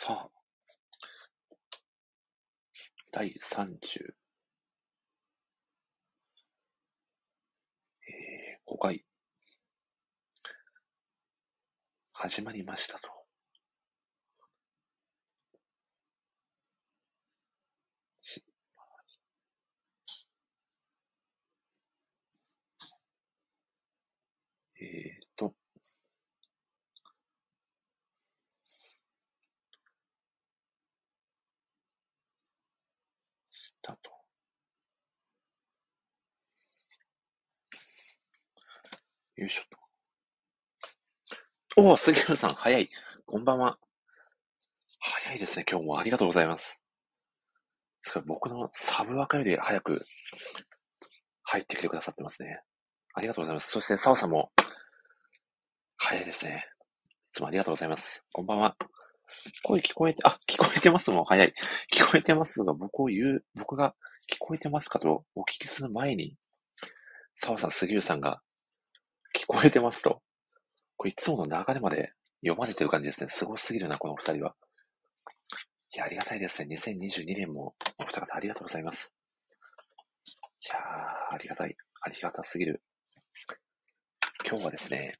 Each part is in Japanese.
さあ、第30、えー、5回、始まりましたと。しえーと、だと。よいしょと。おお、杉浦さん、早い。こんばんは。早いですね、今日もありがとうございます。すごい僕のサブ枠より早く入ってきてくださってますね。ありがとうございます。そして、澤さんも、早いですね。いつもありがとうございます。こんばんは。声聞こえて、あ、聞こえてますもん、早い。聞こえてますが、僕を言う、僕が聞こえてますかとお聞きする前に、澤さん、杉浦さんが、聞こえてますと。これいつもの流れまで読まれてる感じですね。すごすぎるな、このお二人は。いや、ありがたいですね。2022年もお二方ありがとうございます。いやー、ありがたい。ありがたすぎる。今日はですね、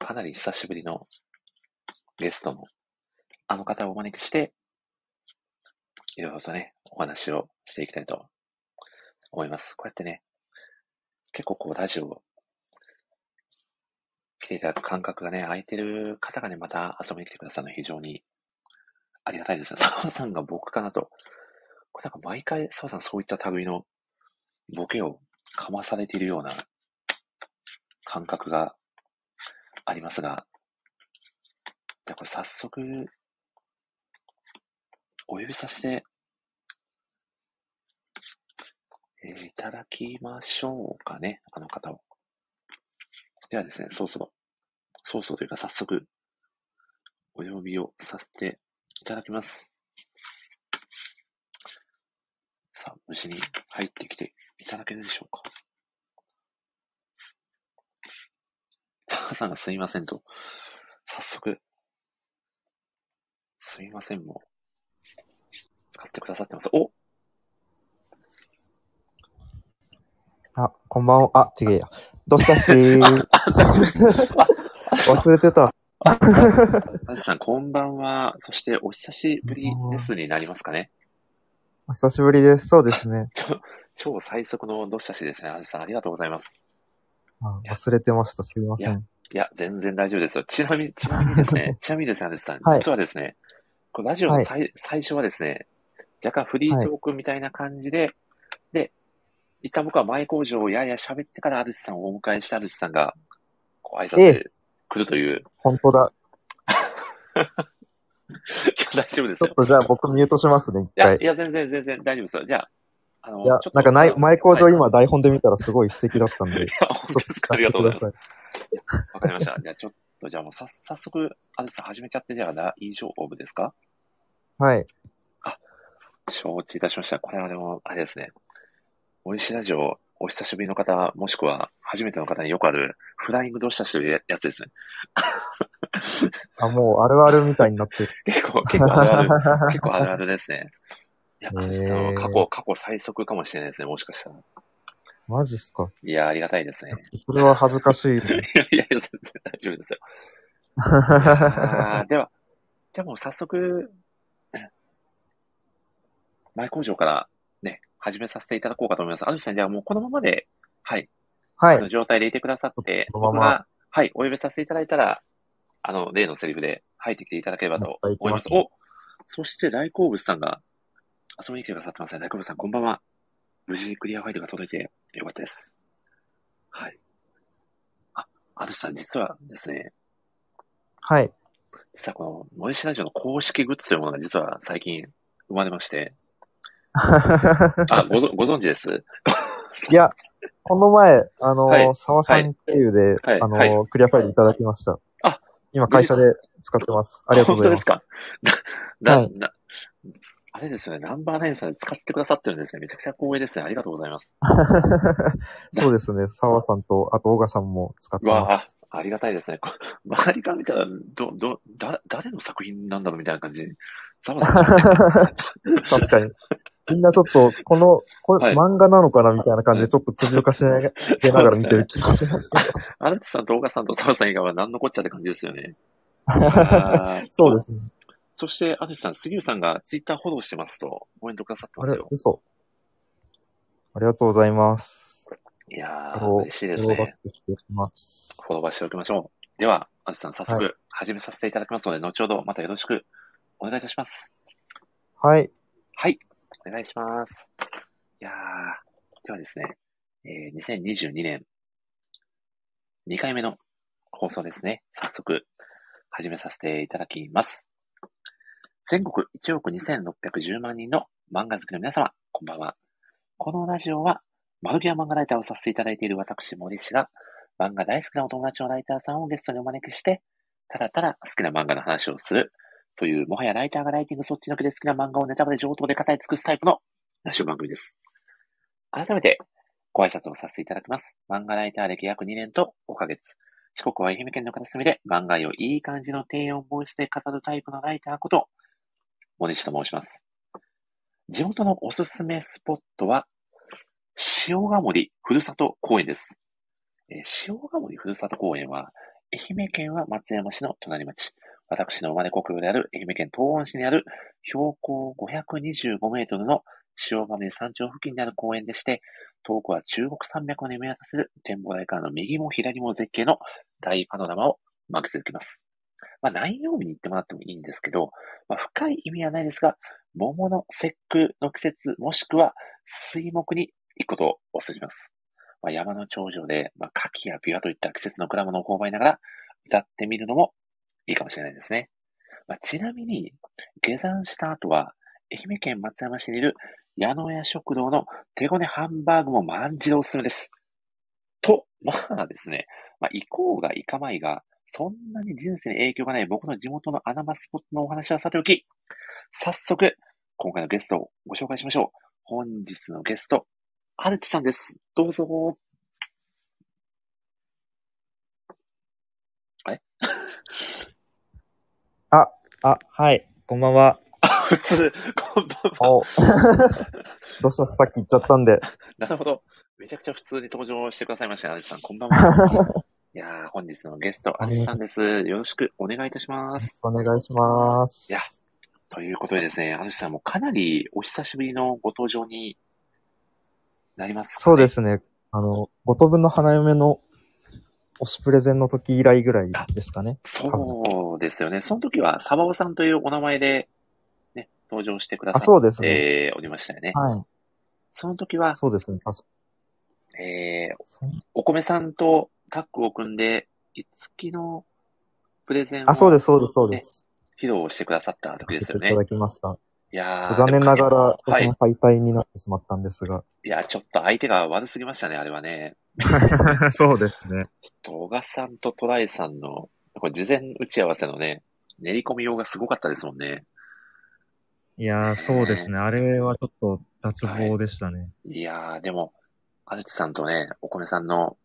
かなり久しぶりのゲストのあの方をお招きして、いろいろとね、お話をしていきたいと思います。こうやってね、結構こうラジオを来ていただく感覚がね、空いてる方がね、また遊びに来てくださるのは非常にありがたいですね。澤さんが僕かなと。これなんか毎回澤さんそういった類のボケをかまされているような感覚がありますが、いや、これ早速、お呼びさせて、えーいただきましょうかね、あの方を。ではですね、そろそろ、そろそろというか早速、お呼びをさせていただきます。さあ、無事に入ってきていただけるでしょうか。タカさんがすいませんと、早速、すいませんも、使ってくださってます。おあ、こんばんは。あ、違えや。どうしたし ー。忘れてた。マジさん、こんばんは。そして、お久しぶりですになりますかね。お久しぶりです。そうですね。超最速のどしたしですね。アジさん、ありがとうございます。あ忘れてました。すいませいん。いや、全然大丈夫ですよ。ちなみに、 ちなみにですね、ちなみにですね、アジさん、はい実はですね、こうラジオの最,、最初はですね、若干フリートークみたいな感じで、で、一旦僕は前工場をやや喋ってからアルスさんをお迎えしてアルスさんが、こう挨拶えで来るという、 本当だ。いや大丈夫ですちょよっ。とじゃあ僕ミュートしますね、一いや、回。いいや、全然、全然大丈夫ですよ。じゃあ、あのや、ちょっとなんかない前工場はい今台本で見たらすごい素敵だったんで。いちや、本ょ当っでとす聞 か。かせてください。ありがとうございます。わかりました。じゃあ、ちょっと、じゃあもうさ、早速、アルさん始めちゃって、じゃあ、ラ印象オブですかはい。承知いたしました。これはでも、あれですね。おいしラジオ、お久しぶりの方、もしくは、初めての方によくある、フライングどうしたしというやつですね。あ、もうあるあるみたいになってる。結構、結構あ るある、結構あるあるですね。いや、へーアルさんは過去、過去最速かもしれないですね、もしかしたら。マジっすか。いや、ありがたいです ね。それは恥ずかしい。いやいや、全然大丈夫ですよ。あはーでは、じゃあもう早速、前工場からね、始めさせていただこうかと思います。あずさん、じゃあもうこのままで、はい、いの。状態でいてくださって、このまま僕が、はい、お呼びさせていただいたら、あの、例のセリフで入ってきていただければとはい思います。おそして大好物さんが遊びに来てくださってますね。大好物さん、こんばんは。無事にクリアファイルが届いてよかったです。はい。あ、あずさん、実はですね、はい。実はこの、森市ラジオの公式グッズというものが実は最近生まれま して、あ、ごぞご存知です。いや、この前、あのはいー、沢さん経由で、はいあのはー、クリアファイルいただきました。あ今会社で使ってます。ありがとうございます。 本当ですかな、な、はいな、あれですよね、ナンバーナインさん使ってくださってるんですね。めちゃくちゃ光栄ですね。ありがとうございます。 そうですね。沢さんと、あと、オガさんも使ってうわまあす。、ありがたいですね。こ周りから見たら、ど、ど、だ、誰の作品なんだろうみたいな感じ。ざわ ざわ確かに。みんなちょっと、この、これ、はい漫画なのかなみたいな感じで、ちょっと首をかしげながら見てる気がしますけど。アルツさんとオガさんとサワさん以外は何のこっちゃって感じですよ ね。 あーそうですね。そして、アルツさん、杉浦さんがツイッターフォローしてますと、コメントくださってあますれよ、。嘘。ありがとうございます。いやあー、の嬉しいですローバッね。クしていきます。フォローバーしておきましょう。では、アルツさん、早は速、始めさせていただきますので、後ほどまたよろしくお願いいたします。はい。はい。お願いします。いやー、ではですね、えー、2022年2回目の放送ですね。早速、始めさせていただきます。全国1億2610万人の漫画好きの皆様、こんばんは。このラジオは、マルギア漫画ライターをさせていただいている私、森氏が、漫画大好きなお友達のライターさんをゲストにお招きして、ただただ好きな漫画の話をする、という、もはやライターがライティングそっちのけで好きな漫画をネタバレ上等で語り尽くすタイプのラジオ番組です。改めて、ご挨拶をさせていただきます。漫画ライター歴約2年と5ヶ月。四国は愛媛県の片隅で漫画をいい感じの低音ボイスで語るタイプのライターこと、モネシと申します。地元のおすすめスポットは、塩ヶ森ふるさと公園です。えー塩ヶ森ふるさと公園は、愛媛県は松山市の隣町、私の生まれ故郷である愛媛県東温市にある標高525メートルの塩亀山頂付近にある公園でして、遠くは中国山脈を見渡せる展望台からの右も左も絶景の大パノラマを満喫できます。まあ、何曜日に行ってもらってもいいんですけど、まあ、深い意味はないですが、桃の節句の季節もしくは水木に行くことをお勧めします。まあ、山の頂上で、まあ、牡蠣やビワといった季節の果物を購買ながら歌ってみるのもいいかもしれないですね。まあ、ちなみに、下山した後は、愛媛県松山市にいる矢野屋食堂の手ごねハンバーグも万事でおすすめです。と、まあですね、まあ、行こうが行かまいが、そんなに人生に影響がない僕の地元の穴場スポットのお話はさておき、早速、今回のゲストをご紹介しましょう。本日のゲスト、アルツさんです。どうぞ。あ、はい。こんばんは。普通、こんばんは。 おどうしたさっき言っちゃったんで。なるほど。めちゃくちゃ普通に登場してくださいましたね、アリスさん。こんばん は。いやー、本日のゲスト、アリスさんです。よろしくお願いいたします。お願いします。いやということでですね、アリスさんもかなりお久しぶりのご登場になりますかそね、うですね。あの、五等分の花嫁の推しプレゼンの時以来ぐらいですかね。そうですよね。その時は、サバオさんというお名前で、ね、登場してくだあ、さそっうですね。ておりましたよね。はい。その時は、そうですね。確かえー、そうお米さんとタッグを組んで、いつきのプレゼンをあ、そう披です、そうです、そうです。露してくださった時ですよ教えてねいた。だきました。いやちょっーと残念ながら、でも初はい戦。敗退になってしまったんですが。いや、ちょっと相手が悪すぎましたね、あれはね。 そうですね。小賀さんとトライさんの、これ事前打ち合わせのね、練り込み用がすごかったですもんね。いやーそうですね。あれはちょっと脱帽でしたね。いやー、でも、アルチさんとね、お米さんの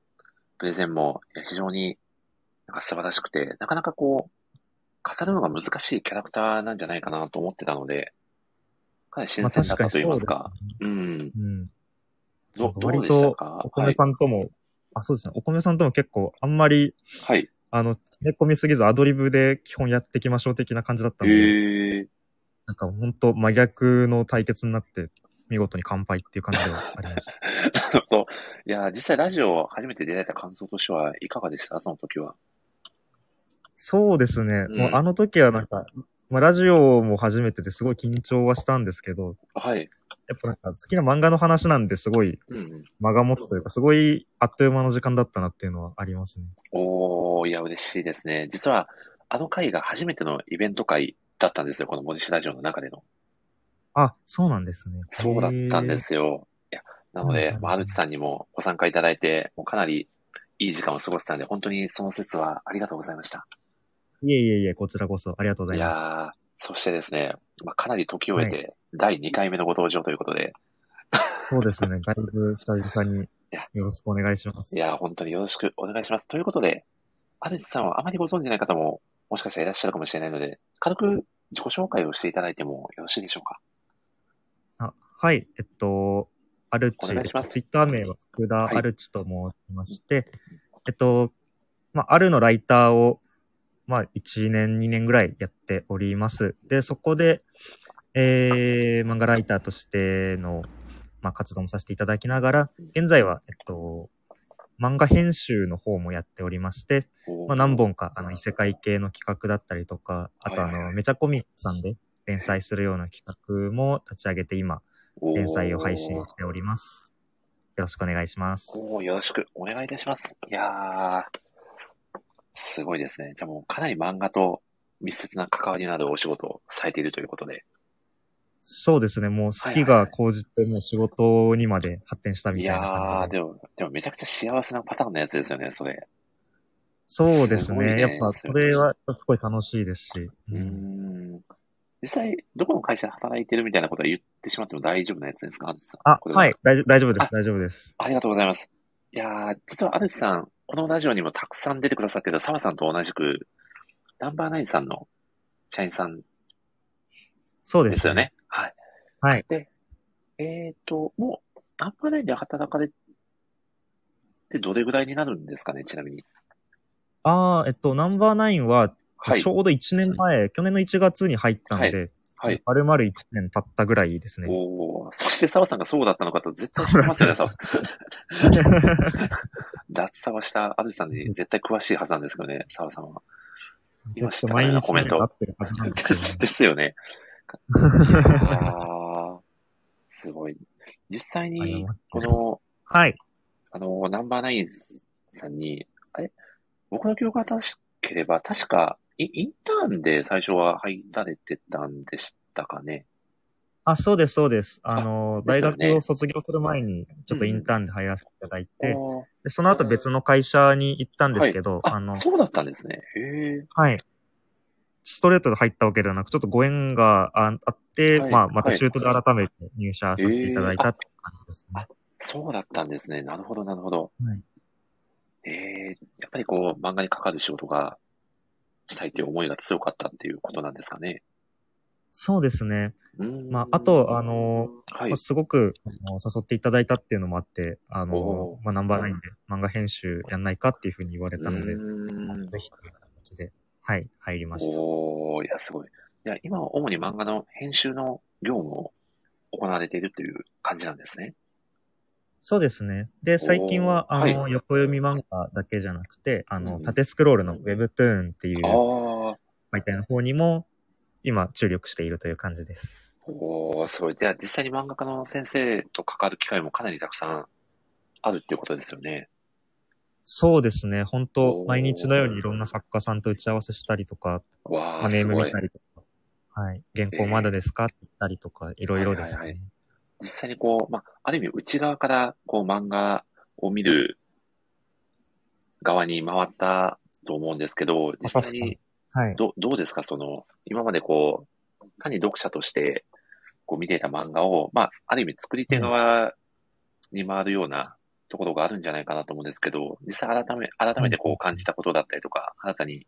プレゼンもいや非常になんか素晴らしくて、なかなかこう、語るのが難しいキャラクターなんじゃないかなと思ってたので、かなり新鮮だったと言いますか。うん。うん。ど、どう割でしたとかお米さんとも、あ、そうですね。お米さんとも結構、あんまり、はい。はいあの、詰め込みすぎずアドリブで基本やっていきましょう的な感じだったえので、ー、なんか本当真逆の対決になって、見事に完敗っていう感じではあり ました。なるほど。いや、実際ラジオ初めて出られた感想としてはいかがでしたその時は。そうですね。うんもうあの時はなんか、まあ、ラジオも初めてですごい緊張はしたんですけど、はい。やっぱなんか好きな漫画の話なんですごいうんうん。間が持つというか、すごいあっという間の時間だったなっていうのはありますね。おー、いや、嬉しいですね。実は、あの回が初めてのイベント会だったんですよ。このモデシラジオの中での。あ、そうなんですね。そうだったんでへすよ。いや、なのうんでう、んまあ、アルチさんにもご参加いただいて、もうかなりいい時間を過ごせたので、本当にその説はありがとうございました。ー。いえいえいえ、こちらこそありがとうございいます。やー、そしてですね、まあ、かなり時を経て、第2回目のご登場ということで、そうですね。だいぶ久々にやよろしくお願いします。いやー、本当によろしくお願いします。ということで、アネジさんはあまりご存じない方も、もしかしたらいらっしゃるかもしれないので、軽く自己紹介をしていただいてもよろしいでしょうか。あはい、えっと、アルチ、お願いしますツイッター名は福田はいアルチと申しまして、えっと、まあ、あるのライターを、まあ、1年、2年ぐらいやっております。で、そこで、えー、漫画ライターとしての、まあ、活動もさせていただきながら、現在は、えっと、漫画編集の方もやっておりまして、おーまあ、何本かあの異世界系の企画だったりとか、あとあはいはいはの、いめちゃコミックさんで連載するような企画も立ち上げて今、連載を配信しております。よろしくお願いします。おーよろしくお願いいたします。いやー、すごいですね。じゃあもうかなり漫画と密接な関わりのあるお仕事をされているということで。そうですね、もう好きはいはいが高じてもう仕事にまで発展したいみたいやな感ー、じで。でも、でもめちゃくちゃ幸せなパターンのやつですよね、それ。そうですすごいね、ねやっぱそれはすごい楽しいですし。ううんーいん。実際、どこの会社で働いてるみたいなことは言ってしまっても大丈夫なやつですか、アネジさん。あ、これはい、大丈夫大丈夫です、大丈夫です。ありがとうございます。いやー、実はアネジさん、このラジオにもたくさん出てくださっているサマさんと同じく、ナンバーナインさんの社員さんそうでですすよね。。はい。はいで、えっ、と、もう、ナンパレンで働かれて、どれぐらいになるんですかね、ちなみに。ああ、えっと、ナンバーナインは、はいち。ょうど1年前、去年の1月に入ったので、はい。丸々1年経ったぐらいですね。おお、そして澤さんがそうだったのかと絶対知ってますよね、澤さん。 脱サバした安部さんに絶対詳しいはずなんですけどね、澤さんは。今知ったかな今コメント合ってるはずなんですけどね ですよ ね。ああ、すごい。実際ありにがと、こうございますの、はい。あの、ナンバーナインさんに、あれ僕の記憶が正しければ、確かイ、インターンで最初は入られてたんでしたかね。あ、そうです、そうです。あの、 です大よね学を卒業する前に、ちょっとインターンで入らせていただいて、おーでその後別の会社に行ったんですけど、ああの、そうだったんですね。へえ。はい。ストレートで入ったわけではなく、ちょっとご縁がああって、はいまあ、またはい中途で改めて入社させていただいたって感じですね。そうだったんですね。なるほど、なるほど。はいええやっぱりこう、漫画に関わる仕事がしたいという思いが強かったっていうことなんですかね。そうですね。うーんまああとあのはいまあ、。すごくあの誘っていただいたっていうのもあって、あおの、まあ、ナンバーナインで漫画編集やんないかっていうふうに言われたので、うーんぜひという形で、はい、入りました。おー、いや、すごい。いや、今は主に漫画の編集の業務を行われているという感じなんですね。そうですね。で、最近は、おーあの、は横読み漫画だけじゃなくて、あの、うん縦スクロールの Webtoon っていうああ、媒体の方にも、今、注力しているという感じです。おー、すごい。じゃあ、実際に漫画家の先生と関わる機会もかなりたくさんあるっていうことですよね。そうですね。本お当ー毎日のようにいろんな作家さんと打ち合わせしたりとか、わまああ、ネすームごい見た。りとか、はい、原稿まだですかって言ったりとか、いろいろですはいはいね。実際にこう、まあ、ある意味内側からこう漫画を見る側に回ったと思うんですけど、実際確かににはい。どどうですかその、今までこう、単に読者としてこう見ていた漫画を、まあ、ある意味作り手側に回るようなところがあるんじゃないかなと思うんですけど、実際改め、改めてこう感じたことだったりとか、新たに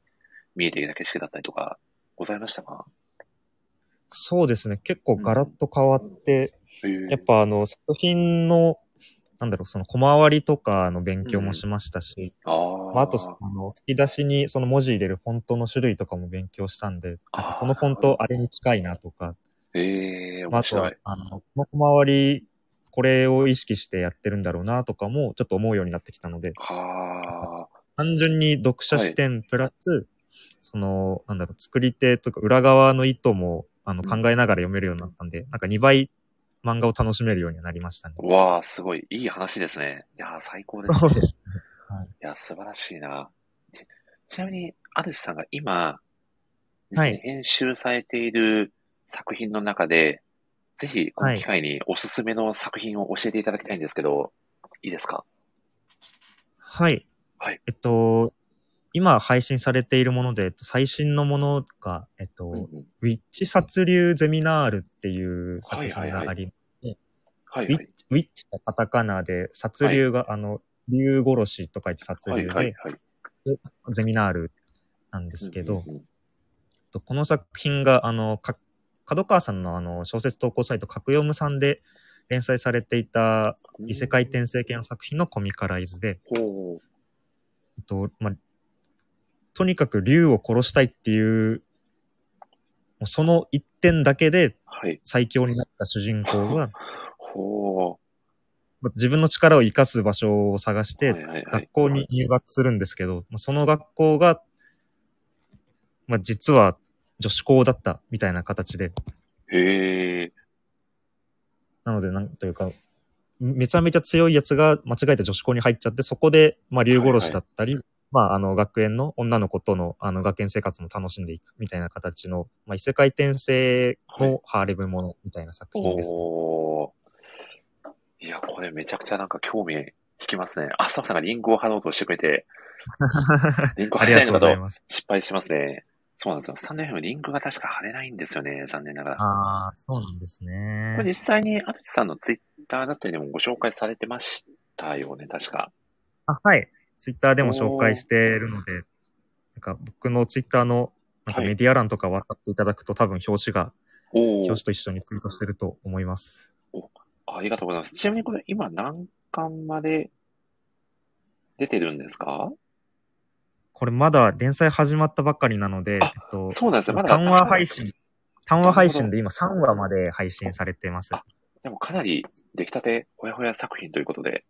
見えてきた景色だったりとか、ございましたかそうですね。結構ガラッと変わって、やっ、ぱあの、作品の、なんだろう、その、小回りとかの勉強もしましたし、あーまあ、あと、あの、吹き出しにその文字入れるフォントの種類とかも勉強したんで、なんかこのフォントあれに近いなとか、ええ面まあ、あと白。、はいあの、この小回り、これを意識してやってるんだろうなとかも、ちょっと思うようになってきたので、は単純に読者視点プラス、その、なんだろう、作り手とか裏側の意図も、あの、うん考えながら読めるようになったんで、なんか2倍漫画を楽しめるようにはなりましたね。あ。わあ、すごい。いい話ですね。いやー、最高です。そうです。いや、素晴らしいな。ちちなみに、アルシさんが今、実はい際に編集されている作品の中で、ぜひ、この機会におすすめの作品を教えていただきたいんですけど、いいですかはい。はいえっと、今配信されているもので、えっと、最新のものが、えっと、うんうんウィッチ殺流ゼミナールっていう作品があはいり、はいはいはいウィはッい。チウィッチがカタカナで、殺流が、あの、竜殺しと書いて殺は流いで、はいはい。でゼミナールなんですけど、うんうんとこの作品が、あの、か角川さんのあの小説投稿サイト、角読むさんで連載されていたうん異世界転生系の作品のコミカライズで、ほう。えっとまあ、とにかく竜を殺したいっていう、もうその一点だけではい。最強になった主人 公が、ほまあ自分の力を生かす場所を探しう。てはい、はいはい学。校に入学するんですけど、まあその学校が、まあ、実は女子校だったみたいな形で、へえ。なので、なんというか、めちゃめちゃ強いやつが間違えて女子校に入っちゃって、そこで、まあ、竜殺しだったり、まあ、あの、学園の女の子との、あの、学園生活も楽しんでいくみたいな形の、まあ、異世界転生のハーレムものみたいな作品ですね、おーいや、これめちゃくちゃなんか興味引きますね。あ、スタッフさんがリンクを貼ろうとしてくれて、 リンクを あ貼りりたいうがとのかございと ます。失敗しますね。そうなんですよ。スタンド FM リンクが確か貼れないんですよね。残念ながら。ああ、そうなんですこれね。実際にアビスさんのツイッターだったりでもご紹介されてましたよね、確か。あ、はい。ツイッターでも紹介しているので、なんか僕のツイッターの、なんかはいメディア欄とか渡っていただくと、多分表紙が、お表お紙。と一緒にツイートしてると思います。ありがとうございます。ちなみにこれ今何巻まで出てるんですかこれまだ連載始まったばっかりなので、えあっと、そうなんですよ。まだ。単話配信、単話配信で今3話まで配信されてますあ。でもかなり出来たてほやほや作品ということで。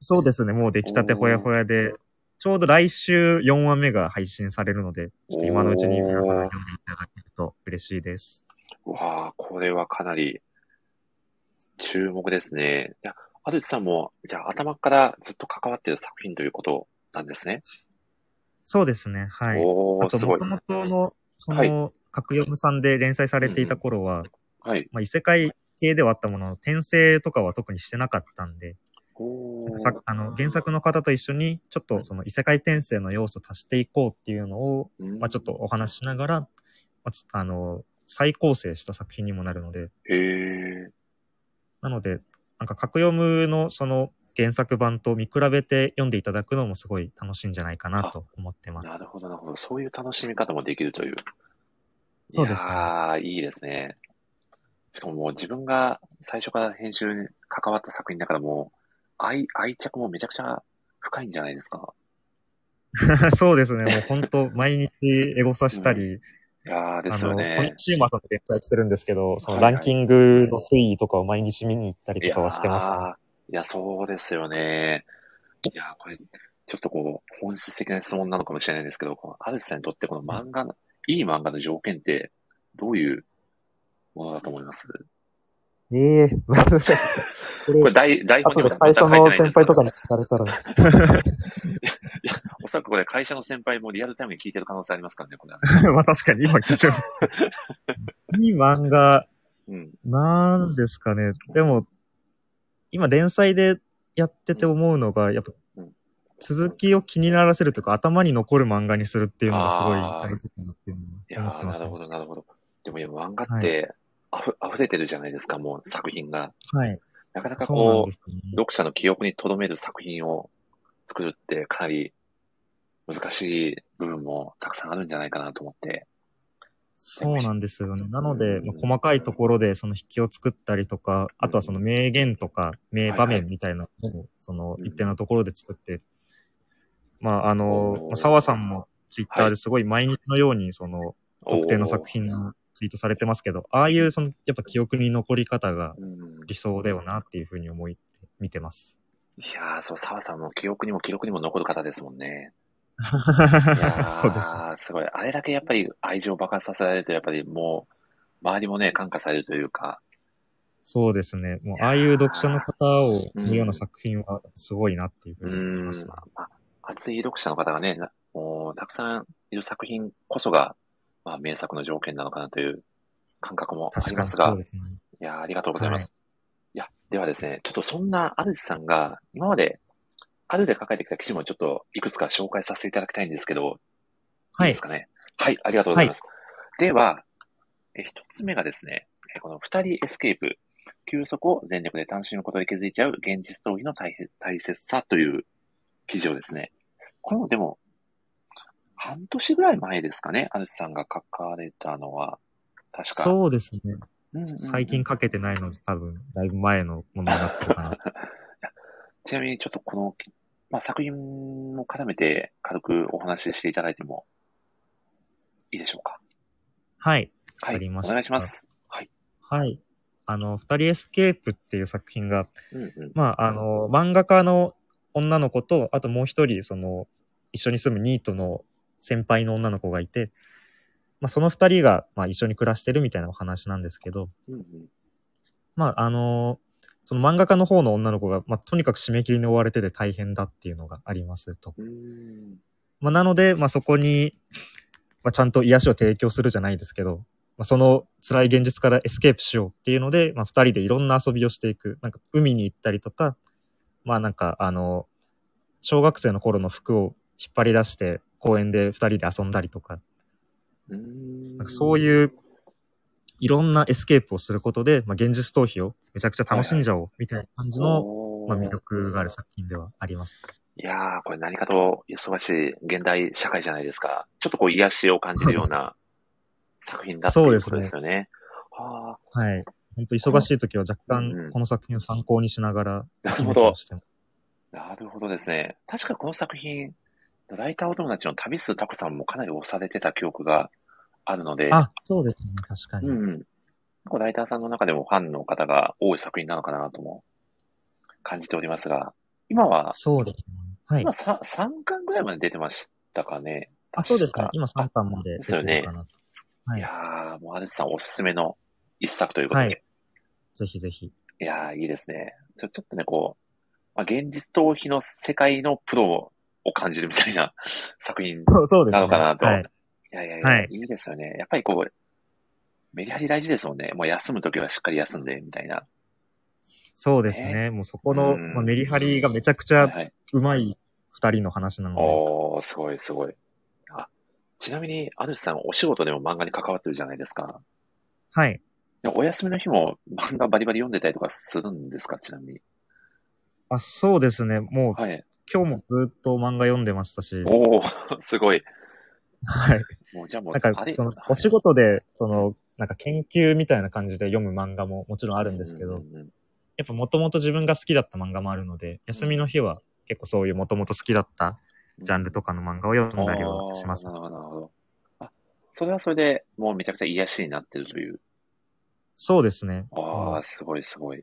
そうですね、もう出来たてほやほやで、ちょうど来週4話目が配信されるので、ちょっと今のうちに皆さん読んでいただけると嬉しいです。うわあ、これはかなり注目ですね。いや、アドチさんも、じゃあ頭からずっと関わってる作品ということなんですね。そうですね、はい。おあー、と、すごもいと。もとの、そはの、格読さんで連載されていた頃は、はい。まあ、異世界系ではあったものの、転生とかは特にしてなかったんで、おなんーかさあの原作の方と一緒に、ちょっとその異世界転生の要素足していこうっていうのを、まあ、ちょっと。お話ししながら、まあつあの、再構成した作品にもなるので、うんへえ。なので、なんか、格読むのその原作版と見比べて読んでいただくのもすごい楽しいんじゃないかなと思ってまなるす。ほど、なるほど。そういう楽しみ方もできるという。そうですねいやーいいですね。しかももう自分が最初から編集に関わった作品だからもう、愛、愛着もめちゃくちゃ深いんじゃないですか。 そうですね、もう本当、毎日エゴサしたり、いやーであすの、よ今ね。週末で連載してるんですけど、そのはいはラいンキングの推移とかを毎日見に行ったりとかはしてますね。いやーいや、そうですよね。いやー、これ、ちょっとこう、本質的な質問なのかもしれないですけど、このアルスさんにとってこの漫画の、いい漫画の条件って、どういうものだと思いますええー、難しい。ここれれ、台、台あ本とにでも会社全く書の先いてないんで輩すとけどかに聞かれたら、 おそらくこれ会社の先輩もリアルタイムに聞いてる可能性ありますからね、これは。まあ確かに今聞いてます。いい漫画、うん。なんですかね。でも、今連載でやってて思うのが、やっぱうん、続きを気にならせるというか、頭に残る漫画にするっていうのがすごいあー大事だなっていういのやは思ってー、なまするねほ。ど、なるほど。でも今、漫画って、あふ、溢れてるじゃないですか、もう作品が。はい。なかなかそうなんこでう、すよね。読者の記憶に留める作品を作るってかなり難しい部分もたくさんあるんじゃないかなと思って。そうなんですよね。なので、うんまあ細かいところでその引きを作ったりとか、あとはその名言とか名場面みたいなのを、そのうん一定のところで作って、まああの、おーまあ澤さんもツイッターですごい毎日のようにその特定の作品のツイートされてますけど、ああいうそのやっぱ記憶に残り方がおー。うん理想だよなっていうふうに思い、見てます。いやー、そう、澤さんも記憶にも記録にも残る方ですもん ね。いやー、そうですね。すごい。あれだけやっぱり愛情を爆発させられると、やっぱりもう、周りもね、感化されるというか、そうですね。もうああいう読者の方を見るよううんな作品はすごいなっていうふううに思いまんす、ね。まあ、熱い読者の方がね、なもうたくさんいる作品こそが、まあ、名作の条件なのかなという感覚もあ確りかまにすが、そうですね。いやー、ありがとうございます。い、や、ではですね、ちょっとそんなアルジさんが今まであるで書かれてきた記事もちょっといくつか紹介させていただきたいんですけど、はいいでいす。かね。はい、ありがとうございます。では、え一つ目がですね、えこの二人エスケープ、休息を全力で楽しむことで気づいちゃう現実逃避の大変大切さという記事をですね、これもでも、半年ぐらい前ですかね、アルスさんが書かれたのは、確か。そうですね。うんうんうん最近かけてないので、多分、だいぶ前のものになってる かな。ちなみにちょっとこの、まあ、作品も絡めて軽くお話ししていただいてもいいでしょうか。はい。はい。わかりましたお願いします。はい。はい。あの、二人エスケープっていう作品が、うんうん。まあ、あの、漫画家の女の子と、あともう一人、その、一緒に住むニートの先輩の女の子がいて、まあ、その二人が、まあ、一緒に暮らしてるみたいなお話なんですけど、うんうんまあ、あの、その漫画家の方の女の子が、まあ、とにかく締め切りに追われてて大変だっていうのがありますと。うーん。まあ、なので、まあ、そこに、まあ、ちゃんと癒しを提供するじゃないですけど、まあ、その辛い現実からエスケープしようっていうので、まあ、二人でいろんな遊びをしていく。なんか、海に行ったりとか、まあ、なんか、あの、小学生の頃の服を引っ張り出して、公園で二人で遊んだりとか、うーんなんかそういう、いろんなエスケープをすることで、まあ、現実逃避をめちゃくちゃ楽しんじゃおう、みたいな感じの、おまーあ、魅力がある作品ではあります。いやー、これ何かと忙しい現代社会じゃないですか。ちょっとこう癒しを感じるような作品だったそうりですするねんですよね。はあはい。本当忙しい時は若うんうん干この作品を参考にしながら、なる進ほめどをしてもなるほどですね。確かこの作品、ライターお友達の旅数タコさんもかなり押されてた記憶があるので、あ、そうですね、確かうに。んうん。結構ライターさんの中でもファンの方が多い作品なのかなとも感じておりますが、今は、そうですね。はい今。さ3巻ぐらいまで出てましたかね。あ、そうです確ねか。今3巻まで出てるかなと。はいい。やー、もうアルツさんおすすめの一作ということで。はいい、ぜひぜひ。 やー、いいですね。ちょちょっとね、こう、まあ、現実逃避の世界のプロを感じるみたいな作品。いそうですね。なのかなとはい。やいやいや、はいい、いですよね。やっぱりこう、メリハリ大事ですもんね。もう休むときはしっかり休んで、みたいな。そうですね。もうそこの、うんまあ、メリハリがめちゃくちはいゃはい。うまい2人の話なので。おー、すごいすごい。あ、ちなみに、アヌスさんお仕事でも漫画に関わってるじゃないですか。はい。でお休みの日も漫画バリバリ読んでたりとかするんですかちなみに。あ、そうですね。もうはい。今日もずっと漫画読んでましたし。おー、すごい。 はい。もうじゃあもう、なんあかれ、そのはいお仕事で、その、なんか研究みたいな感じで読む漫画ももちろんあるんですけうど、んうんうんやっぱもともと自分が好きだった漫画もあるので、休みの日は結構そういうもともと好きだったジャンルとかの漫画を読んだりはしますあー。なるほど、なるほど。あ、それはそれでもうめちゃくちゃ癒しになってるという。そうですね。あうあ、すごいすごい。い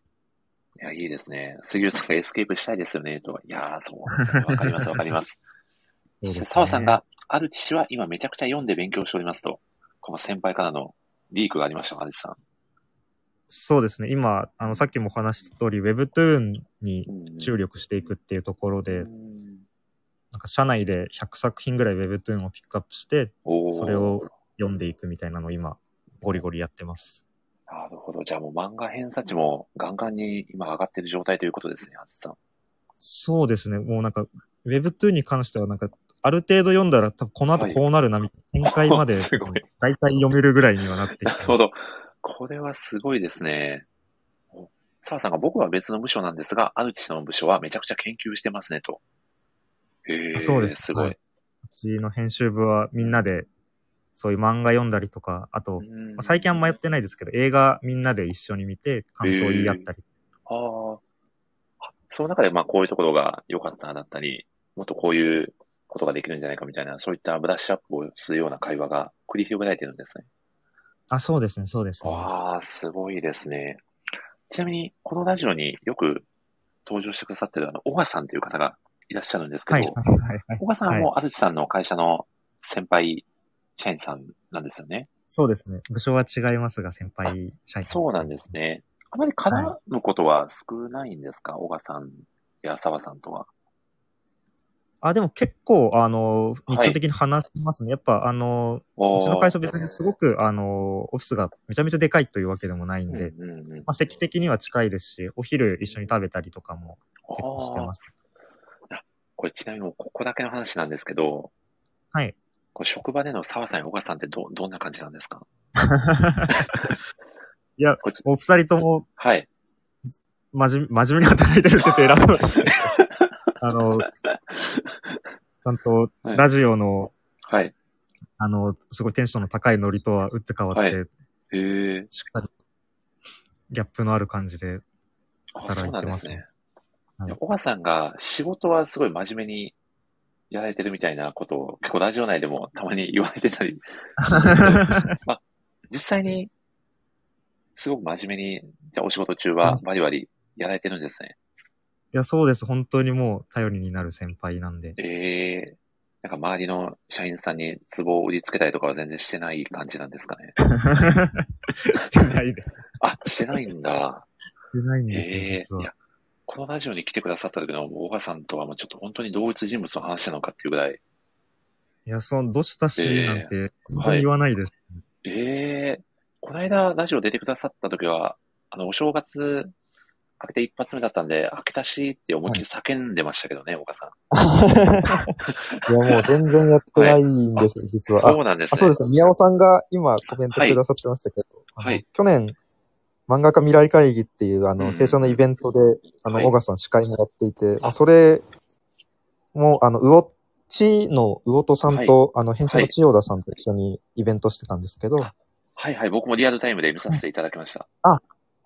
や、いいですね。杉浦さんがエスケープしたいですよね、と。いやー、そう。わかります、わかります。 そうですね澤さんが、ある父は今めちゃくちゃ読んで勉強しておりますと、この先輩からのリークがありましたが、アルチさん。そうですね。今、あの、さっきもお話しした通り、Webtoon に注力力していくっていうところで、うんなんか社内で100作品ぐらい Webtoon をピックアップして、おーそれを読んでいくみたいなのを今、ゴリゴリやってます。なるほど。じゃあもう漫画偏差値もガンガンに今上がってる状態ということですね、アルチさん。そうですね。もうなんか、Webtoon に関してはなんか、ある程度読んだら、多分この後こうなるな、みたいな展開まで、 すごい大体読めるぐらいにはなってきなてるほど。これはすごいですね。澤さんが僕は別の部署なんですが、アルチの部署はめちゃくちゃ研究してますねと。へえ、そうです。すご。はいうちの編集部はみんなで、そういう漫画読んだりとか、あと、まあ最近あんまややってないですけど、映画みんなで一緒に見て、感想を言い合ったり。あーあ、その中でまあこういうところが良かっただったり、もっとこういうことができるんじゃないかみたいな、そういったブラッシュアップをするような会話が繰り広げられてるんですね。あ、そうですね、そうですね。ああ、すごいですね。ちなみに、このラジオによく登場してくださってるあの、小川さんという方がいらっしゃるんですけはい、はいど、、はいはい。小川さんはもう、安土さんの会社の先輩社員さんなんですよね。そうですね。部署は違いますが、先輩社員。そうなんです。ね。あまり絡むことは少ないんですか、小川さんや澤さんとは。あ、でも結構、あはの、い日常的に話しますね。やっぱ、あの、おうーちの会社別にすごく、あの、オフィスがめちゃめちゃでかいというわけでもないんで、うんうんうんまあ、席的には近いですし、お昼一緒に食べたりとかも結構してます。これちなみにもうここだけの話なんですけど、はい。こう職場での澤さんや小川さんってど、どんな感じなんです かいや、こっちお二人ともはい。真面目真面目に働いてるって言って偉 そう。あの、ちゃんとはいラジオの、はい。あの、すごいテンションの高いノリとは打って変わって、へえ。しっかりギャップのある感じで、あ、働そういなてんでますすねね。はいいや小川さんが仕事はすごい真面目にやられてるみたいなことを結構ラジオ内でもたまに言われて たり、実際にすごく真面目に、じゃあお仕事中はバリバリやられてるんですね。いや、そうです。本当にもう頼りになる先輩なん で。ええなんか周りの社員さんに壺を売りつけたりとかは全然してない感じなんですかね。してないで。しあ、してないんだ。て ないんえですよ、え実いはや。、このラジオに来てくださった時の大川さんとはもうちょっと本当に同一人物の話なのかっていうぐらい、いや、その、どうしたし、ええなんて、普通に言わない です。ええこの間ラジオ出てくださった時は、あの、お正月明けて一発目だったんで、明けたしって思いっきり叫んでましたけどね、大川さん。いや、もう全然やってないんですよ、実は。そうなんですあ、ね。そうです。宮尾さんが今コメントくださってましたけど、はいあはのい去年、漫画家未来会議っていう、あうんの、弊社のイベントで、あはの、い小川さん司会もやっていて、あまあそれも、あの、うおちのうおとさんと、あの、編集の千代田さんと一緒にイベントしてたんですけど、あはいはい、僕もリアルタイムで見させていただきました。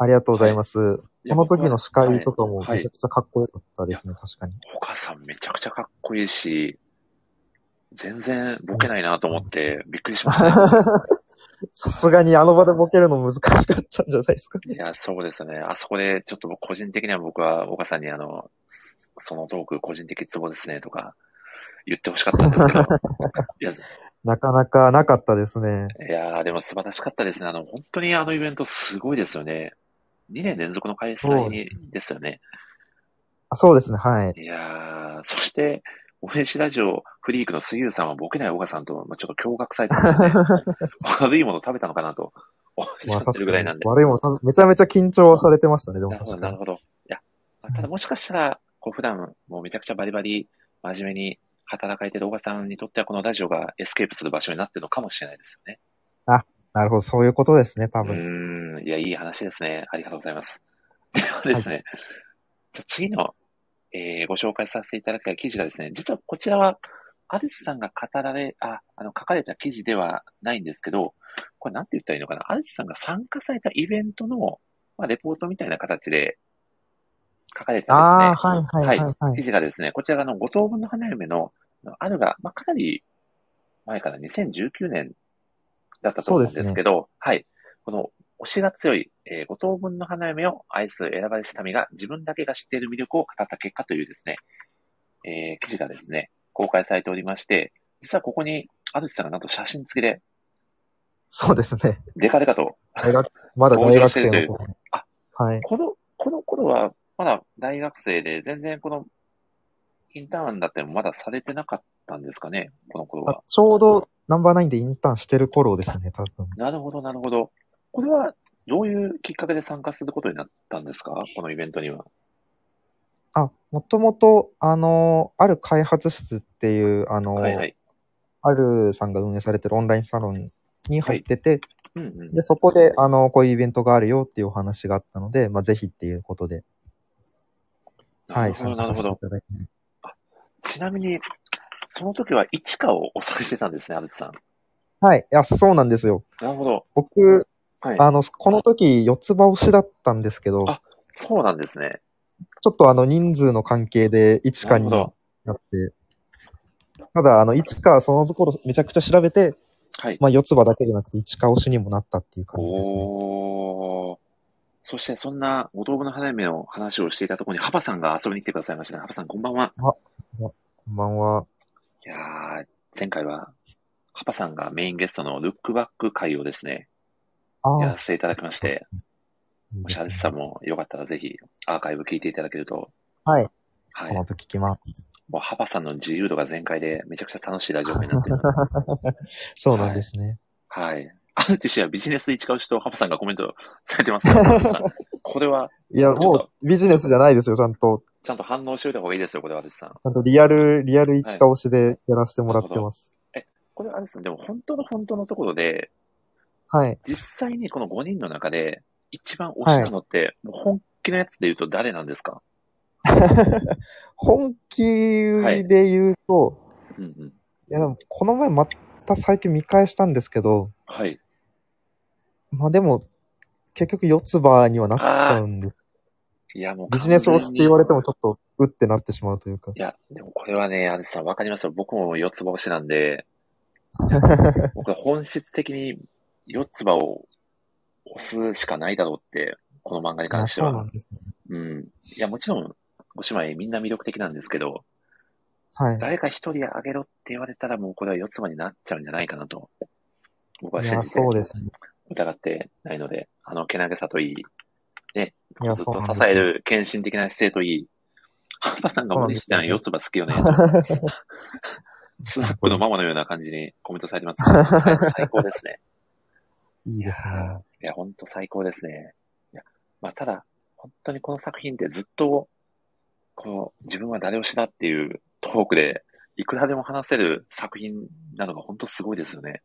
ありがとうございます。いやこの時の司会と僕はかもはいめちゃくちゃかっこよかったですね、確かに。 お母さんめちゃくちゃかっこいいし、全然ボケないなと思ってびっくりしました。さすがにあの場でボケるの難しかったんじゃないですか。いや、そうですね。あそこでちょっと僕個人的には僕はお母さんにあの、そのトーク個人的ツボですねとか言ってほしかったんですけ なかなかなかったですね。ど。いや、いやーでも素晴らしかったですね。あの、本当にあのイベントすごいですよね。2年連続の開そう催ですよね。あそうですね、はい。いやー、そして、オフェンシラジオフリークの杉浦さんはボケない岡さんと、まあ、ちょっと驚愕されてたんで、 悪いもの食べたのかなと思っちまゃっあてるぐ確らかいなんにで。悪いもの、めちゃめちゃ緊張はされてましたね、でもなるほど、な確かるに。ほど。いや、まあただもしかしたら、こう普段、もうめちゃくちゃバリバリ、真面目に働かれてる岡さんにとっては、このラジオがエスケープする場所になってるのかもしれないですよね。なるほど、そういうことですね、多分。うーん、いや、いい話ですね。ありがとうございます。 ではですね、じゃあ次の、えーご紹介させていただきたい記事がですね、実はこちらは、アリスさんが語られ、あ、あの、書かれた記事ではないんですけど、これなんて言ったらいいのかな。アリスさんが参加されたイベントの、まあ、レポートみたいな形で書かれてたんですね。ああ、はいはいはいは記い。事がですね、こちらがあの5等分の花嫁のあのあるが、まあ、かなり前から2019年だったと思うんですけど、はい。この推しが強い、え5等分の花嫁を愛する選ばれし民が自分だけが知っている魅力を語った結果というですね、えー記事がですね、公開されておりまして、実はここに、アルチさんがなんと写真付きで、そうですね。デカデカと、大 学、まだ大学生の頃にあ。はい。この、この頃は、まだ大学生で、全然この、インターンだってもまだされてなかったんですかね、この頃はあ。ちょうどナンバーナインでインターンしてる頃ですね、多分。なるほど、なるほど。これは、どういうきっかけで参加することになったんですかこのイベントには。あ、もともと、あの、ある開発室っていう、あの、はいはい。あるさんが運営されてるオンラインサロンに入ってて、うんうん。で、そこで、あの、こういうイベントがあるよっていうお話があったので、まあ、ぜひっていうことで、なはるい、ほど、参な加るさほせてど。いただいて。ちなみに、その時は一花を押されてたんですね、アルツさん。はい、いや、そうなんですよ。なるほど。僕、はい。あの、この時、四つ葉推しだったんですけど、あそうなんですね。ちょっとあの、人数の関係で、一なかるほにど。なって、ただ、あの、一か、そのところめちゃくちゃ調べて、はい。まあ、四つ葉だけじゃなくて、一か推しにもなったっていう感じですね。おー。そして、そんな、お豆腐の花嫁の話をしていたところに、ハバさんが遊びに来てくださいましたね。ハバさん、こんばんは。こんばんは。いやー、前回は、ハバさんがメインゲストのルックバック会をですね、あやあら、せていただきまして、いいもでしすアルスさんね。もよかったらぜひアーカイブ聞いていただけると、はい、はい。このも後聞きます。 うハパさんの自由度が全開でめちゃくちゃ楽しいラジオになってる。 そうなんですね。 はい。アルティシはビジネス一かうしとハパさんがコメントされてますから、ハパさんこれは、いや、もうビジネスじゃないですよ、ちゃんと。ちゃんと反応しといた方がいいですよ、これは、アデスさん。ちゃんとリアル、リアル一か押しでやらせてもらってます。これはアデスさん、でも本当の本当のところで、はい。実際にこの5人の中で、一番推しなのって、もう本気のやつで言うと誰なんですか 本気で言うと、うんうん。い、や、でもこの前また最近見返したんですけど、はい。まあでも、結局四つ葉にはなっちゃうんです。いや、もうビジネス推しって言われても。もちょっと、うってなってしまうというか。いや、でもこれはね、アデスさん、わかりますよ。僕も四つ葉推しなんで、僕は本質的に四つ葉を押すしかないだろうって、この漫画に関あしてそうなはん。ですね。うん。いや、もちろん、おしまいみんな魅力的なんですけど、はい。誰か一人あげろって言われたらもうこれは四つ葉になっちゃうんじゃないかなと、僕はい信や、じてそうですね。疑ってないので、あの、けなげさといい、ね、いずやっとそうなんです支える献身的な姿勢といい、蓮田さんがそうな森んで西すちよゃねん四つ葉好き よね。スナックのママのような感じにコメントされてます。最高ですね。 いいですね。やーいや、ほんと最高ですね。いや、まあ、ただ、本当にこの作品ってずっと、こう、自分は誰をしなっていうトークで、いくらでも話せる作品なのが本当すごいですよね。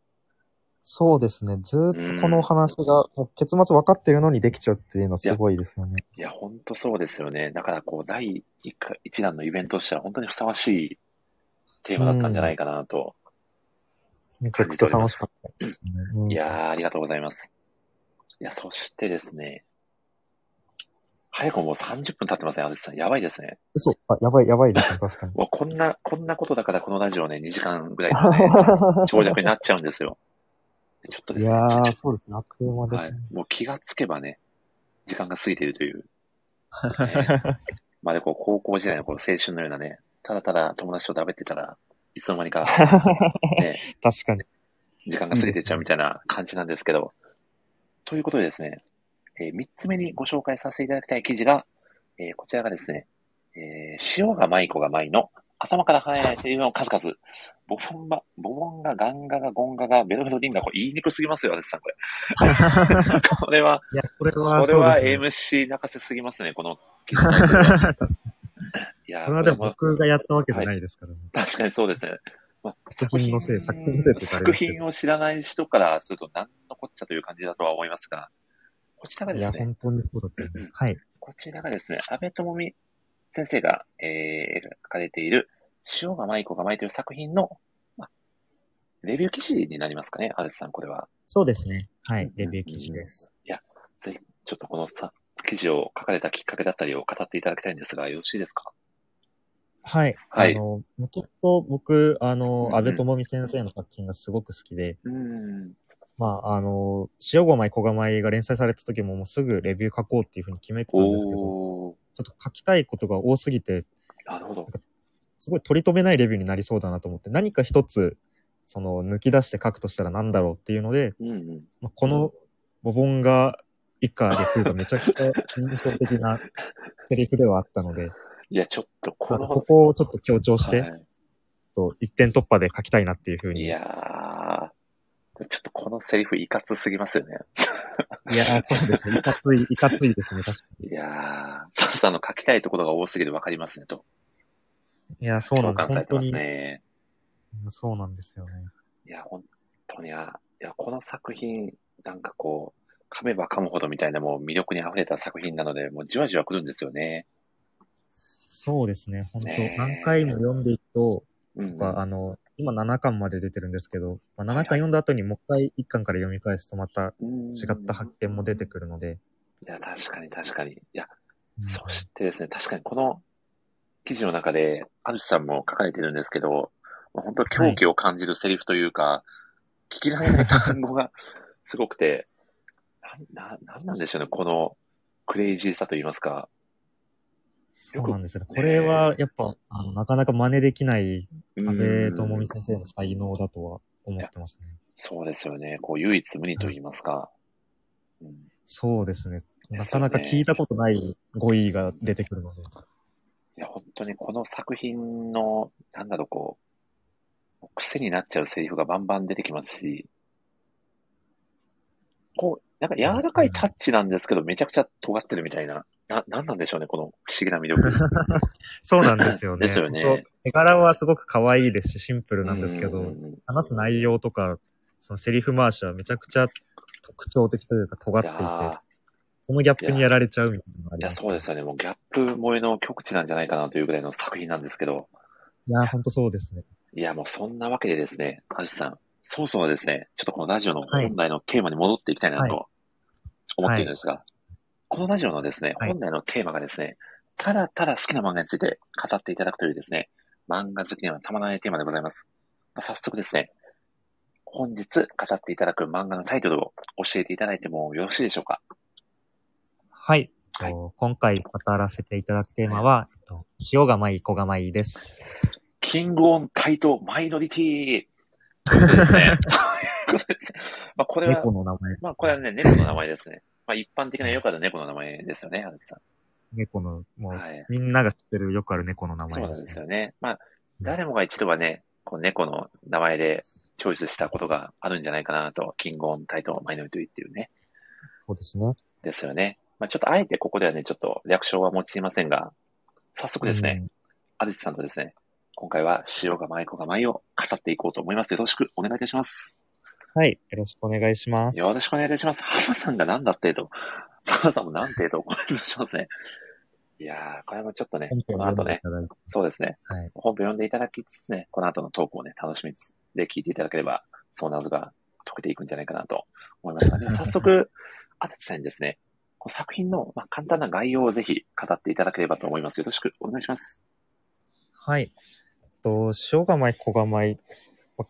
そうですね。ずーっとこのお話が、もう結末分かってるのにできちゃうっていうのはすごいですよね。いや、本当そうですよね。だから、こう、第一回一弾のイベントとしては本当にふさわしいテーマだったんじゃないかなと。めちゃくちゃ楽しかったですね。うんいやー、ありがとうございます。いや、そしてですね、早くももう30分経ってません、アルさん。やばいですね。嘘。あ、やばい、やばいですね、確 かに。もうこんな、こんなことだからこのラジオね、2時間 ぐらいですね、長尺になっちゃうんですよ。ちょっとでいすね、やー、はそうですね。あっという間ですね。い、もう気がつけばね、時間が過ぎているという。ねまあでこう高校時代のこう青春のようなね、ただただ友達と食べてたらいつの間にか、ね、確かに。時間が過ぎてっちゃうみたいな感じなんですけど。ということでですね、え3つ目にご紹介させていただきたい記事が、えーこちらがですね、えー塩が舞子が舞の頭から離れないセリフの数々。ボフンバ、ボボンがガンガがゴンガがベロベロリンガ。これ言いにくすぎますよ、私さん、これ。 これは、いや、これはこれそうではす、ね。 MC 泣かせすぎますね、この記事。こいや、れはでも僕がやったわけじゃないですからね。確かにそうですね。まあ作品のせい作品のせいって言われ作ますけど品を知らない人からすると何のこっちゃという感じだとは思いますが、こちらがいでや、すね、本当にそうだったよね。はい。こちらがですね、安倍智美先生が、えー、書かれている、塩が舞子が舞いという作品の、まあ、レビュー記事になりますかね、アルツさん、これは。そうですね。はうんいうん。レビュー記事です。ちょっとこのさ記事を書かれたきっかけだったりを語っていただきたいんですが、よろしいですかはい。はいあの、もともと僕、うあんうの、ん安倍智美先生の作品がすごく好きで、うん。まあ、あの、塩五枚小釜が連載された時ももうすぐレビュー書こうっていうふうに決めてたんですけど、ちょおっと書きたいことが多すぎて、ー、なるほど。すごい取り留めないレビューになりそうだなと思って、何か一つ、その、抜き出して書くとしたら何だろうっていうので、うんうん。まあ、このボボンが以下で来るがめちゃくちゃ印象的なセリフではあったので、いや、ちょっとこなんの、かここをちょっと強調して、はいちょっと一点突破で書きたいなっていうふうに。いやー、ちょっとこのセリフいかつすぎますよね。いやそうですね。いかつい、いかついですね、確かに。いやー、サルさんの書きたいところが多すぎてわかりますねと。いや、そうなん共感さです。本れて当まに。すね。そうなんですよね。いや、本当にあ、いや、この作品、なんかこう、噛めば噛むほどみたいなもう魅力に溢れた作品なので、もうじわじわ来るんですよね。そうですね、本当、ねえ何回も読んでいくと、うん、とか、あの、今7巻まで出てるんですけど、まあ、7巻読んだ後にもう一回1巻から読み返すとまたうん違った発見も出てくるので。いや、確かに確かに。いや、うんそしてですね、確かにこの記事の中で、アルシさんも書かれてるんですけど、まあ本当狂気を感じるセリフというか、聞き慣れない単語が すごくて、なん、な、なんなんでしょうね、このクレイジーさと言いますか。そうなんですね。これはやっぱ、あのなかなか真似できないうん安倍智美先生の才能だとは思ってますね。そうですよね。こう、唯一無二と言いますか。うん、そうですね。ねなかなか聞いたことない語彙が出てくるので。いや、本当にこの作品の、なんだろう、こう、癖になっちゃうセリフがバンバン出てきますし、こう、なんか柔らかいタッチなんですけど、めちゃくちゃ尖ってるみたいな。な、なんなんでしょうね、この不思議な魅力。そうなんですよ ね。ですよね本当絵柄はすごく可愛いですし、シンプ ルなんですけうんうどん、うん話す内容とか、そのセリフ回しはめちゃくちゃ特徴的というか尖っいていやて、ーそのギャップにやられちゃうみたいなのがあいりや、ます。そうですよね。もうギャップ萌えの極致なんじゃないかなというぐらいの作品なんですけど。いやー、ほんとそうですね。いや、もうそんなわけでですね、ハルさん、そろそろですね、ちょっとこのラジオの本来のテーマに戻っていきたいなと思っているんですが、このラジオのですね、はい本来のテーマがですね、ただただ好きな漫画について語っていただくというですね、漫画好きにはたまらないテーマでございます。まあ早速ですね、本日語っていただく漫画のタイトルを教えていただいてもよろしいでしょうかはい。はいと今回語らせていただくテーマは、えっと塩がまい、子がまいです。キングオンタイトマイノリティということ ですね。 ということですねまあ、これは、猫の名前。まあ、これはね、猫の名前ですね。まあ、一般的なよくある猫の名前ですよね、春さん。猫の、もう、はい。みんなが知ってるよくある猫の名そうな前んでですね。すよね。まあ、誰もが一度はね、こう猫の名前でチョイスしたことがあるんじゃないかなと、キングオンタイトマイノリティっていうね。そうですね。ですよね。まあ、ちょっとあえてここではね、ちょっと略称は用いませんが、早速ですね、アルチさんとですね、今回は塩が舞子が舞を語っていこうと思います。よろしくお願いいたします。はい。よろしくお願いします。よろしくお願いいたします。浜さんが何だってと、浜さんも何てと、これしますね。いやー、これもちょっとね、この本後当ねね、。そうですね、はい。本編読んでいただきつつね、この後のトークをね、楽しみつつで聞いていただければ、その謎が解けていくんじゃないかなと思いますが、では早 速、あたちさんにですね、この作品の、まあ、簡単な概要をぜひ語っていただければと思います。よろしくお願いします。はい。と、塩がまい、子がまい。ま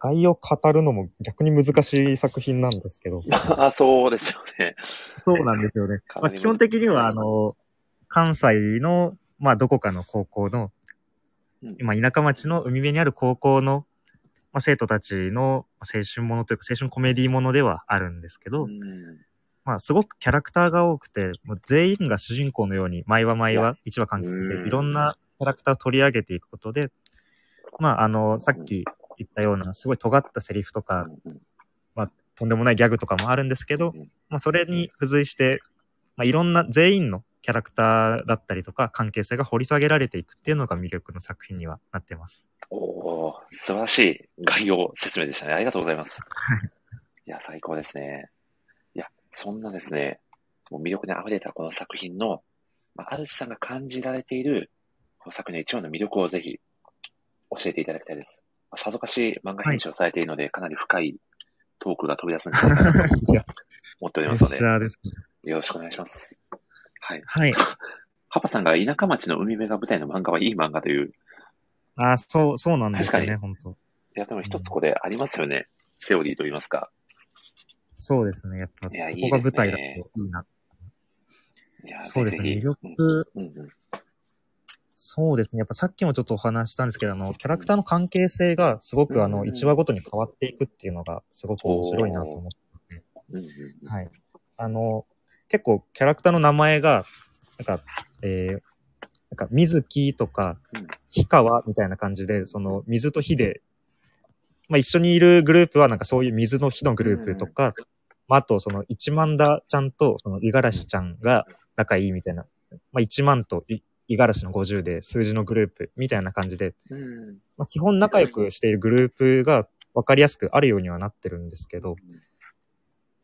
概要語るのも逆に難しい作品なんですけど。 あ、そうですよね。そうなんですよね。かまなりあ、難しい基本的には、あの、関西の、まあ、どこかの高校の、うん今、田舎町の海辺にある高校の、まあ、生徒たちのまあ青春ものというか、青春コメディものではあるんですけど、うんまあ、すごくキャラクターが多くて、もう全員が主人公のように、毎話毎話、一話完結うんで、いろんなキャラクターを取り上げていくことで、まあ、あの、さっき言ったような、すごい尖ったセリフとか、うんとんでもないギャグとかもあるんですけど、まあ、それに付随して、まあ、いろんな全員のキャラクターだったりとか関係性が掘り下げられていくっていうのが魅力の作品にはなってます。おー、素晴らしい概要説明でしたね。ありがとうございます。いや、最高ですね。いや、そんなですね、もう魅力に溢れたこの作品の、まあ、アルチさんが感じられている、この作品の一番の魅力をぜひ教えていただきたいです。まあ、さぞかし漫画編集をされているので、かなり深いトークが飛び出すんじゃないかなと いや、思っておプりレまッすシので、ャーですね。よろしくお願いします。はい。はい。パパさんが田舎町の海辺が舞台の漫画はいい漫画という、あーそう、そうなんです確よかにね、本当いや、でも一つこれありますよね。セオリーと言いますか。そうですね。やっぱいそやいいこが舞台だとでいいな。いやそうですぜひね。魅ぜひ力、うんうんうんそうですね。やっぱさっきもちょっとお話ししたんですけど、あの、キャラクターの関係性がすごうんくあの、1話ごとに変わっていくっていうのがすごく面白いなと思ってうんうんうんはい。あの、結構キャラクターの名前が、なんか、えー、なんか、水木とかうん、氷川みたいな感じで、その、水と火で、まあ、一緒にいるグループは、なんかそういう水の火のグループとか、まあ、あと、その、一万田ちゃんと、その、五十嵐ちゃんが仲いいみたいな、まあ、一万とい五十嵐の50で数字のグループみたいな感じで、うんまあ、基本仲良くしているグループが分かりやすくあるようにはなってるんですけど、ま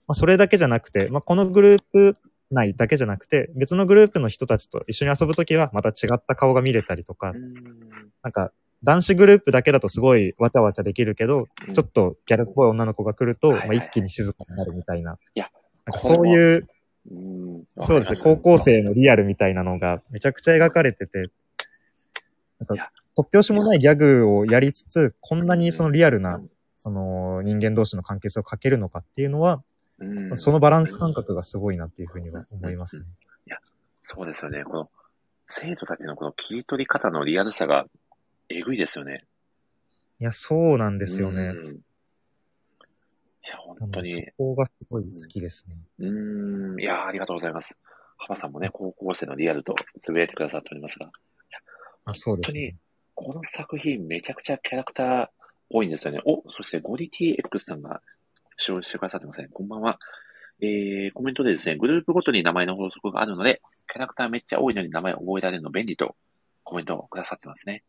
あ、それだけじゃなくて、まあ、このグループ内だけじゃなくて、別のグループの人たちと一緒に遊ぶときは、また違った顔が見れたりとかう、んなんか、男子グループだけだとすごいわちゃわちゃできるけど、うんちょっとギャルっぽい女の子が来ると、はいはいまあ、一気に静かになるみたいな。いやなんかこれはそういう、うんそうですわかりまね、高す校生のリアルみたいなのがめちゃくちゃ描かれてて、ないんやか、突拍子もないギャグをやりつつ、こんなにそのリアルなうん、その人間同士の関係性をかけるのかっていうのは、うんそのバランス感覚がすごいなっていうふうには思いますね。そうですよね。この生徒たちのこの切り取り方のリアルさがえぐいですよね。いや、そうなんですよねう。んいや、本なの当でそに。こがすごい好きですね。うん、いや、ありがとうございます。浜さんもね、高校生のリアルとつぶやいてくださっておりますが、あそうですね。この作品めちゃくちゃキャラクター多いんですよね。お、そしてゴリ TX さんが使用してくださってますね。こんばんは。えー、コメントでですね、グループごとに名前の法則があるので、キャラクターめっちゃ多いのに名前覚えられるの便利とコメントをくださってますね。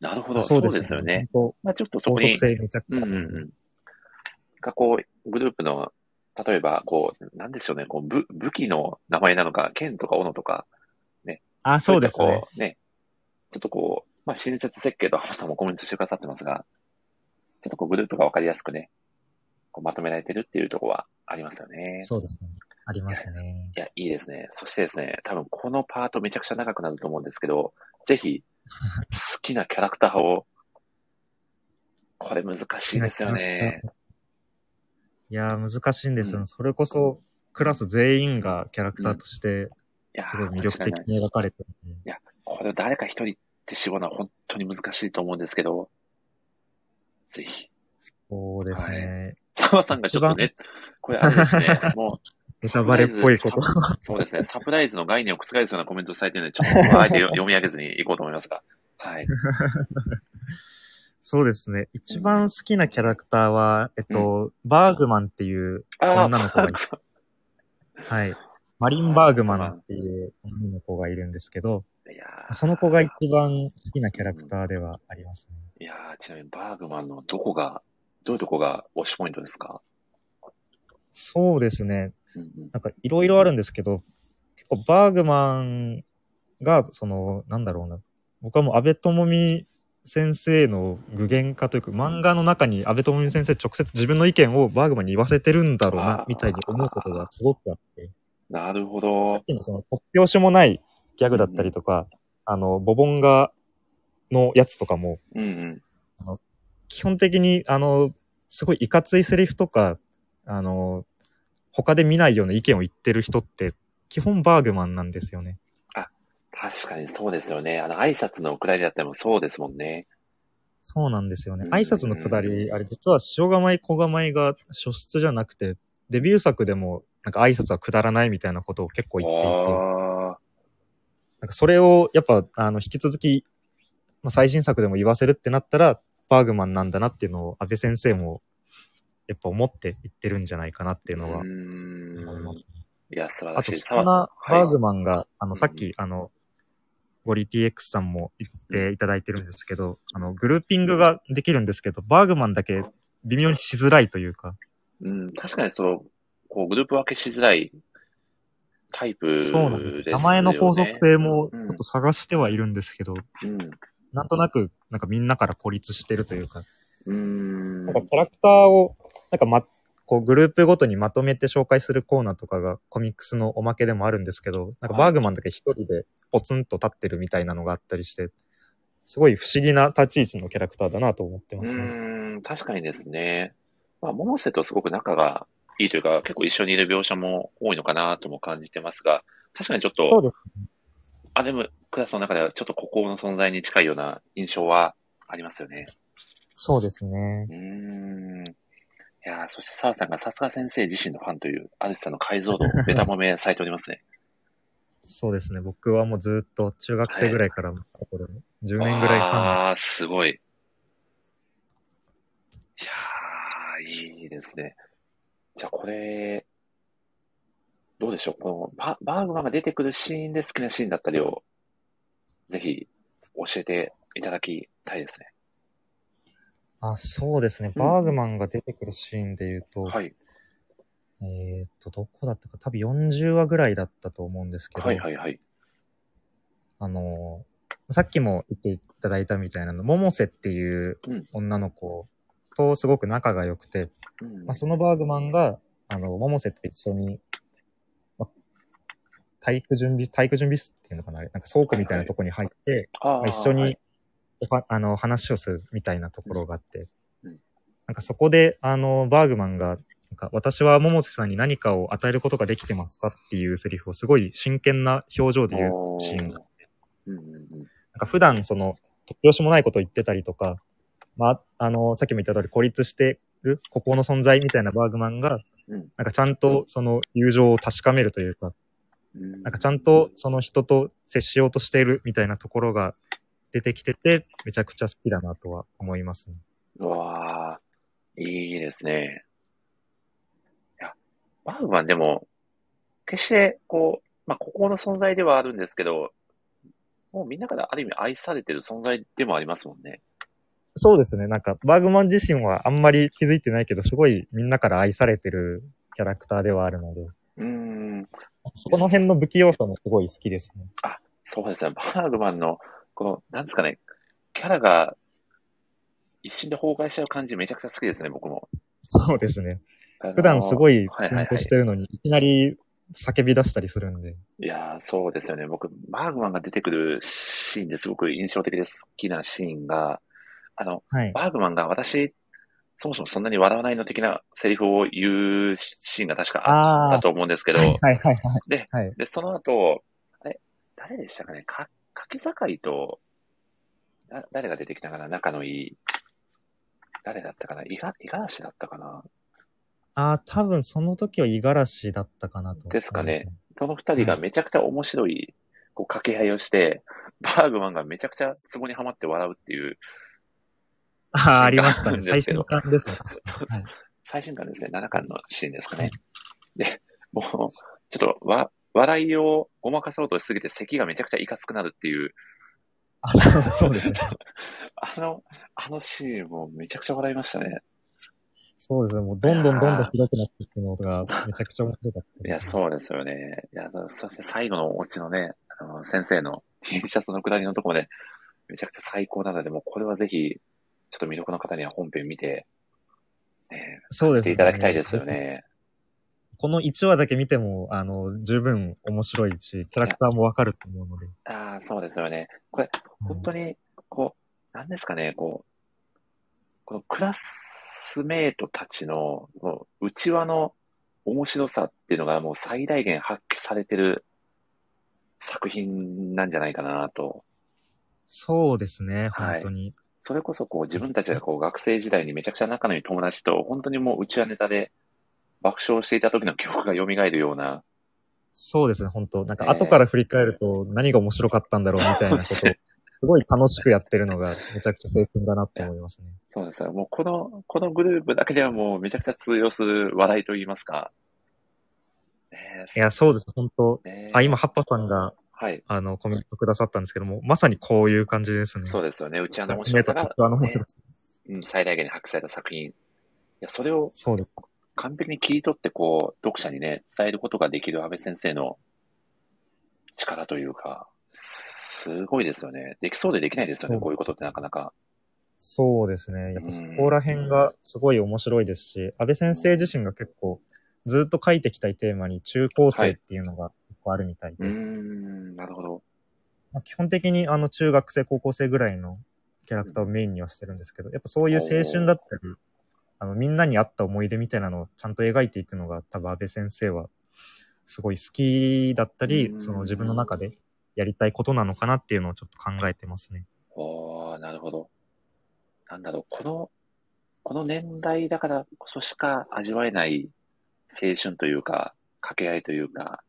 なるほど、そそううでですねすよね。本まあちょっと当そこ法に則、性めちゃくうちゃ。んうんうん。がこう、グループの、例えば、こう、なんでしょうね、こう、武武器の名前なのか、剣とか斧とか、あ、そうですいったねこ。うね。ちょっとこう、まあ、新設設計と浜さんもコメントしてくださってますが、ちょっとこう、グループがわかりやすくね、こうまとめられてるっていうところはありますよね。そうですね。ありますね。いや、いいですね。そしてですね、多分このパートめちゃくちゃ長くなると思うんですけど、ぜひ、好きなキャラクターを、これ難しいですよね。いやー、難しいんですよ、うんそれこそ、クラス全員がキャラクターとして、いやー、すごい魅力間違い的ないに描かれてるんで、これを誰か一人って絞るのは本当に難しいと思うんですけど、ぜひ。そうですね。澤さんがちょっとね、これあれですね、もう、ネタバレっぽいことサプライズ。そうですね、サプライズの概念を覆すようなコメントをされてるので、ちょっと 僕はあえて読み上げずにいこうと思いますが。はい。 そうですね。一番好きなキャラクターは、えっと、バーグマンっていう、あ女の子がいてあ、はい。マリン・バーグマンっていう女の子がいるんですけど、いやーその子が一番好きなキャラクターではありますね。いやーちなみにバーグマンのどこが、どういうとこが推しポイントですかそうですね。うんうんなんかいろいろあるんですけど、結構バーグマンが、その、なんだろうな。僕はもう安倍智美先生の具現化というか、漫画の中に安倍智美先生直接自分の意見をバーグマンに言わせてるんだろうなあ、ーみたいに思うことがすごくあって、なるほさっど。きのその突拍子もないギャグだったりとか、あの、ボボンガのやつとかも、うんうん。基本的に、あの、すごいいかついセリフとか、あの、他で見ないような意見を言ってる人って、基本バーグマンなんですよね。確かにそうですよね。あの、挨拶のくだりだったりもそうですもんね。そうなんですよねう。ん挨拶のくだり、あれ実は塩構え小構えが初出じゃなくて、デビュー作でも、なんか挨拶はくだらないみたいなことを結構言っていて、あなんかそれをやっぱ、あの、引き続き、まあ、最新作でも言わせるってなったら、バーグマンなんだなっていうのを安倍先生も、やっぱ思って言ってるんじゃないかなっていうーのはう思いーんます。。いや、素晴あらしと、い。そんなバーグママンが、あうんの、さっき、あの、ゴリ TX さんも言っていただいてるんですけど、あの、グルーピングができるんですけど、バーグマンだけ微妙にしづらいというか、うん、確かにその、こう、グループ分けしづらいタイプですそうなんです。名前の法則性も、ちょっと探してはいるんですけど、うん。なんとなく、なんかみんなから孤立してるというか、うん。なんかキャラクターを、なんかま、こうグループごとにまとめて紹介するコーナーとかがコミックスのおまけでもあるんですけど、なんかバーグマンだけ一人でポツンと立ってるみたいなのがあったりして、すごい不思議な立ち位置のキャラクターだなと思ってますね。うーん、確かにですね。まあ、モ瀬とすごく仲がいいというか、結構一緒にいる描写も多いのかなとも感じてますが、確かにちょっそうと、です。あ、でも、クラスの中ではちょっと孤高の存在に近いような印象はありますよね。そうですね。うーん。いやーそして澤さんがさすが先生自身のファンという、アルスさんの解 像度をベタ褒めされておりますね。そうですね。僕はもうずっと中学生ぐらいから、これ10年ぐらいファンああ、すごい。いやーいいですね。じゃあこれ、どうでしょうこのババーグマンが出てくるシーンで好きなシーンだったりを、ぜひ教えていただきたいですね。あ、そうですね。うんバーグマンが出てくるシーンで言うと、はい。えーっと、どこだったか、多分40話ぐらいだったと思うんですけど、はいはいはい。あのーさっきも言っていただいたみたいなの、百瀬っていううん女の子とすごく仲が良くて、うんまあ、そのバーグマンが、あの、百瀬と一緒に、まあ体育準備、体育準備室っていうのかなあれなんか倉庫みたいなとこに入って、あまーあ一緒はにいおかあの、話をするみたいなところがあって、うんうんなんかそこで、あの、バーグマンが、なんか私は百瀬さんに何かを与えることができてますかっていうセリフをすごい真剣な表情で言うシーンがうんうんうんなんか普段その、突拍子もないことを言ってたりとか、まあ、あの、さっきも言った通り孤立してる、孤高の存在みたいなバーグマンが、うんなんかちゃんとその友情を確かめるというか、うん。なんかちゃんとその人と接しようとしているみたいなところが出てきてて、めちゃくちゃ好きだなとは思いますね。うわあ、いいですね。いや、バウマンでも、決して、こう、まあ、孤高の存在ではあるんですけど、もうみんなからある意味愛されてる存在でもありますもんね。そうですね。なんか、バーグマン自身はあんまり気づいてないけど、すごいみんなから愛されてるキャラクターではあるので、うーん、そこの辺の不器用さもすごい好きですね。そうですね。バーグマンの、この、なんですかね、キャラが一瞬で崩壊しちゃう感じめちゃくちゃ好きですね、僕も。そうですね。普段すい。ごいはいツはいはいンとしてるのに、いきなり叫び出したりするんで。いやー、そうですよね。僕、バーグマンが出てくるシーンですごく印象的で好きなシーンが、あの、はい。バーグマンが私、そもそもそんなに笑わないの的なセリフを言うシーンが確かあったと思うんですけど、はいはいはい。で、その後、あれ、誰でしたかねか、柿堺と、だ誰が出てきたかな仲のいい。誰だったかな五十嵐だったかなああ、多分その時は五十嵐だったかなと。ですかね。その二人がめちゃくちゃ面白い、こう、掛け合いをして、バーグマンがめちゃくちゃツボにはまって笑うっていう、ああ、ありました違うね。んで最すけ初どの感ですね。はい最新巻ですね、7巻のシーンですかね。で、もう、ちょっと、わ、笑いをごまかそうとしすぎて、咳がめちゃくちゃいかつくなるっていう、あそうそうですね。あの、あのシーンもめちゃくちゃ笑いましたね。そうですね。もうどんどんどんどんひどくなっていくのがめちゃくちゃ面白かったいでや、すね。そうですよね。いや、そそして最後のお家のね、あの、先生の T シャツのくだりのところで、めちゃくちゃ最高なので、もうこれはぜひ、ちょっと魅力の方には本編見て、ね、そう見ですてね。いただきたいですよ。ね。この1話だけ見ても、あの、十分面白いし、キャラクターもわかると思うので。ああ、そうですよね。これ、本当に。に、こう、なんですかね、こう、このクラスメートたちの、この内輪の面白さっていうのがもう最大限発揮されてる作品なんじゃないかなとそうですはね、い本当に。それこそこう自分たちがこう学生時代にめちゃくちゃ仲のいい友達と本当にもううちはネタで爆笑していた時の記憶が蘇るような、そうですね、本当なんえかー後から振り返ると何が面白かったんだろうみたいな ことを、そうですごい楽しくやってるのがめちゃくちゃ青春だなって思いますね。そうですよ。もうこの、このグループだけではもうめちゃくちゃ通用する話題といいますか。ねえいや、そうです、本当ねえあ、今、ハッパさんが、はい。あの、コメントくださったんですけども、まさにこういう感じですね。そううですよね。うちはの面見え白たさこが、とはあの面ね白さうん、最大限に発揮された作品。いや、それをそうです。完璧に切り取ってこう、読者にね、伝えることができる安倍先生の力というか、すごいですよね。できそうでできないですよね、そうこういうことってなかなか。そうですね。やっぱそこら辺がすごい面白いですし、安倍先生自身が結構、ずっと書いてきたいテーマに中高生っていうのが結構あるみたいで、うーん、なるほど。まあ、基本的にあの中学生、高校生ぐらいのキャラクターをメインにはしてるんですけど、やっぱそういう青春だったり、あのみんなにあった思い出みたいなのをちゃんと描いていくのが多分安倍先生はすごい好きだったりう、んその自分の中でやりたいことなのかなっていうのをちょっと考えてますね。おー、なるほど。なんだろう、この、この年代だからこそしか味わえない青春というか、掛け合いというか、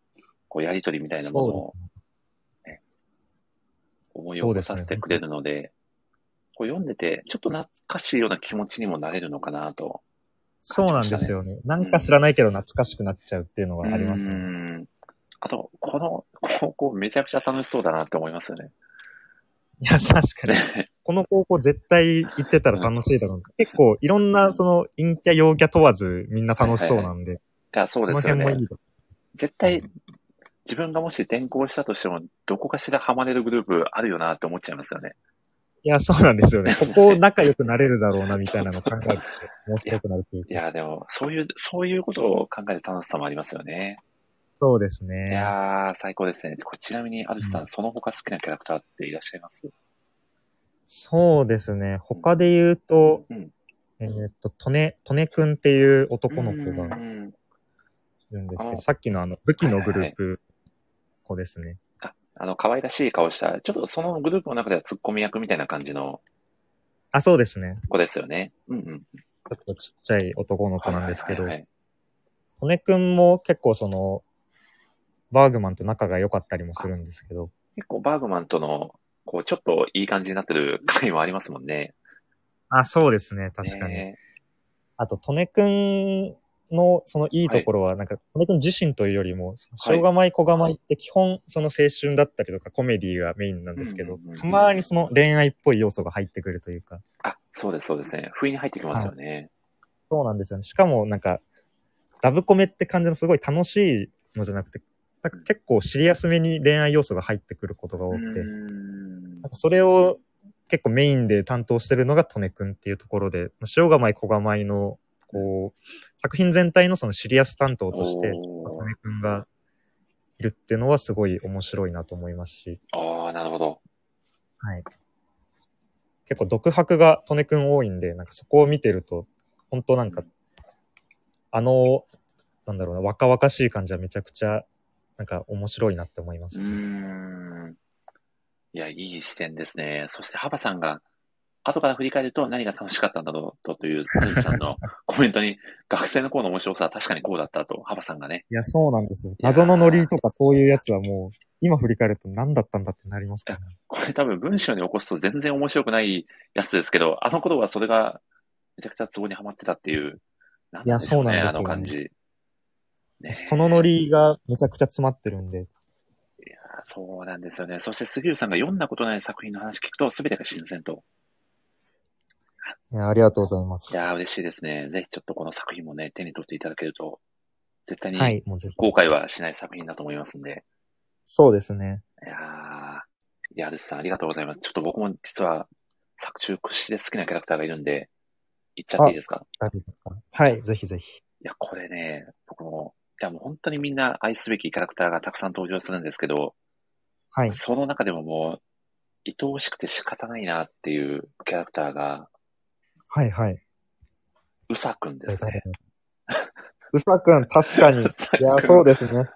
こう、やりとりみたいなものを思い起こさせてくれるので、こう読んでて、ちょっと懐かしいような気持ちにもなれるのかなと。そうなんですよね。 なんか知らないけど懐かしくなっちゃうっていうのがありますうーね。んあと、この高校めちゃくちゃ楽しそうだなって思いますよね。いや、確かに。 この高校絶対行ってたら楽しいだろうな。結構いろんなその陰キャ陽キャ問わずみんな楽しそうなんで、いや、そうですよのね辺も。いい絶対、自分がもし転校したとしても、どこかしらハマれるグループあるよなって思っちゃいますよね。いや、そうなんです よね。ここ仲良くなれるだろうな、みたいなのを考えて、面白くなるといういか。や、でも、そういう、そういうことを考える楽しさもありますよね。そうですいね。やー、最高ですね。これちなみに、アルチさ、うんその他好きなキャラクターっていらっしゃいますそうですね。他で言うと、うんえーっと、トネ、トネくんっていう男の子うがんいるんですけあど、ーさっきのあの、武器のグループ子ですね。あ、あの、可愛らしい顔した、ちょっとそのグループの中ではツッコミ役みたいな感じのあ、そうですね。子ですよね。うんうん。ちょっとちっちゃい男の子なんですけどはい、はいはいトネくんも結構その、バーグマンと仲が良かったりもするんですけど、結構バーグマンとの、こう、ちょっといい感じになってる回もありますもんね。あ、そうですね。確かに。ねあと、トネくんの、そのいいところは、なんか、金君自身というよりも、しょうがまい、こがまいって基本、その青春だったりとか、コメディがメインなんですけうどんうんうんう、んたまにその恋愛っぽい要素が入ってくるというか、あ、そうです、そうですね。不意に入ってきますよね。そうなんですよね。しかも、なんか、ラブコメって感じのすごい楽しいのじゃなくて、なんか結構シリアスめに恋愛要素が入ってくることが多うくて、ーんなんかそれを結構メインで担当してるのがトネくんっていうところで、まあ塩構え小構えの、こう、作品全体のそのシリアス担当として、おートネくんがいるっていうのはすごい面白いなと思いますし、ああ、なるほど。はい。結構独白がトネくん多いんで、なんかそこを見てると、本当なんか、あの、なんだろうな、若々しい感じはめちゃくちゃ、なんか面白いなって思いまうす、ーん。いや、いい視点ですね。そして、ハバさんが、後から振り返ると何が楽しかったんだろうとという、サイさん のコメントに、学生の頃の面白さは確かにこうだったと、ハバさんがね。いや、そうなんですよ。謎のノリとかそういうやつはもう、今振り返ると何だったんだってなりますからね。 これ多分文章に起こすと全然面白くないやつですけど、あの頃はそれがめちゃくちゃツボにはまってたっていう、なんいやしょねそうなんあですよのね感じ。ねえそのノリがめちゃくちゃ詰まってるんで。そうなんですよね。そして杉浦さんが読んだことない作品の話聞くと全てが新鮮と。いや、ありがとうございます。いやー、嬉しいですね。ぜひちょっとこの作品もね、手に取っていただけると、絶対はにい、もうぜひ。後悔はしない作品だと思いますんで。そうですね。いやー、いやー、ですさんありがとうございます。ちょっと僕も実は作中屈指で好きなキャラクターがいるんで、言っちゃっていいですか誰ですかはい、ぜひぜひ。いや、これね、僕も、いや、もう本当にみんな愛すべきキャラクターがたくさん登場するんですけど、はい。その中でももう、愛おしくて仕方ないなっていうキャラクターが、はい、はい。うさくんですね。うさくん、確 かに。いうさくんや、そうですね。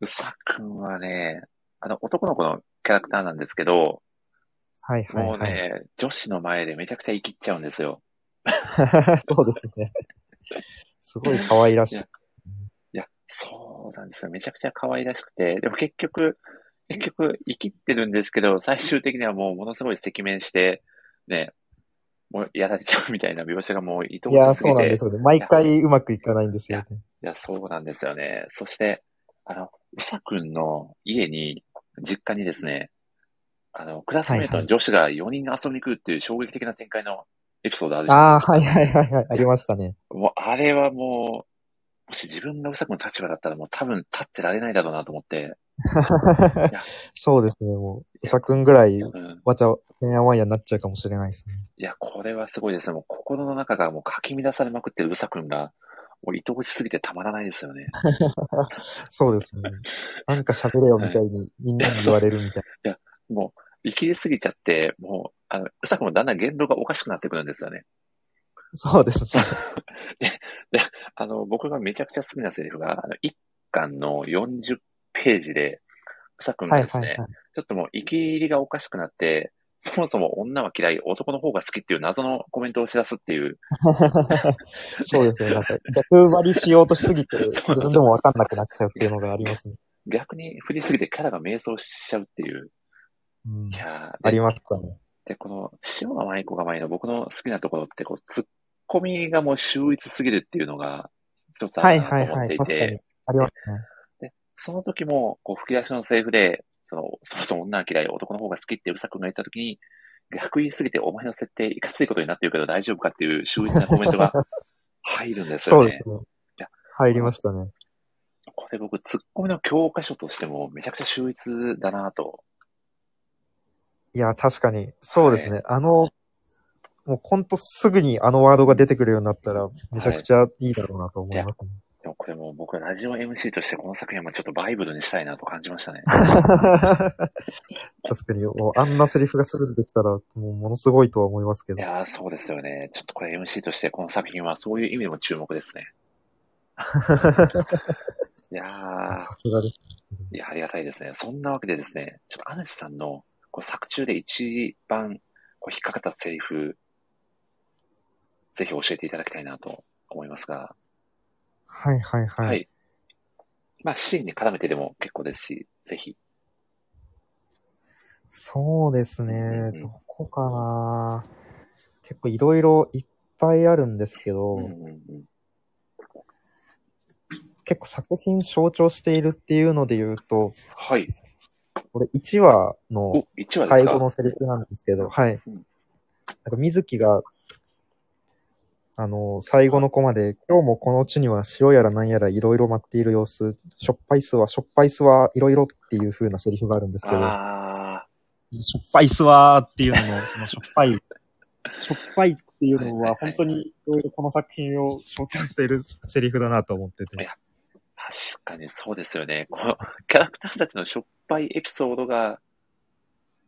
うさくんはね、あの、男の子のキャラクターなんですけど、はい、はもうい、はい。ね、女子の前でめちゃくちゃ生きっちゃうんですよ。 そうですね。すごい可愛らしい。いやいや、そうなんですよ。めちゃくちゃ可愛らしくて、でも結局、結局、生きってるんですけど、最終的にはもうものすごい赤面して、ね、もうやられちゃうみたいな描写がもう愛おいや、しすぎそうなんてですよね。毎回うまくいかないんですよね。いや、そうなんですよね。そして、あの、うさくんの家に、実家にですね、あの、クラスメートの女子が4人遊びに来るっていう衝撃的な展開のエピソードあるじゃないあであ、すか。はいはいはいはい。ありましたね。もう、あれはもう、もし自分がうさくんの立場だったらもう多分立ってられないだろうなと思って、 そうですね。もう、うさくんぐらい、うん。わちゃ、てんやわんやになっちゃうかもしれないですね。いや、これはすごいですね。もう心の中がもうかき乱されまくってるうさくんが、もう愛おしすぎてたまらないですよね。そうです ね。なんか喋れよみたいに、みんなに言われるみたいもう、生きりすぎちゃって、もう、あの、うさくんもだんだん言動がおかしくなってくるんですよな。ね。そうですね。あの、僕がめちゃくちゃ好きなセリフが、あの、一巻の40ページで、うさくんはがいですはいはいね、。ちょっともう、生き入りがおかしくなって、そもそも女は嫌い、男の方が好きっていう謎のコメントをし出すっていう、そうですね。なんか、逆張りしようとしすぎて、そう自分でもわかんなくなっちゃうっていうのがありますね。逆に振りすぎてキャラが迷走しちゃうっていう。うんい。やーありましたね。で、この、塩が舞い子が舞いの僕の好きなところって、こう、ツッコミがもう秀逸すぎるっていうのが、一つあはるいなはいと思はってい。い確かにて、。ありましたね。その時も、こう、吹き出しのセリフで、その、そもそも女は嫌い、男の方が好きってうるさくんが言った時に、逆言いすぎて、お前の設定、いかついことになってるけど大丈夫かっていう秀逸なコメン トが入るんですそようねで。すねや。入りましたね。これ僕、ツッコミの教科書としても、めちゃくちゃ秀逸だなと。いや、確かに。そうですね。あの、もうほんとすぐにあのワードが出てくるようになったら、めちゃくちゃいいだろうなと思いますね。でもこれもう僕はラジオ MC としてこの作品はちょっとバイブルにしたいなと感じまし たね。確かに、もうあんなセリフがすぐ出てきたら、もうものすごいとは思いますけいど。やー、そうですよね。ちょっとこれ MC としてこの作品はそういう意味でも注目ですね。いやー、 さすがです。いや、ありがたいですね。そんなわけでですね、ちょっとアヌシさんのこう作中で一番こう引っかかったセリフ、ぜひ教えていただきたいなと思いますが、はいはいはい。はい。まあ、シーンに絡めてでも結構ですし、ぜひ。そうですうんねう。んどこかな結構いろいろいっぱいあるんですけど、うんうんうん結構作品象徴しているっていうので言うと、はい。これ1話のお、1話ですか最後のセリフなんですけど、はい。うんなんか水木が、あの、最後のコマで、今日もこの地には塩やら何やらいろいろ待っている様子、しょっぱいすは、しょっぱいすはいろいろっていう風なセリフがあるんですけど、あしょっぱいっすわーっていうのも、そのしょっぱい、 しょっぱいっていうのはいはいはいは本当にいろいろこの作品を象徴しているセリフだなと思っていてや。ー、確かにそうですよね。このキャラクターたちのしょっぱいエピソードが、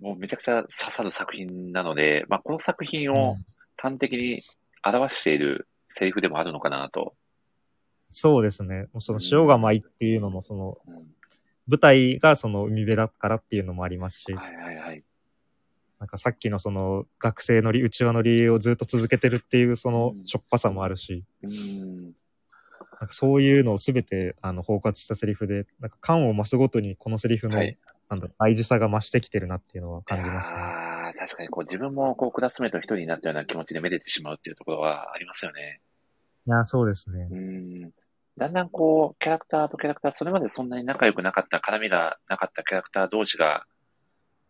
もうめちゃくちゃ刺さる作品なので、まあ、この作品を端的に表しているセリフでもあるのかなと。そうですね。もうその塩が舞いっていうのも、そのうん舞台がその海辺だからっていうのもありますし、はいはいはい。なんかさっきのその学生乗り、うちわ乗りをずっと続けてるっていうそのうんしょっぱさもあるし、うん。なんかそういうのをすべてあの包括したセリフで、なんか感を増すごとにこのセリフの、はいなんだろう大事さが増してきてるなっていうのは感じますね。ああ、確かにこう自分もこうクラスメートの一人になったような気持ちでめでてしまうっていうところはありますよね。いや、そうですねう。ん。だんだんこう、キャラクターとキャラクター、それまでそんなに仲良くなかった、絡みがなかったキャラクター同士が、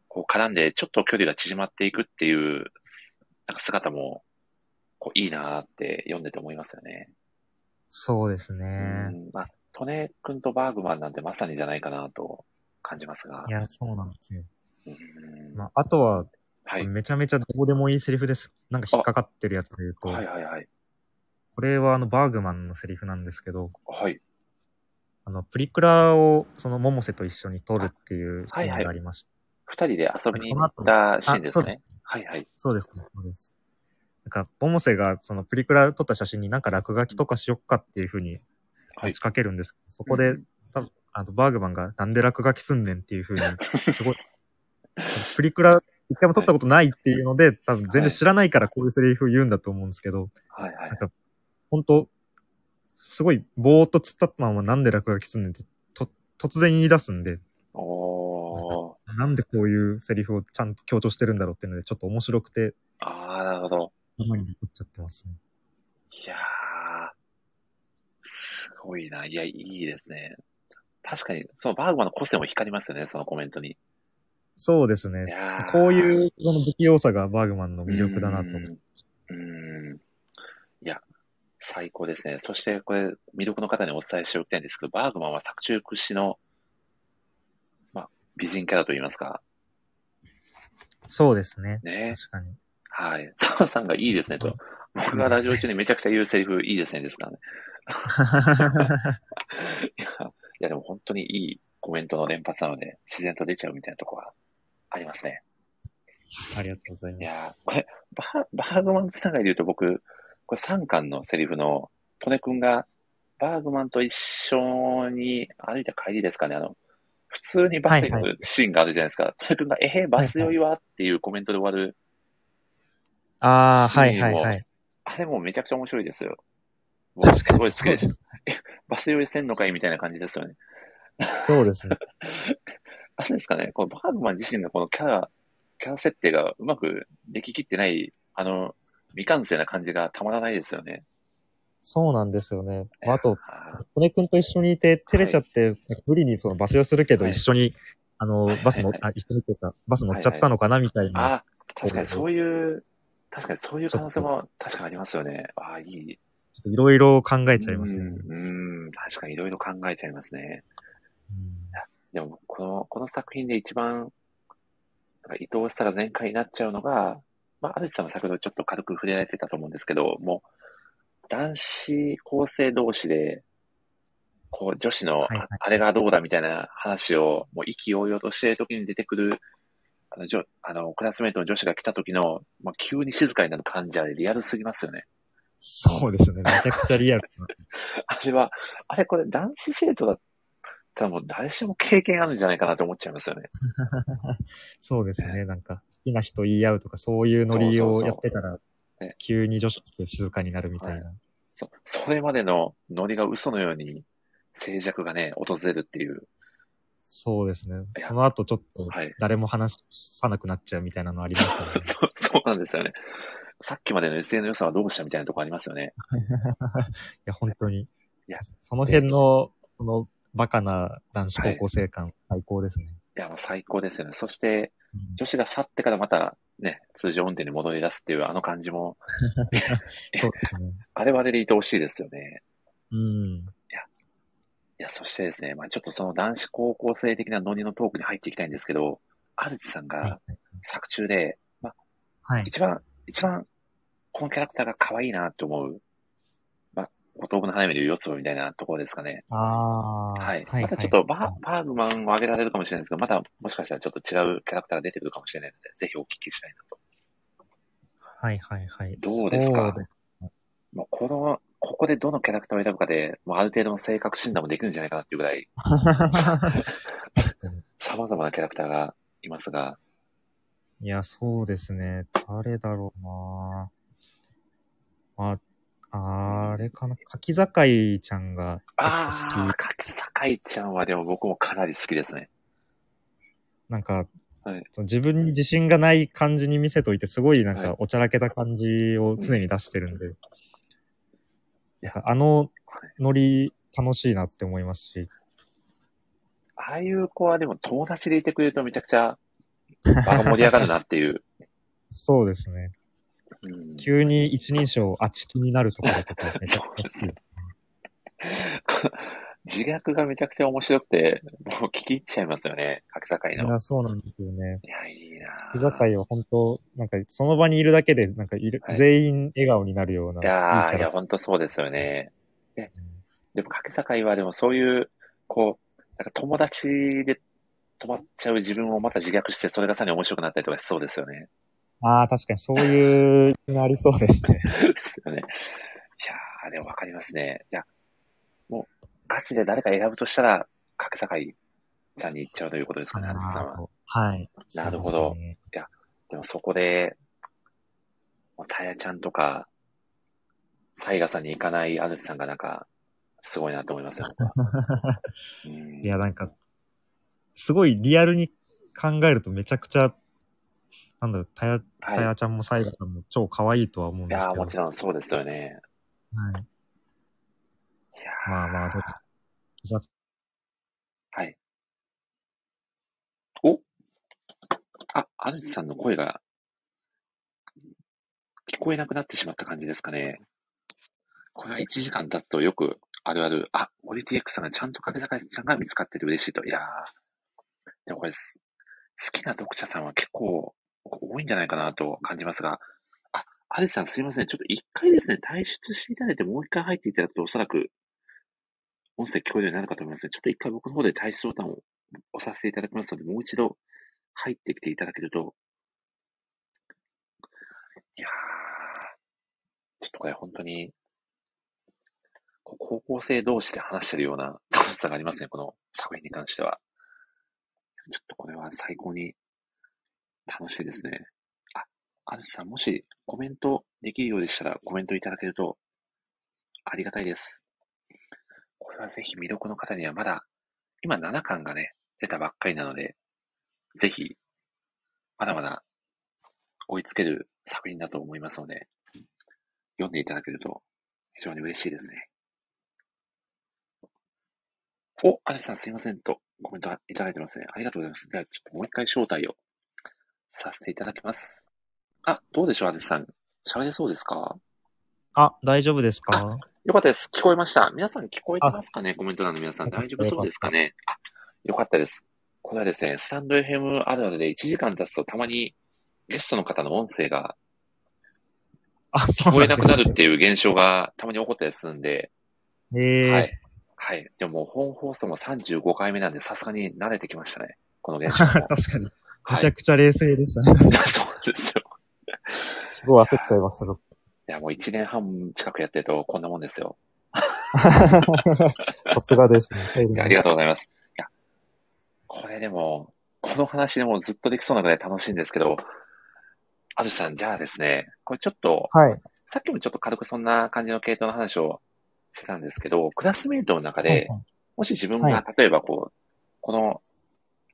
こう絡んで、ちょっと距離が縮まっていくっていう、なんか姿も、こういいなーって読んでて思いますよね。そうですね。うん。まあ、トネ君とバーグマンなんてまさにじゃないかなと感じますが。いや、そうなんですよ。うんまあ、あとは、はい。めちゃめちゃどうでもいいセリフです。なんか引っかかってるやつで言うと、はいはいはい。これはあの、バーグマンのセリフなんですけど、はい。あの、プリクラをその、百瀬と一緒に撮るっていうシーンはいはいがありました。二人で遊びに行ったシーンですあそうでね。はいはい。そうですね、そうです。なんか、百瀬がその、プリクラ撮った写真になんか落書きとかしよっかっていうふうには持いち。かけるんですけど、そこで、うんあの、バーグマンがなんで落書きすんねんっていうふうに、 すごい、プリクラ一回も撮ったことないっていうので、多分全然知らないからこういうセリフ言うんだと思うんですけど、はいはいなん。か、本当すごい、ぼーっと突っ立ったままなんで落書きすんねんって、と、突然言い出すんで、おー。なんでこういうセリフをちゃんと強調してるんだろうっていうので、ちょっと面白くて、ああ、なるほど。頭に残っちゃってますね。いやー。すごいな。いや、いいですね。確かに、そのバーグマンの個性も光りますよね、そのコメントに。そうですいね。やーこういう、その不器用さがバーグマンの魅力だなと思う。うん。うんいや、最高ですね。そして、これ、魅力の方にお伝えしておきたいんですけど、バーグマンは作中屈指の、まあ、美人キャラといいますか、そうですね。ね。確かに。はい。 澤さんがいいですねと。僕がラジオ中にめちゃくちゃ言うセリフ、いいですねですからね。 いや、いやでも本当にいいコメントの連発なので、自然と出ちゃうみたいなとこはありますね。 ありがとうございいます。やー、これ、バーバーグマンつながりで言うと僕、これ3巻のセリフの、トネ君が、バーグマンと一緒に歩いた帰りですかね、あの、普通にバスに乗はいはるシーンがあるじゃないですか。トネ君が、えへ、バス酔いはっていうコメントで終わる。ああ、シーンはいはいはい。あれもうめちゃくちゃ面白いですよ。僕確すかごいに好きです。 バス酔いせんのかいみたいな感じですよね。そうですね。あれですかね、このバーグマン自身のこのキャラ、キャラ設定がうまくでききってない、あの、未完成な感じがたまらないですよね。そうなんです よね。まあ、あと、あ骨くんと一緒にいて、照れちゃって、無理にそのバスをするけど、はい一緒に、あはいのは、いバス乗、はいあ、一緒にっていうか、バス乗っちゃったのかな、みたいな。あ、確かにそういう、確かにそういう可能性も確かにありますよね。ああ、いい。ちょっといろいろ考えちゃいますよね。うん、うん確かにいろいろ考えちゃいますね。うんでも、この、この作品で一番、なんか愛おしさが全開になっちゃうのが、まあ、アルチさんも先ほどちょっと軽く触れられてたと思うんですけど、もう、男子高生同士で、こう、女子の、はいはあいあれがどうだみたいな話を、もう意気揚々としている時に出てくる、あの、じょあのクラスメートの女子が来た時の、まあ、急に静かになる感じあれ、リアルすぎますよね。 そうですね。めちゃくちゃリアルな。あれは、あれこれ男子生徒だったらもう誰しも経験あるんじゃないかなと思っちゃいますよね。 そうですね。なんか、好きな人言い合うとか、そういうノリをやってたらね、急に女子来て静かになるみたいな。そ、それまでのノリが嘘のように静寂がね、訪れるっていう。そうですね。いやその後ちょっとはい、 誰も話さなくなっちゃうみたいなのありますよね。そう、そうなんですよね。さっきまでの SA の良さはどうしたみたいなとこありますよね。いや、本当に。いやその辺の、このバカな男子高校生感、最高ですね。いや、もう最高ですよね。そして、うん女子が去ってからまたね、通常運転に戻り出すっていうあの感じも、そうですね。あれはあれで愛おしいですよね。うん。いや、そしてですね、まあちょっとその男子高校生的なノリのトークに入っていきたいんですけど、アルチさんはいが。作中で、はい。一番、一番、このキャラクターが可愛いなと思う、まあ、五等分の花嫁でいう四つ葉みたいなところですかね。ああー。はい。またちょっとバ,、バーグマンを挙げられるかもしれないですけど、まだもしかしたらちょっと違うキャラクターが出てくるかもしれないので、ぜひお聞きしたいなと。はいはいはい。どうですかそうです もうこの、ここでどのキャラクターを選ぶかで、もうある程度の性格診断もできるんじゃないかなっていうぐらい、確かに。様々なキャラクターがいますが、いや、そうですね。誰だろうなあ、あれかな。柿坂井ちゃんがあ好あき。、柿堺ちゃんはでも僕もかなり好きですね。なんか、はいその自分に自信がない感じに見せといて、すごいなんはいかおちゃらけた感じを常に出してるんで、なんかあのノリ楽しいなって思いますし、ああいう子はでも友達でいてくれるとめちゃくちゃ場が盛り上がるなっていう。そうですね。うん急に一人称あちきになるところとかめちゃく ちゃ好き。自虐がめちゃくちゃ面白くて、もう聞き入っちゃいますよね、柿堺の。いや、そうなんですよね。いや、いいなぁ居酒屋は本当、なんかその場にいるだけで、なんかいる、はい全員笑顔になるような。いやーいや、ばほんとそうですよね。でも、柿堺はでもそういう、こう、なんか友達で止まっちゃう自分をまた自虐して、それがさらに面白くなったりとかしそうですよね。ああ、確かにそういう、なりそうです ね。ですよね。いやー、でもわかりますね。じゃあ、もう、ガチで誰か選ぶとしたら、柿堺さんに行っちゃうということですかね、アリスさんは。はい。なるほどそうですねでもそこで、もうタヤちゃんとか、サイガさんに行かないアヌスさんがなんか、すごいなと思い ますよ、僕はうんいや、なんか、すごいリアルに考えるとめちゃくちゃ、なんだろう、たや、たはいやちゃんもサイラさんも超可愛いとは思うんいですやけーど。もちろんそうですよね。はいい、やーまあまあ、どっちざはい。おあ、アヌスさんの声が、聞こえなくなってしまった感じですかね。これは1時間経つとよくあるある、あ、森 TX さんがちゃんと影坂さんが見つかってて嬉しいと。いやー。でもこれです、好きな読者さんは結構多いんじゃないかなと感じますが、あ、アリスさんすいません。ちょっと一回ですね、退出していただいてもう一回入っていただくとおそらく音声聞こえるようになるかと思いますので、ちょっと一回僕の方で退出ボタンを押させていただきますので、もう一度入ってきていただけると。いやー、ちょっとこれ本当に、こう高校生同士で話してるような楽しさがありますね、この作品に関しては。ちょっとこれは最高に楽しいですね。あ、アルスさん、もしコメントできるようでしたらコメントいただけるとありがたいです。これはぜひ魅力の方にはまだ、今7巻がね、出たばっかりなので、ぜひ、まだまだ追いつける作品だと思いますので、読んでいただけると非常に嬉しいですね。お、アレさんすいませんとコメントいただいてますね。ありがとうございます。では、ちょっともう一回招待をさせていただきます。あ、どうでしょう、アレさん。喋れそうですかあ、大丈夫ですかよかったです。聞こえました。皆さん聞こえてますかねコメント欄の皆さん。大丈夫そうですかねあ、よかったです。これはですね、スタンド FM あるあるで1時間経つとたまにゲストの方の音声があ、そ聞うこえんでなすくなるっていう現象がたまに起こったりするんで、ええはい。はい。でももう本放送も35回目なんでさすがに慣れてきましたね。この現象も。 確かに。めはちゃい。 くちゃ冷静でしたね。そうなんですよ。すごい焦っちゃいましたけど。いや、もう1年半近くやってるとこんなもんですよ。 さすがですね。いやありがとうございます。いや、これでも、この話でもうずっとできそうなぐらい楽しいんですけど、アルさん、じゃあですね、これちょっと、はい。さっきもちょっと軽くそんな感じの系統の話をしてたんですけど、クラスメイトの中で、もし自分はが、例えばこう、この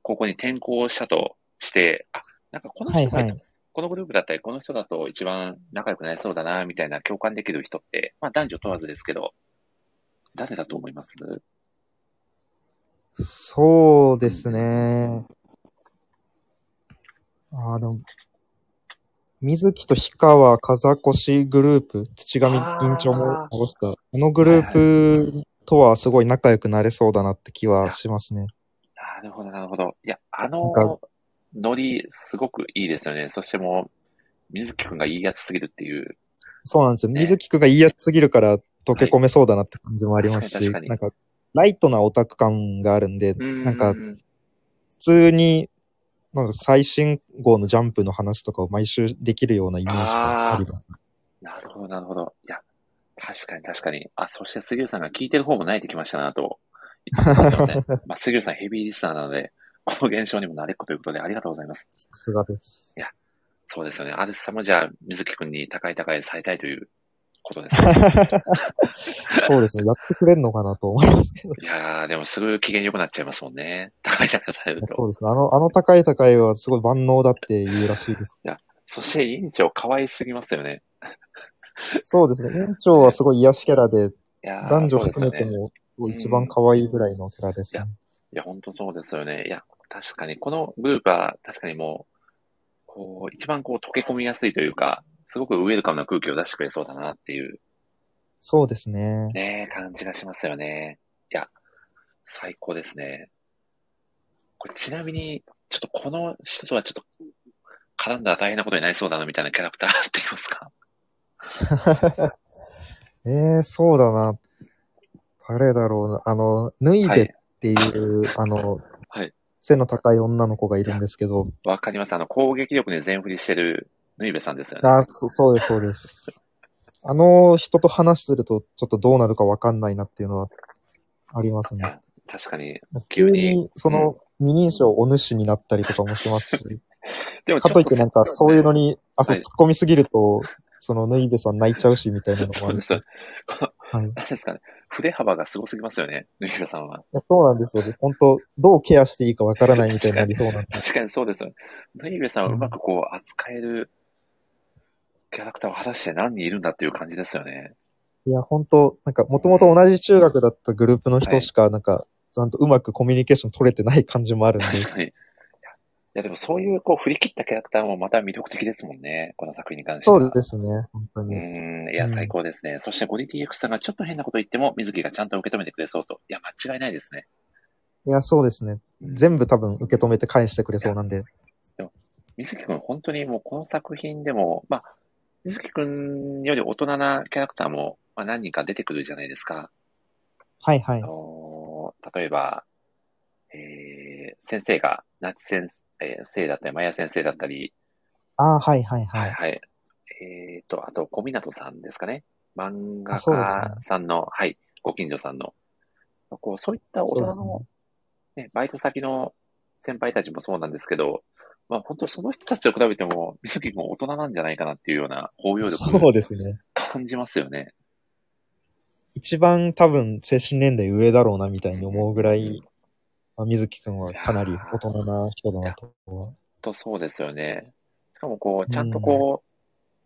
高校に転校したとして、あ、なんかこのはい人が、はい。このグループだったり、この人だと一番仲良くなりそうだな、みたいな共感できる人って、まあ男女問わずですけど、誰だと思いますそうですね。ああ、でも、水木と氷川風越グループ、土上院長も残した、あのグループとはすごい仲良くなれそうだなって気はしますね。なるほど、なるほど。いや、あなんの、ノリ、すごくいいですよね。そしてもう、水木くんがいいやつすぎるっていう。そうなんですよ。ね水木くんがいいやつすぎるから溶け込めそうだなって感じもありますはい確し、かになん確か、ライトなオタク感があるんで、ななんか、普通に、なんか最新号のジャンプの話とかを毎週できるようなイメージがあります。なるほど、なるほど。いや、確かに確かに。あ、そして杉浦さんが聞いてる方も慣れてきましたなと。思ってま せんまあ、杉浦さんヘビーリスナーなので、この現象にも慣れっこということでありがとうございます。さすがです。 そうですよね。アルスさんもじゃあ、水木くんに高い高いされたいということ ですね。そうですね。やってくれんのかなと思います。いやー、でもすぐ機嫌良くなっちゃいますもんね。高い高いされると そ。うですね。あの、あの高い高いはすごい万能だって言うらしいです。そして委員長、可愛すぎますよね。そうですね。園長はすごい癒しキャラで、いやー男女そうです含よめねても一番可愛いぐらいのキャラですね。いや、本当そうですよね。いや、確かに、このグループは確かにもう、こう、一番こう溶け込みやすいというか、すごくウェルカムな空気を出してくれそうだなっていうそうですね。ね、感じがしますよね。いや、最高ですね。これちなみに、ちょっとこの人とはちょっと絡んだら大変なことになりそうだなみたいなキャラクターって言いますかええー、そうだな。誰だろうな。あの、ヌイはベっい。ていう、あの、はい背の高い女の子がいるんですけど、わかります。あの、攻撃力に全振りしてるヌイベさんですよね。あそそうです、そうです。あの人と話してると、ちょっとどうなるかわかんないなっていうのはありますね。確かに。急急にに、その、二人称お主になったりとかもしま すし、でもかといってなんか、そういうのに。に汗はい突っ込みすぎると、その、ヌイベさん泣いちゃうし、みたいなのもそあうでるすし。よはい。ね。 何ですかね。筆幅がすごすぎますよね、ヌイベさんは。いやそうなんですよね。本当どうケアしていいかわからないみたいになりそうなんで。確かにそうですよね。ヌイベさんはうまくこう扱えるキャラクターを果たして何人いるんだっていう感じですよね。いや、本当なんか、もともと同じ中学だったグループの人しか、なんか、ちゃんとうまくコミュニケーション取れてない感じもあるんで、確かに。いや、いやでもそういうこう振り切ったキャラクターもまた魅力的ですもんね、この作品に関しては。そうですね、本当うに。ん、いや、うん最高ですね。そして、ゴリ DX さんがちょっと変なこと言っても、水木がちゃんと受け止めてくれそうと。いや、間違いないですね。いや、そうですね。うん全部多分受け止めて返してくれそうなんで。水木くん、本当にもうこの作品でも、まあ、水木くんより大人なキャラクターも、まあ、何人か出てくるじゃないですか。はいはいあ。のー例えば、えー、先生が、夏先生だったり、マヤ先生だったり、ああ、はいはいははいい。はい。えー、と、あと、小湊さんですかね。漫画あそうですね家さんの、はい、ご近所さんの。こう、そういった大そうで人すねの、ね、バイト先の先輩たちもそうなんですけど、まあ本当その人たちと比べても、水木君大人なんじゃないかなっていうような包容そう力ですね。感じますよね。一番多分精神年齢上だろうなみたいに思うぐらい、まあ、水木くんはかなり大人な人だなとは。とそうですよね。しかもこうう、んちゃんとこう、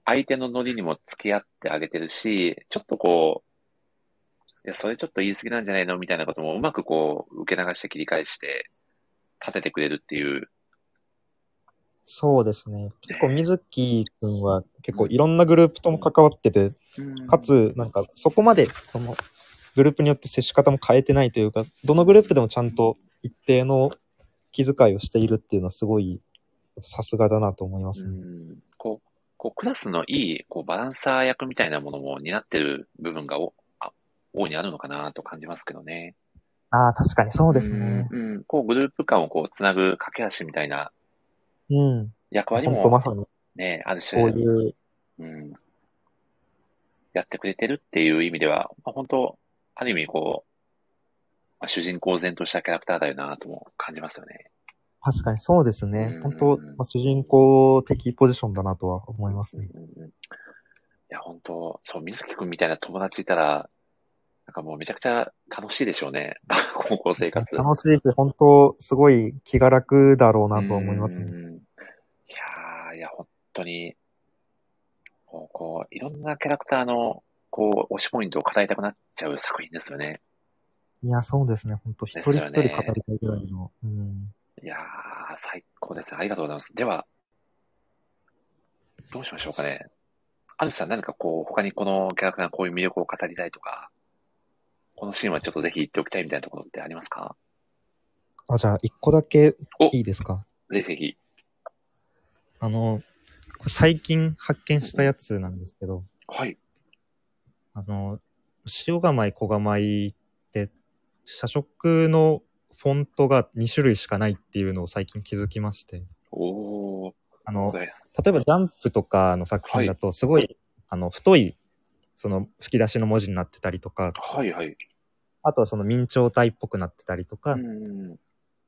相手のノリにも付き合ってあげてるし、ちょっとこう、いや、それちょっと言い過ぎなんじゃないのみたいなこともうまくこう、受け流して切り返して、立ててくれるっていう。そうですね。結構水木くんは結構いろんなグループとも関わってて、かつ、なんか、そこまで、その、グループによって接し方も変えてないというか、どのグループでもちゃんと一定の気遣いをしているっていうのはすごい、さすがだなと思いますうね。ん、こう、こうクラスのいいこうバランサー役みたいなものも担ってる部分がおあ大いにあるのかなと感じますけどね。ああ、確かにそうそですね。うん、うんこうグループ間をこうつなぐ架け橋みたいなうん。役割本当もまさに、ね、あるこう種、いう、うん、やってくれてるっていう意味では、まあ、本当ある意味こう、まあ、主人公然としたキャラクターだよなとも感じますよね。確かにそうですねう。ん本当まあ、主人公的ポジションだなとは思いますね。うんうんうんいや、本当そう、水木くんみたいな友達いたら、なんかもうめちゃくちゃ楽しいでしょうね。 高校生活。楽しいし、本当すごい気が楽だろうなとは思いますね。うんいやー、いや、本当に、こう、こういろんなキャラクターの、こう、推しポイントを語りたくなっちゃう作品ですよね。いや、そうですね。本当一人一人語りたいぐらいの。うん。いやー、最高ですね。ありがとうございます。では、どうしましょうかね。アルフさん、何かこう、他にこのキャラクターがこういう魅力を語りたいとか、このシーンはちょっとぜひ言っておきたいみたいなところってありますかあ、じゃあ、一個だけおいいですかぜひぜひ。あの、これ最近発見したやつなんですけど、はい。あの、塩構え、小構えって、社食のフォントが2種類しかないっていうのを最近気づきまして、おー。あの、ね例えばジャンプとかの作品だと、すごい、あの、太い、その吹き出しの文字になってたりとか、はいはい。あとはその明朝体っぽくなってたりとか、うん。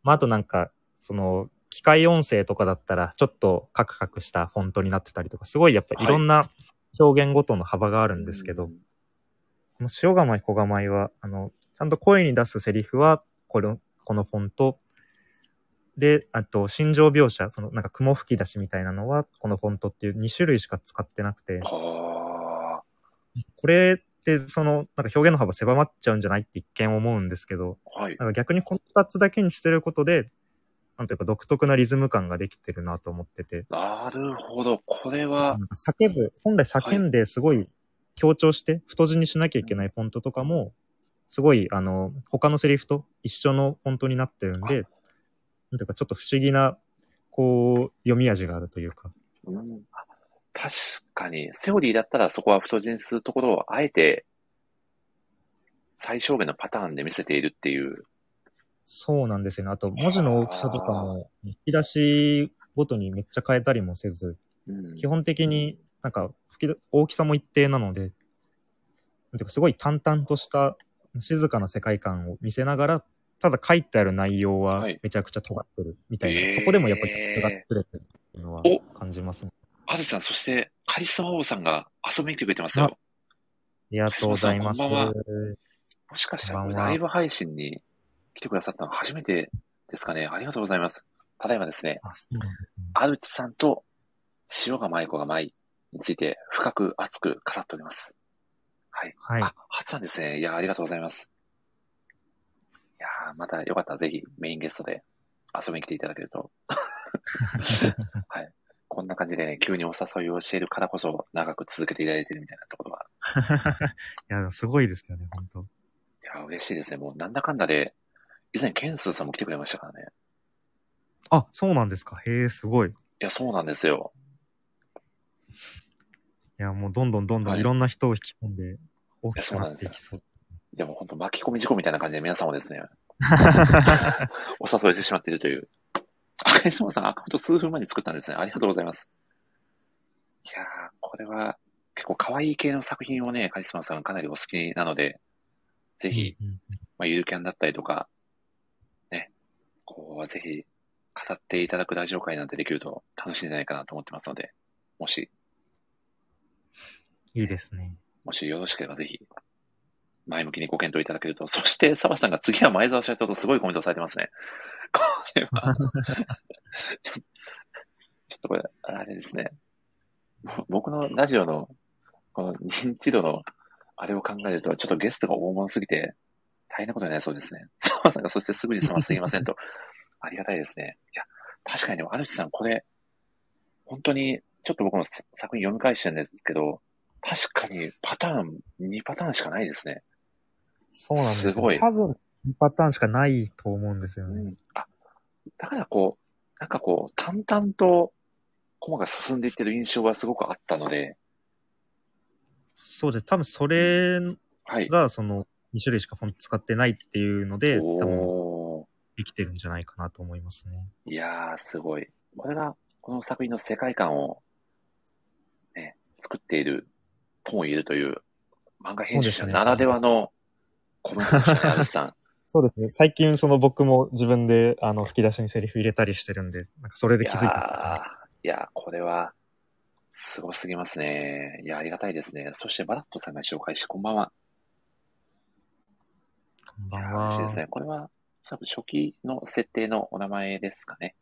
まあ、あとなんか、その、機械音声とかだったら、ちょっとカクカクしたフォントになってたりとか、すごいやっぱはいいろんな表現ごとの幅がああるんですけど、この塩構え小構えは、あの、ちゃんと声に出すセリフは、この、このフォント。で、あと、心情描写、その、なんか雲吹き出しみたいなのは、このフォントっていう2種類しか使ってなくて、はこれって、その、なんか表現の幅狭まっちゃうんじゃないって一見思うんですけど、ー。はい。なんか逆にこの2つだけにしてることで、なんていうか独特なリズム感ができてるなと思ってて、なるほど。これはなん、か叫ぶ、本来叫んですごい強調して太字にしなきゃいけないフォントとかも、すごい、あの、他のセリフと一緒のフォントになってるんで、なんていうかちょっと不思議な、こう、読み味があるというか。うん、あ確かに、セオリーだったらそこは太字にするところをあえて最小限のパターンで見せているっていう。そうなんですよね。あと、文字の大きさとかも、引き出しごとにめっちゃ変えたりもせず、うん基本的になんか吹き出大きさも一定なので、なんていうかすごい淡々とした静かな世界観を見せながら、ただ書いてある内容ははいめちゃくちゃ尖ってるみたいな、えーそこでもやっぱり尖ってるっていうのはお感じますね。アルさん、そしてカリスマ王さんが遊びに来てくれてますよ。ありがとうございます。橋本さんこんばんはあもしかしたらここんばれんはライブ配信に来てくださったの初めてですかね。ありがとうございます。ただいまですね、そうなんだアルさんと塩が舞子が舞について深く熱く語っております。はい。はい。あ、初なんですね。いや、ありがとうございます。いやーまたよかったらぜひメインゲストで遊びに来ていただける と。はい。こんな感じでね、急にお誘いをしているからこそ長く続けていただいてるみたいなところは。 いや、すごいですよね、本当いやー、嬉しいですね。もうなんだかんだで、以前ケンスーさんも来てくれましたからね。あ、そうなんですか。へえ、すごい。いいや、そうなんですよ。や、もうどんどんどんどはんいいろんな人を引き込んで大きくなっていきそう。いや、もうほんと巻き込み事故みたいな感じで皆さんも ですね、お誘いしてしまっているという。あ、えそうさん、アカウント数分前に作ったんですね。ありがとうございます。いやー、これは結構可愛い系の作品をね、カリスマさんかなりお好きなので、ぜひ、うんうんまあ、ゆるキャンだったりとか、ね、こう、ぜひ、語っていただくラジオ会なんてできると楽しいんじゃないかなと思ってますので、もし、いいですね。もしよろしければぜひ、前向きにご検討いただけると。そして、サバさんが次は前澤社長とすごいコメントをされてますね。これは、ちょっとちょっとこれ、あれですね。ぼ僕のラジオの、この認知度の、あれを考えると、ちょっとゲストが大物すぎて、大変なことになりそうですね。サバさんが、そしてすぐにサバすぎませんと。ありがたいですね。いや、確かに、アルチさん、これ、本当に、ちょっと僕も作品読み返してるんですけど、確かにパターン、2パターンしかないですね。そうなんですよすごい多分、2パターンしかないと思うんですよね。あ、だからこう、なんかこう、淡々と駒が進んでいってる印象がすごくあったので、そうです。多分、それはい。が、その、2種類しかフォント使ってないっていうので、多分、お生きてるんじゃないかなと思いますね。ーいやー、すごい。これが、この作品の世界観を、ね、作っている、とも言えるという、漫画編集者そうですねならではのコメントで したね、足立さん。そうですね。最近、その、僕も自分で、あの、吹き出しにセリフ入れたりしてるんで、なんか、それで気づいた。いやーいやー、これは、すごすぎますね。いや、ありがたいですね。そして、バラットさんが紹介し、こんばんは。こんいばやんー、嬉しいは。ですね。これは、おそらく初期の設定のお名前ですかね。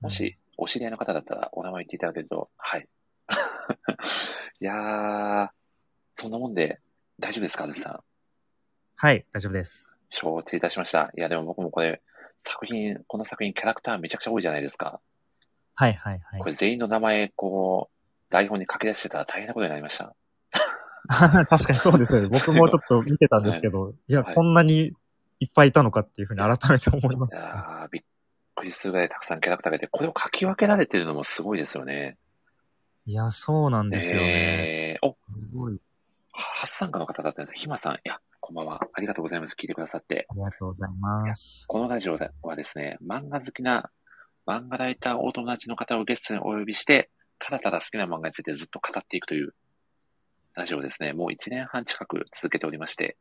もし、お知り合いの方だったら、お名前言っていただけると、はい。 いやー、そんなもんで、大丈夫ですか、アルさん。はい、大丈夫です。承知いたしました。いや、でも僕もこれ、作品、この作品、キャラクターめちゃくちゃ多いじゃないですか。はいはいはいこ。れ全員の名前、こう、台本に書き出してたら大変なことになりました。 確かにそうですよね。僕もちょっと見てたんですけど、いや、 はいこんなにいっぱいいたのかっていうふうに改めて思いまいした。やーびっくりするぐらいたくさんキャラクターがいて、これを書き分けられてるのもすごいですよね。いや、そうなんですよえね。ーお、すごい。発散家の方だったんです。ひまさん、いや、こんばんは。ありがとうございます。聞いてくださって。ありがとうございます。このラジオはですね、漫画好きな漫画ライターお友達の方をゲストにお呼びして、ただただ好きな漫画についてずっと語っていくというラジオをですね、もう1年半近く続けておりまして、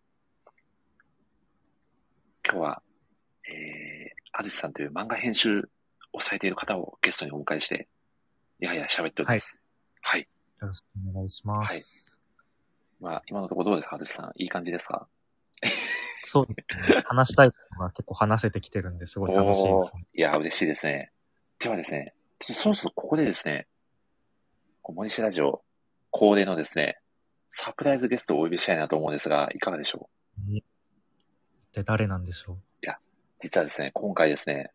今日は、えー、アルシさんという漫画編集をされている方をゲストにお迎えして、やや喋っております。はい。よろしくお願いします。はいまあ、今のところどうですか、アルシさん。いい感じですかそうですね。話したいことが結構話せてきてるんで、すごい楽しいです、ね。いや、嬉しいですね。ではですね、ちょっとそろそろここでですね、こう森下ラジオ恒例のですね、サプライズゲストをお呼びしたいなと思うんですが、いかがでしょうで、誰なんでしょう。実はですね、今回ですね、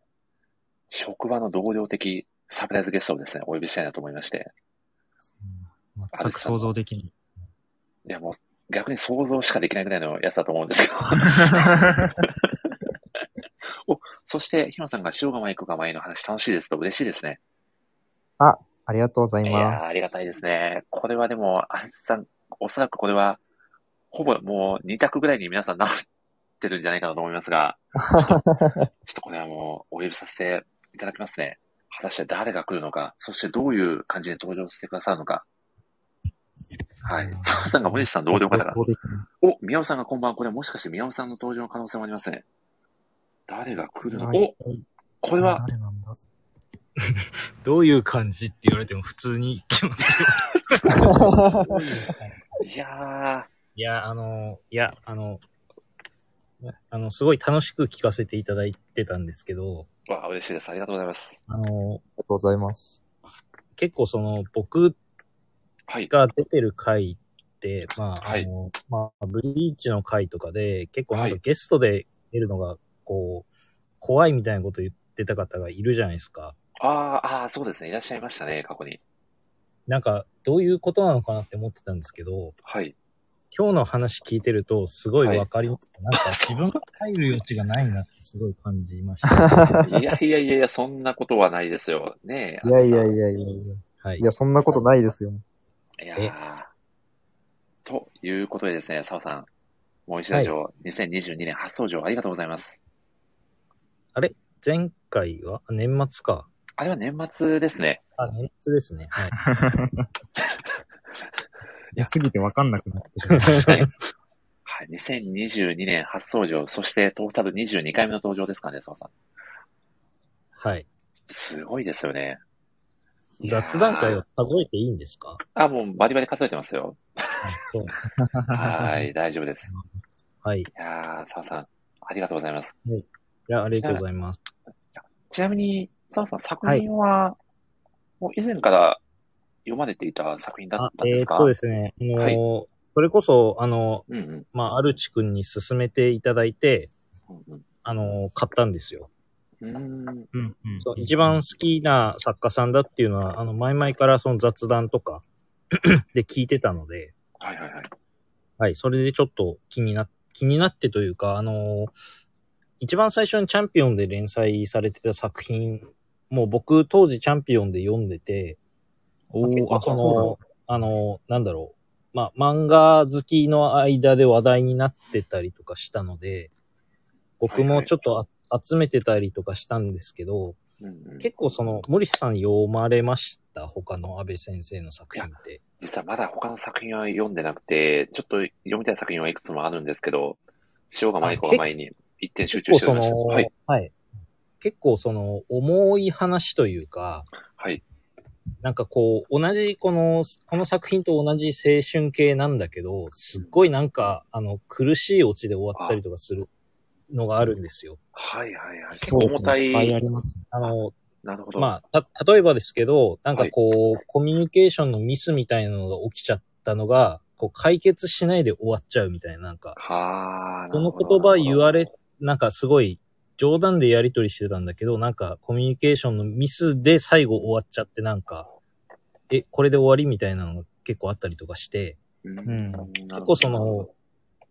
職場の同僚的サプライズゲストをですね、お呼びしたいなと思いまして、うん全く想像できない。いや、もう逆に想像しかできないぐらいのやつだと思うんですけど、そして、ひまさんが塩釜行くが前の話楽しいですと嬉しいですね。ありがとうございいまやす。ーありがたいでですね。これはでも、アリスさん、おそらくこれは、ほぼもう2択ぐらいに皆さんなってるんじゃないかなと思います が、ちょっとこれはもうお呼びさせていただきますね。果たして誰が来るのか、そしてどういう感じで登場してくださるのか。はい。澤さんが森下さん同僚方が。お、宮尾さんがこんばんは。これもしかして宮尾さんの登場の可能性もありますね。誰が来るのか。お、ここれは、誰なんだどういう感じって言われても普通に言ってますよ。いやー、いや、あの、いや、あの、あの、すごい楽しく聞かせていただいてたんですけど、わあ嬉しいです。ありがとうございます。あの、ありがとうございます。結構その、僕はい。が出てる回って、まあ、はいあの、まあ、ブリーチの回とかで、結構なんはかいゲストで出るのが、こう、怖いみたいなこと言ってた方がいるじゃないですか。ああ、ああ、そうですね。いらっしゃいましたね、過去に。なんか、どういうことなのかなって思ってたんですけど、はい。今日の話聞いてると、すごいはいわかります。なん か、自分が入る余地がないなってすごい感じまし た。いやいやいやいや、そんなことはないですよ。ねえ。いやいやいいやいやいや。はいい。や、そんなことないです よ。や。いやーということでですね、澤さん、もう一ラジオ、2022年初登場ありがとうございます。前回はあ年末か。あれは年末です ね。あ、年末ですね。 はい。いや、すぎてわかんなくなってる。はい、2022年初登場、そしてトータル22回目の登場ですかね、澤さん。はい。すごいですよね。雑談会いやを数えていいんですかーあ、もうバリバリ数えてます よ。あそう。はい、大丈夫です。はい。いいやー、澤さん、ありがとうございます。や、ありがとうございます。ちなみに、澤さん、作品は、もう以前から読まれていた作品だあった、んでえーすっかとですね。あのーはいそれこそ、あのうんうんー、まあ、アルチ君に勧めていただいて、うんあのー、買ったんですよ。うん。うーん。うんうんそう一番好きな作家さんだっていうのは、あの、前々からその雑談とか で聞いてたので、はいはいはい。はい、それでちょっと気にな、気になってというか、あのー一番最初にチャンピオンで連載されてた作品、もう僕当時チャンピオンで読んでて、お結ー、構あ、そそうの、あのーなんだろう、まあ、漫画好きの間で話題になってたりとかしたので、僕もちょっとあ、集めてたりとかしたんですけど、うんうん、結構その、森さん読まれました他の安倍先生の作品って。実はまだ他の作品は読んでなくて、ちょっと読みたい作品はいくつもあるんですけど、塩が舞子が前に一点集結中構しておそりました。の、はい。はい。結構その、重い話というか、はい。なんかこう、同じこの、この作品と同じ青春系なんだけど、すっごいなんか、あの、苦しいオチで終わったりとかするのがあるんですよ。はいはいはい。結そ構うですね重たい。っぱいありますね。あの、なるほど。まあ、た、例えばですけど、なんかこう、コミュニケーションのミスみたいなのが起きちゃったのが、こう、解決しないで終わっちゃうみたいな、なんか、はあ、なそるのほど言葉言われなんかすごい冗談でやりとりしてたんだけど、なんかコミュニケーションのミスで最後終わっちゃってなんか、え、これで終わりみたいなのが結構あったりとかして、うんうん結結構その、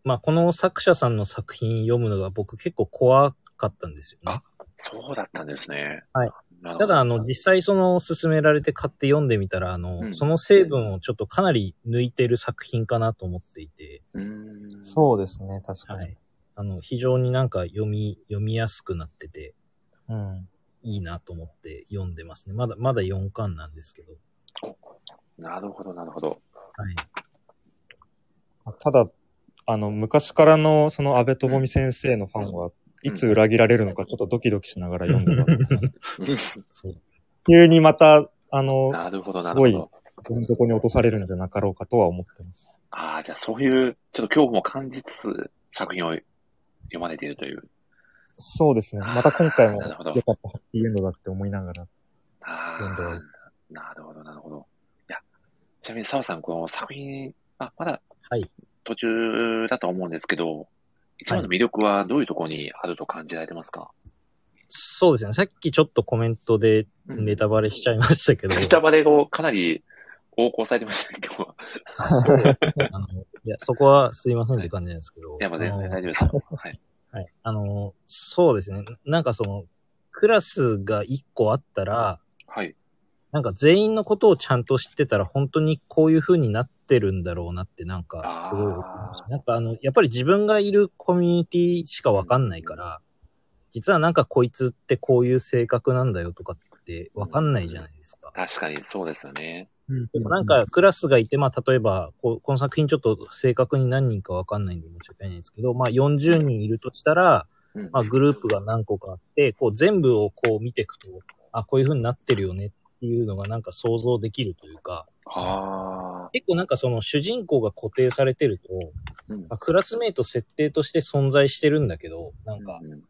まあ、この作者さんの作品読むのが僕結構怖かったんですよね。そうだったんですね。はいなるほど。ただ、あの、実際その、勧められて買って読んでみたら、あの、うんその成分をちょっとかなり抜いてる作品かなと思っていて、うん、うそうですね、確かはに。い。あの、非常になんか読み、読みやすくなってて、うん。いいなと思って読んでますね。まだ、まだ4巻なんですけど。ん。なるほど、なるほど。はい。ただ、あの、昔からの、その、安倍智美先生のファンは、いつ裏切られるのか、ちょっとドキドキし ながら読んでた。そう。急にまた、あの、なるほど、なするほごいど。どん底に落とされるんじゃなかろうかとは思ってます。ああ、じゃあそういう、ちょっと恐怖も感じつつ、作品を読まれているという。そうですね。また今回も、よなるかほっどたハッピーエンドだって思いながら。あ読んではあい、なるほど、なるほど。いや、ちなみに澤さん、この作品、あ、まだはい。途中だと思うんですけど、一番の魅力はどういうところにあると感じられてますか、そうですね。さっきちょっとコメントでうんネタバレしちゃいましたけど。 ネタバレをかなり横行されてましたね、今日は。あのいや、そこはすいませんって感じなんですけど。いや、まあ全然あの大丈夫ですよ。はい。はい。あの、そうですね。なんかその、クラスが1個あったら、はい。なんか全員のことをちゃんと知ってたら、本当にこういう風になってるんだろうなって、なんか、すごい思いましたあーなんかあの、やっぱり自分がいるコミュニティしかわかんないから、実はなんかこいつってこういう性格なんだよとかってわかんないじゃないですか。確かにそうですよね。なんかクラスがいて、まあ例えばこ、この作品ちょっと正確に何人かわかんないんで申し訳ないんですけど、まあ40人いるとしたら、うん。まあグループが何個かあって、こう全部をこう見ていくと、あ、こういう風になってるよねっていうのがなんか想像できるというか、ああ。結構なんかその主人公が固定されてると、うんあクラスメイト設定として存在してるんだけど、なんかうん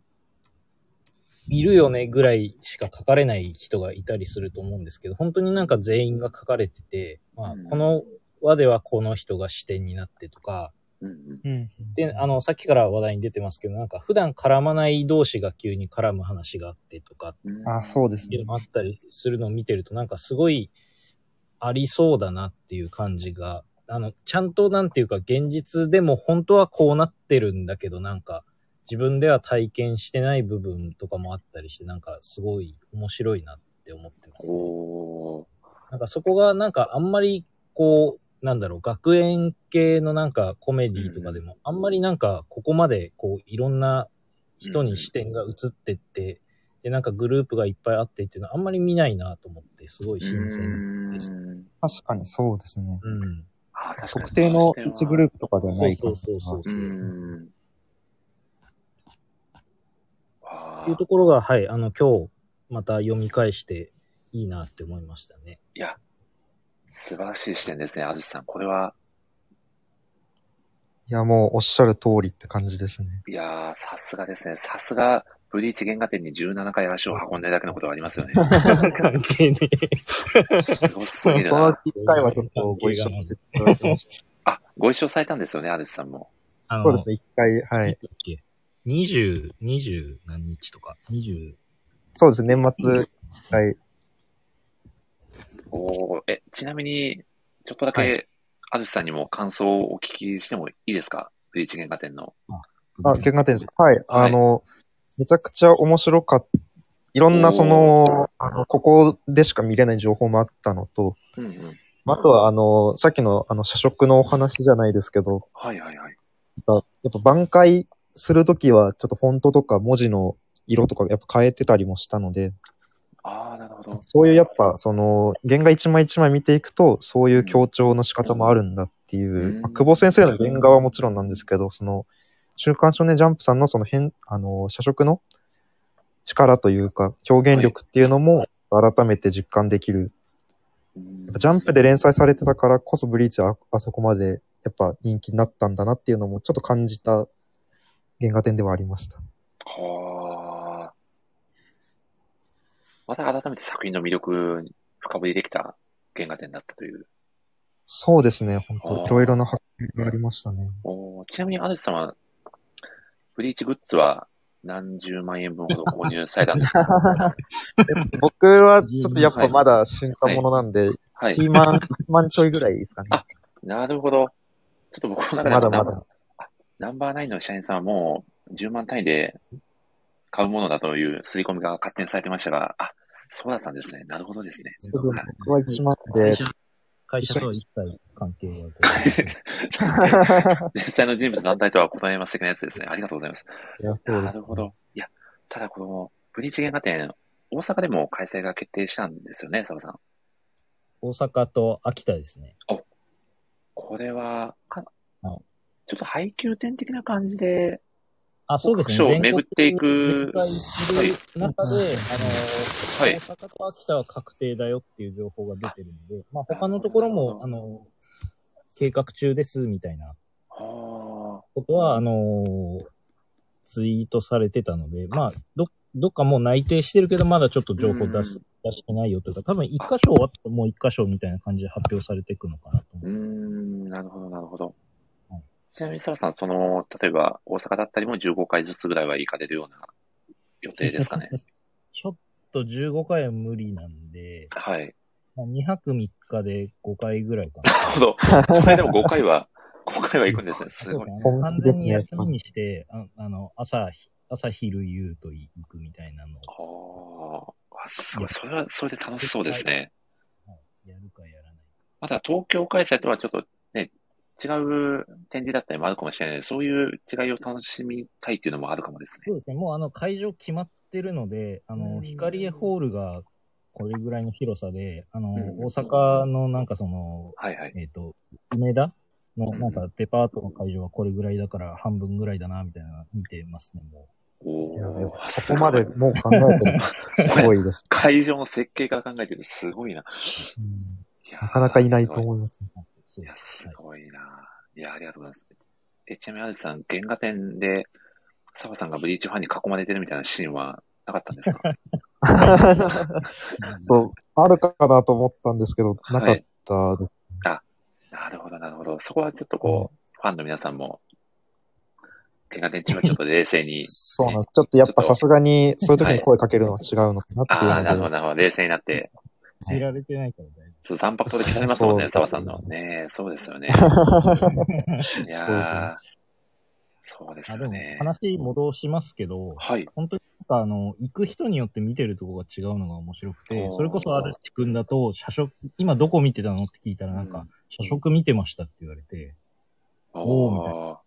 いるよねぐらいしか書かれない人がいたりすると思うんですけど、本当になんか全員が書かれてて、まあうん、この輪ではこの人が視点になってとか、うんうん。うん。で、あの、さっきから話題に出てますけど、なんか普段絡まない同士が急に絡む話があってとかっうんあ、そうですていねう。のもあったりするのを見てると、なんかすごいありそうだなっていう感じが、あの、ちゃんとなんていうか現実でも本当はこうなってるんだけど、なんか自分では体験してない部分とかもあったりして、なんかすごい面白いなって思ってます、ね。おー。なんかそこがなんかあんまりこう、なんだろう、学園系のなんかコメディとかでも、あんまりなんかここまでこういろんな人に視点が移ってって、で、なんかグループがいっぱいあってっていうのはあんまり見ないなと思って、すごい新鮮。ですうん確かにそうですね。うん。あー確かに特定の1グルーープとかではないそかうそうそうププうん。っあていうーところが、はい、あの今日また読み返していいなって思いましたね。いや、素晴らしい視点ですね、あずさん。これは、いや、もうおっしゃる通りって感じですね。いやー、さすがですね。さすが、ブリーチ原画展に17回足を運んでるだけのことはありますよね。 関係ねえ。すごすぎるこのな。 1回はちょっとご一緒させていただきました。あ、ご一緒されたんですよね、アルスさんも。あのそうですね、1回、はいい。つだっけ ?20、20何日とか、20、そうですね、年末1回。おーえ、ちなみに、ちょっとだけ、アルスさんにも感想をお聞きしてもいいですかブリーチ原画展の。あ、結果点ですか。はい、あの、めちゃくちゃ面白かった。いろんなその、あの、ここでしか見れない情報もあったのと、うんうん。あとはあの、さっきのあの、社食のお話じゃないですけど、はいはいはい。やっぱ挽回するときは、ちょっとフォントとか文字の色とかやっぱ変えてたりもしたので、あー、なるほど。そういうやっぱ、その、原画一枚一枚見ていくと、そういう強調の仕方もあるんだっていうう、まうんあ久保先生の原画はもちろんなんですけど、その、週刊少年ジャンプさんのその変、あの、社色の力というか、表現力っていうのも改めて実感できる。うんやっぱジャンプで連載されてたからこそブリーチはああそこまでやっぱ人気になったんだなっていうのもちょっと感じた原画展ではありました。はあ。また改めて作品の魅力に深掘りできた原画展だったという。そうですね、本あ当ーいろいろな発見がありましたね。おーちなみに、アルスさんは、ブリーチグッズは何十万円分ほど購入されたんです か僕はちょっとやっぱまだ進化ものなんで、はい。 1万、1万ちょいぐらいですかね。あなるほど。ちょっと僕の中でまだまナンバーだ。ナンバーナインの社員さんはもう10万単位で買うものだという刷り込みが勝手にされてましたが、あ、そうだったんですね。なるほどですね。そうそう僕は1万で会、社会社とは一切関係は実際の人物団体とは異なります的なやつですね。ありがとうございます。いやそうでなするほど。いや、ただこのブリーチ原画展、大阪でも開催が決定したんですよね、澤さん。大阪と秋田です ね。これは、かはいちょっと配給点的な感じで、あ、そうですね。各所を巡っていく全国全体いる中で、あの、はい大阪と秋田は確定だよっていう情報が出てるので、まあ他のところも、あの、計画中ですみたいなあことは、あの、ツイートされてたので、まあ、ど、どっかもう内定してるけど、まだちょっと情報出す、出してないよというか、多分一箇所終わったらもう一箇所みたいな感じで発表されていくのかなとーうー思う。ん、なるほど、なるほどはい。ちなみに澤さん、その、例えば大阪だったりも15回ずつぐらいは行かれるような予定です かね。ちょっと15回は無理なんで、はい。まあ、2泊3日で5回ぐらいかなるほど。それでも5回は、5回は行くんですね。すな。ごい。 本完気全ですにね休みにして、ああの、朝、朝昼夕と行くみたいなのをあーあ、すごい。それは、それで楽しそうですね。はいやるかやらないか。まだ東京開催とはちょっとね、違う展示だったりもあるかもしれないので、そういう違いを楽しみたいっていうのもあるかもですね。そうですね。もうあの会場決まってるので、あうの、ん光エホールがこれぐらいの広さで、あの、ん大阪のなんかその、はいはい。えっ、と、梅田のうんなんかデパートの会場はこれぐらいだから半分ぐらいだな、みたいな見てますね、もおいややっおぱ。そこまでもう考えてる。すごいです。会場の設計から考えてるすごいな。うんやーなかなかいないと思いますね。う。そういでや、すすはいごいな。いや、ありがとうございます。え、ちなみに、アルさん、原画展で、サバさんがブリーチファンに囲まれてるみたいなシーンはなかったんですか そう、あるかなと思ったんですけど、なかはいったです。なるほど、なるほど。そこはちょっとこう、ファンの皆さんも、原画展中はちょっと冷静に、そうなんです。ちょっとやっぱさすがに、そういう時に声かけるのは違うのかなっていうああ、のでなるほど、なるほど、冷静になって、知られてないから大丈そう残白とで聞かれますもんね、そサうバさんの。ねえそうですよね。いやーそうです夫。あ、よでもね。話戻しますけど、はい。本当になんかあの、行く人によって見てるとこが違うのが面白くてお、ーそれこそアルチ君だと、社食、今どこ見てたのって聞いたらなんうかん、社食見てましたって言われて、おーみたいお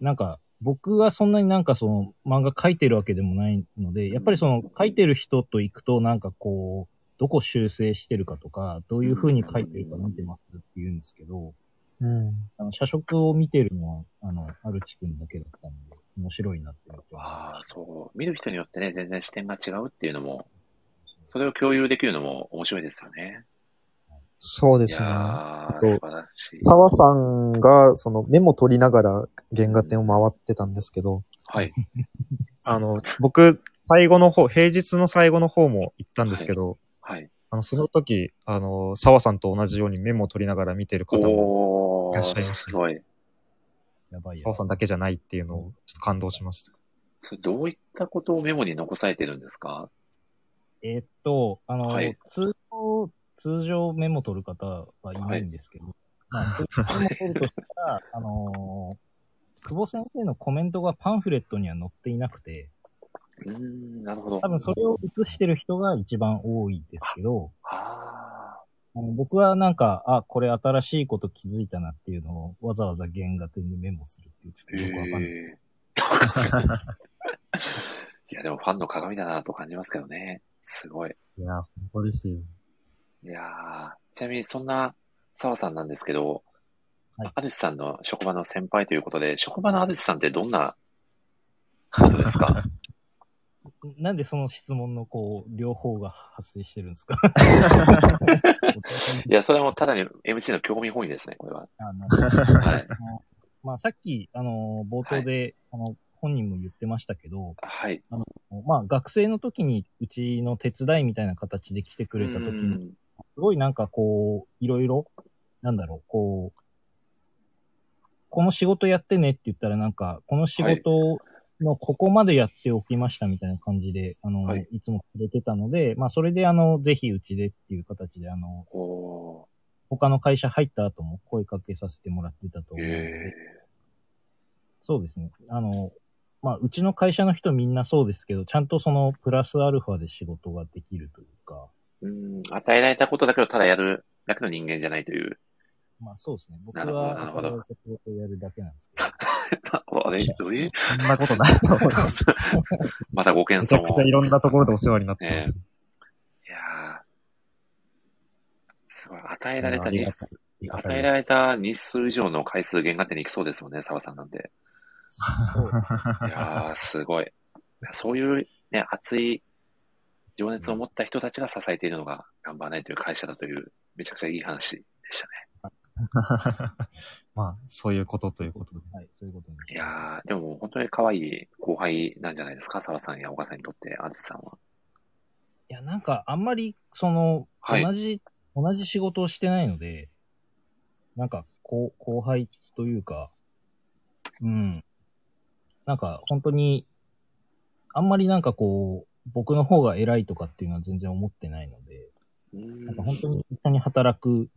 なんか、僕はそんなになんかその漫画描いてるわけでもないので、やっぱりその描いてる人と行くとなんかこう、どこ修正してるかとか、どういう風に描いてるか見てますって言うんですけど、うんあの、社食を見てるのは、あの、アルチ君だけだったんで、面白いなって思ってーまああし、そう。見る人によってね、全然視点が違うっていうのも、それを共有できるのも面白いですよね。そうでいすやね。ー、と素晴らしい。沢さんが、そのメモ取りながら原画展を回ってたんですけど、はい。あの、僕、最後の方、平日の最後の方も行ったんですけど、はい。あの、その時、あの、沢さんと同じようにメモを取りながら見てる方も、いおらっしゃいまー、したすごい。た。やばいや沢さんだけじゃないっていうのを、ちょっと感動しました。それどういったことをメモに残されてるんですかえーっと、あの、はい通常、通常メモ取る方はいないんですけど、 まあ、通常メモ取るとしたら、あのー久保先生のコメントがパンフレットには載っていなくて、うーん、なるほど多。分それを写してる人が一番多いですけど、ああの僕はなんか、あ、これ新しいこと気づいたなっていうのをわざわざ原画展でメモするっていう、ちょっーとよくわかんなへい。ー いや、でもファンの鏡だなと感じますけどね。すごい。いや、本当ですよ。いやーちなみにそんな澤さんなんですけど、はいアルスさんの職場の先輩ということで、職場のアルスさんってどんな人です かなんでその質問のこう、両方が発生してるん ですかいや、それはもうただに MC の興味本位ですね、これは。あなんかはい。まあ、さっき、あの、冒頭で、あの、本人も言ってましたけど、はい。まあ、学生の時にうちの手伝いみたいな形で来てくれた時うに、んすごいなんかこう、いろいろ、なんだろう、こう、この仕事やってねって言ったらなんか、この仕事のここまでやっておきましたみたいな感じで、あの、はいい、つも触れてたので、まあそれであの、ぜひうちでっていう形で、あの、お他の会社入った後も声かけさせてもらってたー。と思うのでえそうですね。あの、まあうちの会社の人みんなそうですけど、ちゃんとそのプラスアルファで仕事ができるというか、えうん、与えられたことだけど、ただやるだけの人間じゃないという。 まあそうですね。僕なるほどなはるほど働いたことをやるだけなんですけど。あれ、どういうそんなことないと思 います。またごめ検ちゃ討くもちゃ。いろんなところでお世話になってます。いやーすごい。与えられたいや日ありが数、いい方です与えられた日数以上の回数、原画展に行きそうですもんね、澤さんなんて。 い やー、すごい。そういうね、熱い情熱を持った人たちが支えているのが、ナンバーナインという会社だという、めちゃくちゃいい話でしたね。まあ、そういうことということで。はい、そういうことに。いやー、でも本当に可愛い後輩なんじゃないですか、澤さんや岡さんにとって、あずさんは。いや、なんか、あんまり、その、はい同じ、同じ仕事をしてないので、なんか、こう、後輩というか、うん。なんか、本当に、あんまりなんかこう、僕の方が偉いとかっていうのは全然思ってないので、うーんなんか本当に一緒に働く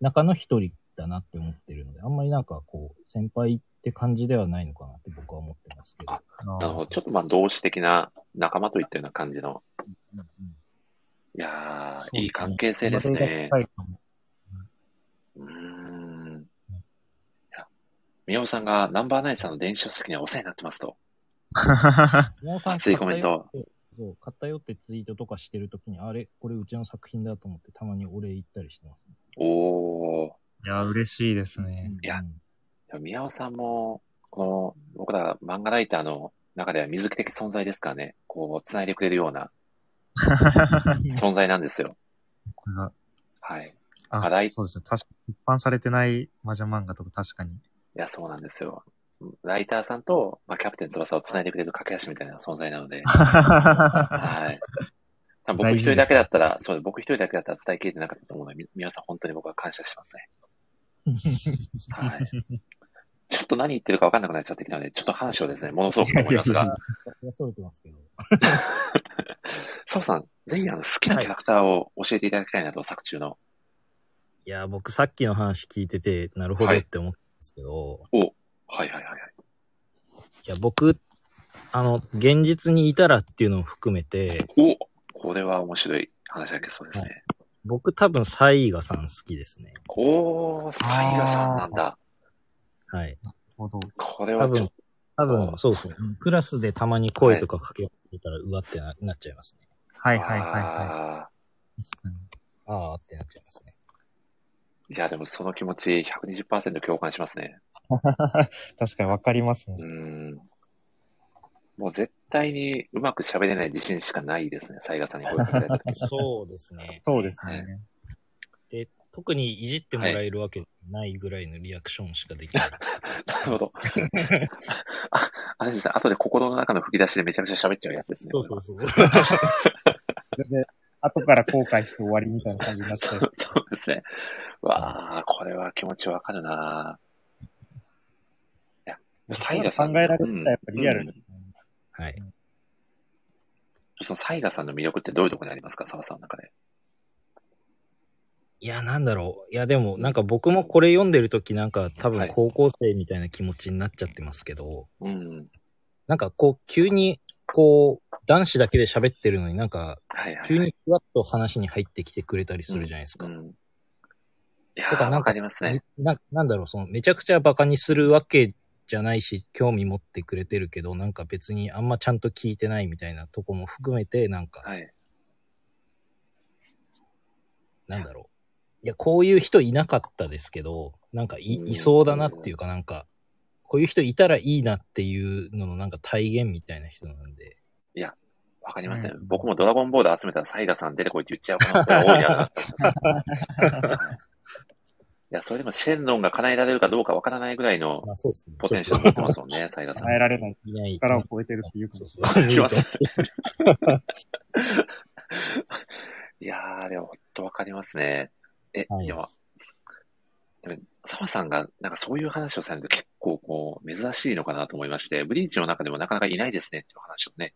中の一人だなって思ってるので、あんまりなんかこう、先輩って感じではないのかなって僕は思ってますけど。あななるほど。ちょっとまあ、同志的な仲間といったような感じの。うんうんいやそうですー、ねいい関係性ですそれがね。近いかもうーん。いや宮尾さんがナンバーナインさんの電子書籍にはお世話になってますと。 宮尾さん熱いコメント。偏ってそう、偏ってツイートとかしてるときに、あれ、これうちの作品だと思って、たまにお礼言ったりしてます、おー。いや、嬉しいですね。いやうんでも宮尾さんも、この、僕ら漫画ライターの中では水木的存在ですからね。こう、繋いでくれるような 存在なんですよ。これがはい。あ課題そうですよ。確か一般されてない魔女漫画とか確かに。いや、そうなんですよ。ライターさんと、まあ、キャプテン翼を繋いでくれる駆け橋みたいな存在なので。 はい。多分僕大一事人でだすけねだったら、そうです僕一人だけだったら伝えきれてなかったと思うので、み皆さん本当に僕は感謝してます ね。はい。ちょっと何言ってるか分かんなくなっちゃってきたので、ちょっと話をですね、ものすごく思いますいやいやが、いやそれてますけど。澤さん、ぜひあの好きなキャラクターを教えていただきたいなと、作中の。いや、僕さっきの話聞いてて、なるほどって思ったんですけど、い、はいはいはいはい。や、僕、あの、現実にいたらっていうのを含めて、おこれは面白い話だけどそうですね。僕多分サイーガさん好きですね。おー、サイガさんなんだ。はい。ほど。これはちょっと、多分、そうですね。クラスでたまに声とかかけられたら、うわってななっちゃいますね。はいはいはいはあい。確かに。ああってなっちゃいますね。ーいや、でもその気持ち120%共感しますね。確かにわ かりますうね。ん。もう絶対にうまく喋れない自信しかないですね、サイガさんに声かけられた 時そうですね。そうですね。で、 特にいじってもらえるわけないぐらいのリアクションしかできない。なるほど。あ、あれですね、後で心の中の吹き出しでめちゃくちゃ喋っちゃうやつですね。うそう。それで、後から後悔して終わりみたいな感じになっちゃう。 そうですね。わあ、これは気持ちわかるなぁ。いや、 サイガさん。考えられたらやっぱリアルうんに。はい。そのサイガさんの魅力ってどういうところにありますか、澤さんの中で。いや、なんだろう。いや、でも、なんか僕もこれ読んでるとき、なんか多は分い高校生みたいな気持ちになっちゃってますけど、うん。なんかこう、急に、こう、男子だけで喋ってるのになんか、はいはい、はい。急にふわっと話に入ってきてくれたりするじゃないですうか。ん。いやだかー、らなんかわかりますね。ななんだろう、その、めちゃくちゃバカにするわけじゃないし、興味持ってくれてるけど、なんか別にあんまちゃんと聞いてないみたいなとこも含めて、なんか、はい。なんだろう。いや、こういう人いなかったですけど、なんかいうんいそうだなっていうか、なんか、こういう人いたらいいなっていうののなんか体現みたいな人なんで。わかりますね、うん僕もドラゴンボール集めたらサイガさん出てこいって言っちゃう可能性が多いだろうなって思いますはいいや、それでもシェンロンが叶えられるかどうかわからないぐらいのまあそうですね。ポテンシャルち持ってょっますもんね、サイガさん考。えられないといない。力を超えてるっていうかそ うそう。きません いやー、でもほんとわかりますね。え、はいでも、でもサマさんがなんかそういう話をされると結構こう、珍しいのかなと思いまして、ブリーチの中でもなかなかいないですねっていう話をね、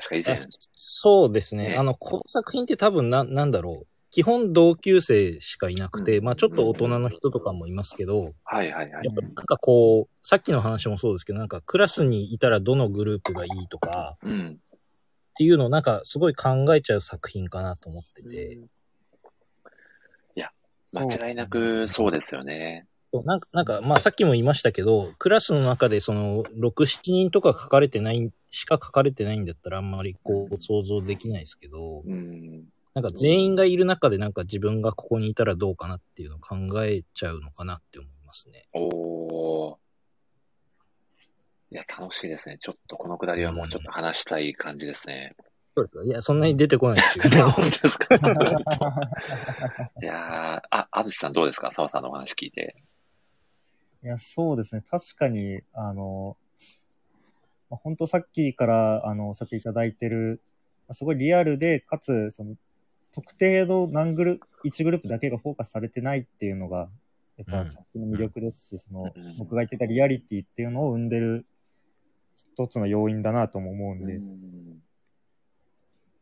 確か以前あ、そうですねね。あの、この作品って多分な、なんだろう。基本同級生しかいなくて、うんまあちょっと大人の人とかもいますけど、はいはいはいやっ。ぱなんかこう、さっきの話もそうですけど、なんかクラスにいたらどのグループがいいとか、うん。っていうのをなんかすごい考えちゃう作品かなと思ってて、間違いなくそうですよね。そうなんか、なんか、まあさっきも言いましたけど、クラスの中でその、6、7人とか書かれてない、しか書かれてないんだったらあんまりこう想像できないですけど、うん。なんか全員がいる中でなんか自分がここにいたらどうかなっていうのを考えちゃうのかなって思いますね。おー。いや、楽しいですね。ちょっとこのくだりはもうちょっと話したい感じです ね。そうですかいや、そんなに出てこないですよ。本当ですかいやー、あ、安シさんどうですか澤さんのお話聞いて。いや、そうですね。確かに、あの、まあ、本当さっきから、あの、おっしゃっていただいてる、まあすごいリアルで、かつ、その、特定の何グル、1グループだけがフォーカスされてないっていうのが、やっうんぱ作品の魅力ですし、そのうん、僕が言ってたリアリティっていうのを生んでる一つの要因だなとも思うんで、うん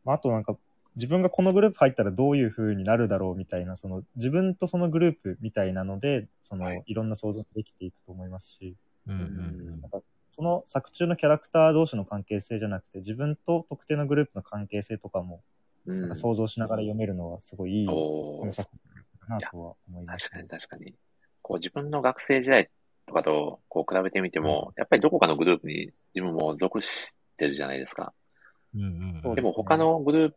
まあ、あとなんか、自分がこのグループ入ったらどういう風になるだろうみたいな、その、自分とそのグループみたいなので、その、はいい、ろんな想像できていくと思いますし、うんうんその作中のキャラクター同士の関係性じゃなくて、自分と特定のグループの関係性とかも、うんなんか想像しながら読めるのはすごいいい、こおのー作品だなとは思います確かねに。確かに。こう自分の学生時代とかとこう比べてみても、やっぱりどこかのグループに自分も属してるじゃないですか。うんうんそうでですねも他のグルー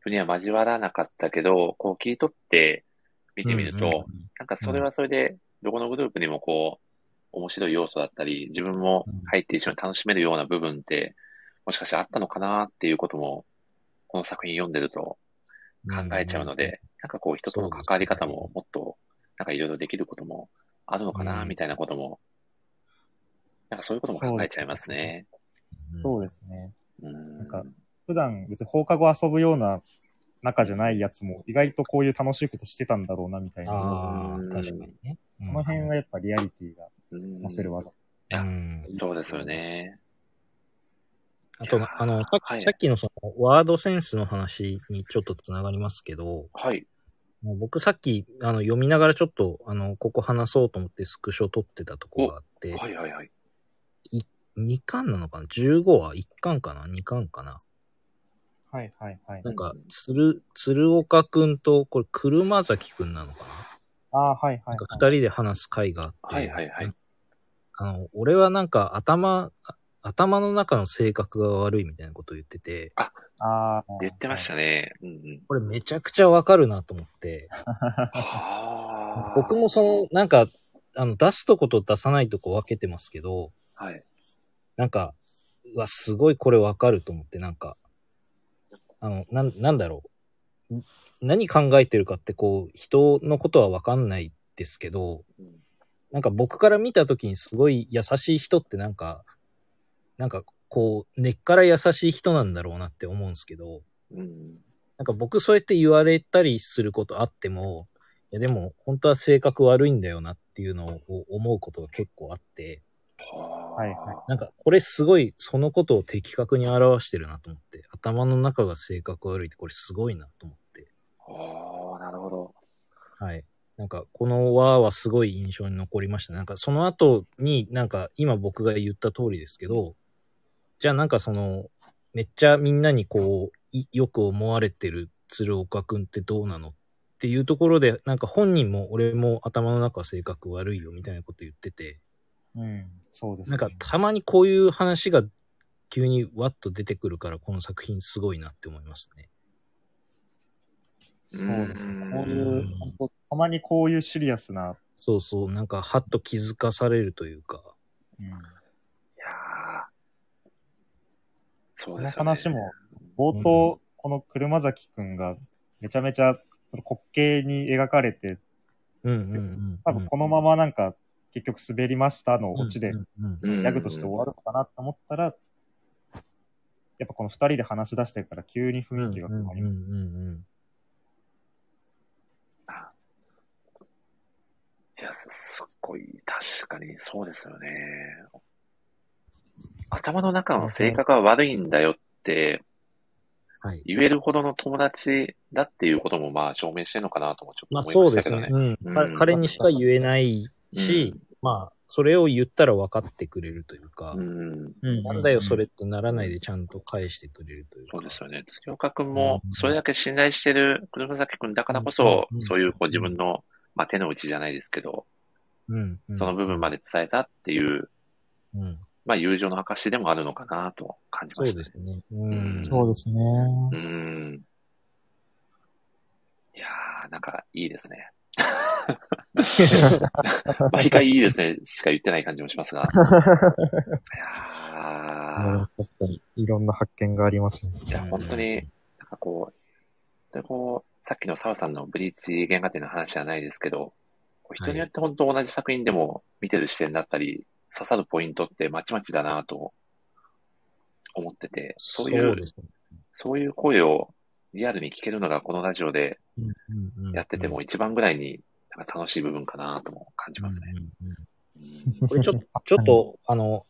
プには交わらなかったけど、こう切り取って見てみると、うんうんなんかそれはそれで、どこのグループにもこう、面白い要素だったり、自分も入って一緒に楽しめるような部分って、もしかしてあったのかなっていうことも、この作品読んでると考えちゃうので、なんかこう人との関わり方ももっと、なんかいろいろできることもあるのかな、うんみたいなことも、なんかそういうことも考えちゃいますね。そうですね。うん。なんか普段別に放課後遊ぶような中じゃないやつも、意外とこういう楽しいことしてたんだろうなみたいな、そああ、確かにね。この辺はやっぱリアリティがうんなせる技。うんそうですよね。あといやー、あの、さはいさっきのその、ワードセンスの話にちょっとつながりますけど、はい。もう僕さっき、あの、読みながらちょっと、あの、ここ話そうと思ってスクショ撮ってたとこがあって、はいはいはい。 2巻なのかな ?15 は1巻かな ?2 巻かなはいはいはい。なんか、鶴、鶴岡くんと、これ、車崎くんなのかなああ、はいはないんか二はい。人で話す会があって、はいはいはいあの、俺はなんか頭、あ頭の中の性格が悪いみたいなことを言ってて、ああ。言ってましたね。うんうん。これめちゃくちゃわかるなと思って、ああ。僕もその、なんか、あの、出すとこと出さないとこ分けてますけど、はい。なんか、うわ、すごいこれわかると思って、なんか、あの、なん、なんだろう。ん何考えてるかって、こう、人のことはわかんないですけど、うんなんか僕から見たときにすごい優しい人ってなんか、なんかこう、根っから優しい人なんだろうなって思うんですけど、うん。なんか僕そうやって言われたりすることあっても、いやでも本当は性格悪いんだよなっていうのを思うことが結構あって、はいはなんかこれすごいそのことを的確に表してるなと思って、頭の中が性格悪いってこれすごいなと思って、おー、なるほど。はい。なんか、この輪はすごい印象に残りました。なんか、その後に、なんか、今僕が言った通りですけど、じゃあなんかその、めっちゃみんなにこう、いよく思われてる鶴岡くんってどうなのっていうところで、なんか本人も俺も頭の中性格悪いよみたいなこと言ってて、うん、そうです、なね。んかたまにこういう話が急にわっと出てくるから、この作品すごいなって思いますね。そうですうんね。こういうう、ん本当たまにこういうシリアスな、そうそう、なんかはっと気づかされるというか、うん、いやーそうこでのすよね。話も、冒頭、この車崎くんが、めちゃめちゃ、その滑稽に描かれて、うんうんうん。多分このままなんか、結局滑りましたのオチでう、んううんんギャグとして終わるのかなと思ったら、やっぱこの二人で話し出してから急にうん雰囲気が変わりうんまうす。んうんうんいや、すすっごい、確かにそうですよね。頭の中の性格は悪いんだよってはい。言えるほどの友達だっていうこともまあ証明してるのかなともちょっとまあ思いそまうしでたすけどねね。。うん。うんか彼にしか言えないし、まあ、それを言ったら分かってくれるというか、うん、うんなんだよそれってならないでちゃんと返してくれるというか。そうですよね。月岡君もうんそれだけ信頼してる黒崎君だからこそうん、そういうこう自分の、まあ、手の内じゃないですけど、うん、うん。その部分まで。で伝えたっていう、うん。まあ友情の証でもあるのかなと感じそまうしたでね。すね。ううんん。そう ですね。うん。いやー、なんかいいです ね。 毎回いいですねしか言ってない感じもしますが。いやーうん確かに、いろんな発見がありますね。いや、本当に、なんかこう、でこう、さっきの澤さんのブリーチ原画展の話じゃないですけど、こう人によって本当同じ作品でも見てる視点だったり、刺さるポイントってまちまちだなと思ってて、そういう、ですね。そういう声をリアルに聞けるのがこのラジオでうんうんうんやってても一番ぐらいになんか楽しい部分かなとも感じますね。うんうんうんうんこれちょちょっと、あの、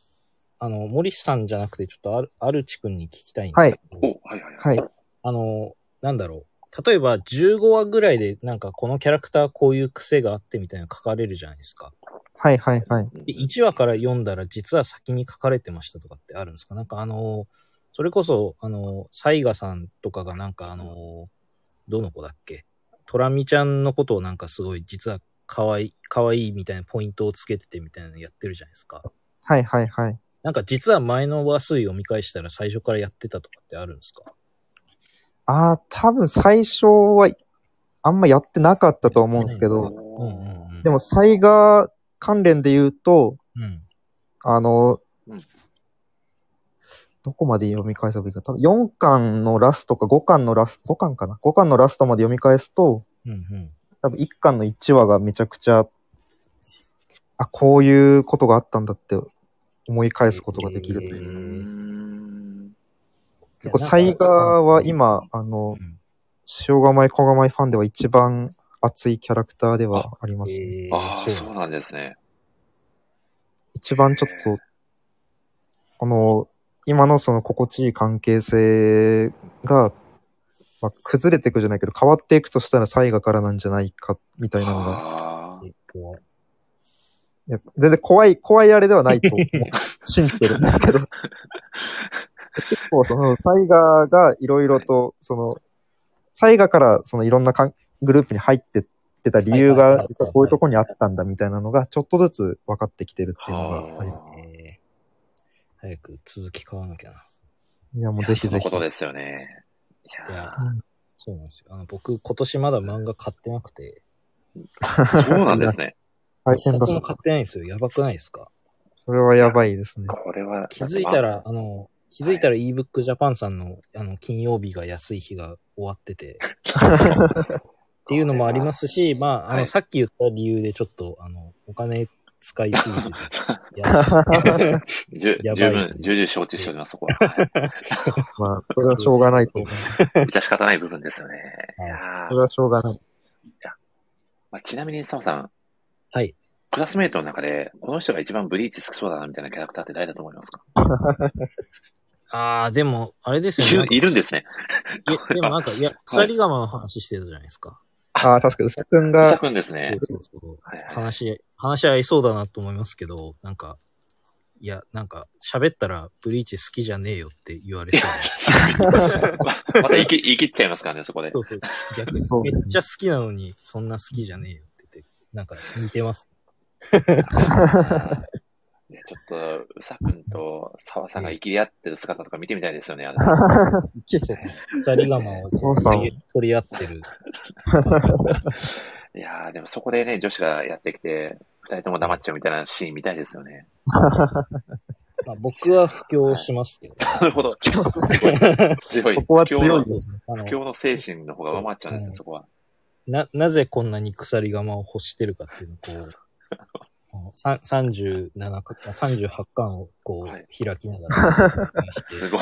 あの、森さんじゃなくて、ちょっとある、あるちくんに聞きたいんですけど、お、はいはいはい。あの、なんだろう。例えば、15話ぐらいで、なんか、このキャラクターこういう癖があってみたいなの書かれるじゃないですか。はいはいはい。で1話から読んだら、実は先に書かれてましたとかってあるんですかなんか、あの、それこそ、あの、サイガさんとかが、なんか、あの、どの子だっけトラミちゃんのことをなんかすごい、実は可愛い、可愛いみたいなポイントをつけててみたいなのやってるじゃないですか。はいはいはい。なんか実は前の話数読み返したら最初からやってたとかってあるんですかああ、多分最初は、あんまやってなかったと思うんですけど、うんうんおうん。でも、災害関連で言うと、うん。あの、うんどこまで読み返せばいいか。多分4巻のラストか5巻のラスト、5巻かな ?5 巻のラストまで読み返すと、うんうん。多分1巻の1話がめちゃくちゃ、あ、こういうことがあったんだって思い返すことができるという。ーん結構、サイガーは今、あうの、ん、塩構え、小構えファンでは一番熱いキャラクターではあります、ねえーああ、そううなんですね。一番ちょっと、この、今のその心地いい関係性が、まあ、崩れていくじゃないけど、変わっていくとしたら最後からなんじゃないか、みたいなのが。あーこういや全然怖い、怖いあれではな いと信じてるんですけど。結構その、サイガーがいろいろと、その、サイガーからそのいろんなかんグループに入ってってた理由はいはいはいはがい、実はこういうとこにあったんだみたいなのが、ちょっとずつ分かってきてるっていうのがありまはあえー早く続き買わなきゃな。す。いや、もういやぜひぜひそのこ。とですよね。いいややそうなんですよ。あの僕、今年まだ漫画買ってなくて、ーそうなんです ね。 大一変だ冊。も買ってないんですよ。やばくないですかそれはやばいですね。 これは、気づいたら、あの、気づいたら ebook Japan さんの、あの、金曜日が安い日が終わっ てて、っていうのもありますし、まあ、あの、はいさっき言った理由でちょっと、あの、お金使いすぎてて、いやじゅやばい 十分、重々承知しております、そこ は。はいまあ、 それはしょうがないと。致し方ない部分ですよね。いやーそれはしょうがない。まあ、ちなみに、サムさん、はい。クラスメイトの中で、この人が一番ブリーチ好きそうだな、みたいなキャラクターって誰だと思いますかああ、でも、あれですよね。いなるんか いるんですね。いやでもなんか、いや、鎖釜の話してたじゃないですか。ああ、確かに、うさくんう さが、くんですね。そうそうそうはいはい話、話合いそうだなと思いますけど、なんか、いや、なんか、喋ったらブリーチ好きじゃねえよって言われそうで。 ままた言い切言い切っちゃいますからね、そこでそ。うそう。逆そうに、めっちゃ好きなのに、そんな好きじゃねえよって言って、なんか似てます。 いやちょっと、うさくんと澤さんが生きり合ってる姿とか見てみたいですよね、あれ。二人がまをそうそう取り取り合ってる。いやー、でもそこでね、女子がやってきて、二人とも黙っちゃうみたいなシーン見たいですよね。まあ、僕は布教しま すけど、なるほど。強い。ここは強今日いのですね。あの今日の精神の方が上回っちゃうんですうね、んそこは。な、なぜこんなに鎖釜を欲してるかっていうの をこうあの、さ37か、38巻をこう、はい開きな がら、してすごい。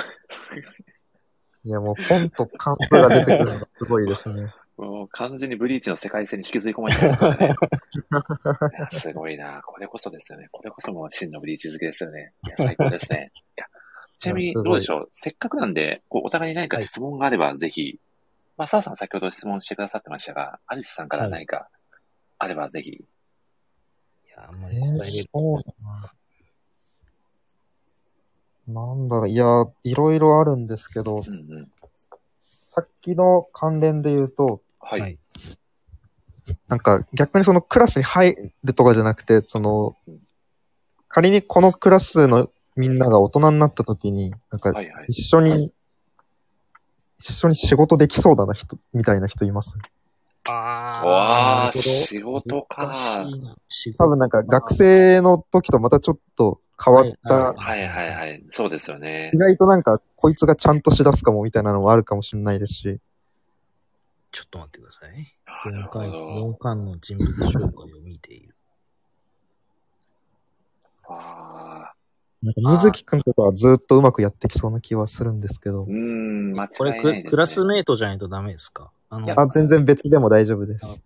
いや、もう、ポンとカンプが出てくるのがすごいですね。もう完全にブリーチの世界線に引きずり込まれてますからね。いやすごいな。これこそですよね。これこそもう真のブリーチ好きですよね。いや、最高です ね。いやちなみに、どうでしょうせっかくなんで、こうお互いに何か質問があれば、ぜひ、まあ、澤さん先ほど質問してくださってましたが、アリスさんから何かあれば、ぜひ。いや、あん まえりー、答えれるそうだな。なんだろう、いや、いろいろあるんですけどう、んうん。さっきの関連で言うと、はい。はいなんか逆にそのクラスに入るとかじゃなくて、その、仮にこのクラスのみんなが大人になった時に、なんかはいはい。一緒に、一緒に仕事できそうだな人、みたいな人います。わああ、仕事か。難しいな多分なんか学生の時とまたちょっと変わった、はいはいはいはいはい。そうですよね意。外となんかこいつがちゃんとしだすかもみたいなのもあるかもしれないですし、ちょっと待ってください。なるほ4巻、ど。 4巻の人物紹介を見ている。ああ。なんか水木くんとかはずっとうまくやってきそうな気はするんですけどうー、ん、間違いないです、こね。れク、クラスメートじゃないとダメですかあの、あ、全然別でも大丈夫です。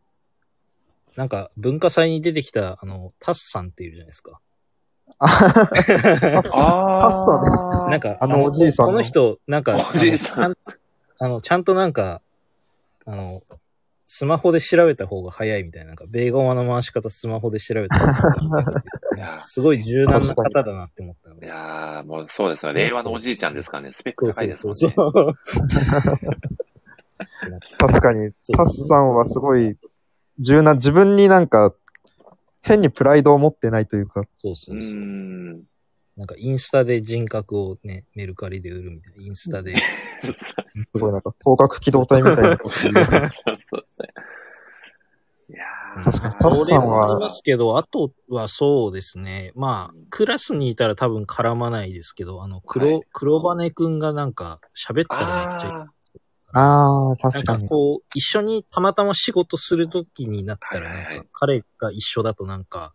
なんか文化祭に出てきた、あの、タスさんっていうじゃないですか。あははああ。パッサーですかなんか、あのおじいさんのこの人、なんか、おじいさんあのちゃんあ の、ちゃんとなんか、あの、スマホで調べた方が早いみたいな、なんか、米語話の回し方スマホで調べた方が早いみたいなすごい柔軟な方だなって思ったのいで。やー、もうそうですよ。令和のおじいちゃんですからね。スペックそう高そいうですそもうんね。そう。確かに、タスさんはすごい柔軟、自分になんか変にプライドを持ってないというか、そうそううそう。ーん。なんかインスタで人格をね、メルカリで売るみたいな。インスタで。すごいなんか広角機動隊みたいなことそう そうそう。いやー。確かにタッ俺サンはもいますけど、あとはそうですね。まあ、クラスにいたら多分絡まないですけど、あの、は黒、い黒羽くんがなんか喋ったらめっちゃいいあああ、な確んかかに。こう、一緒にたまたま仕事するときになったら、はいはいなはんいか彼が一緒だとなんか、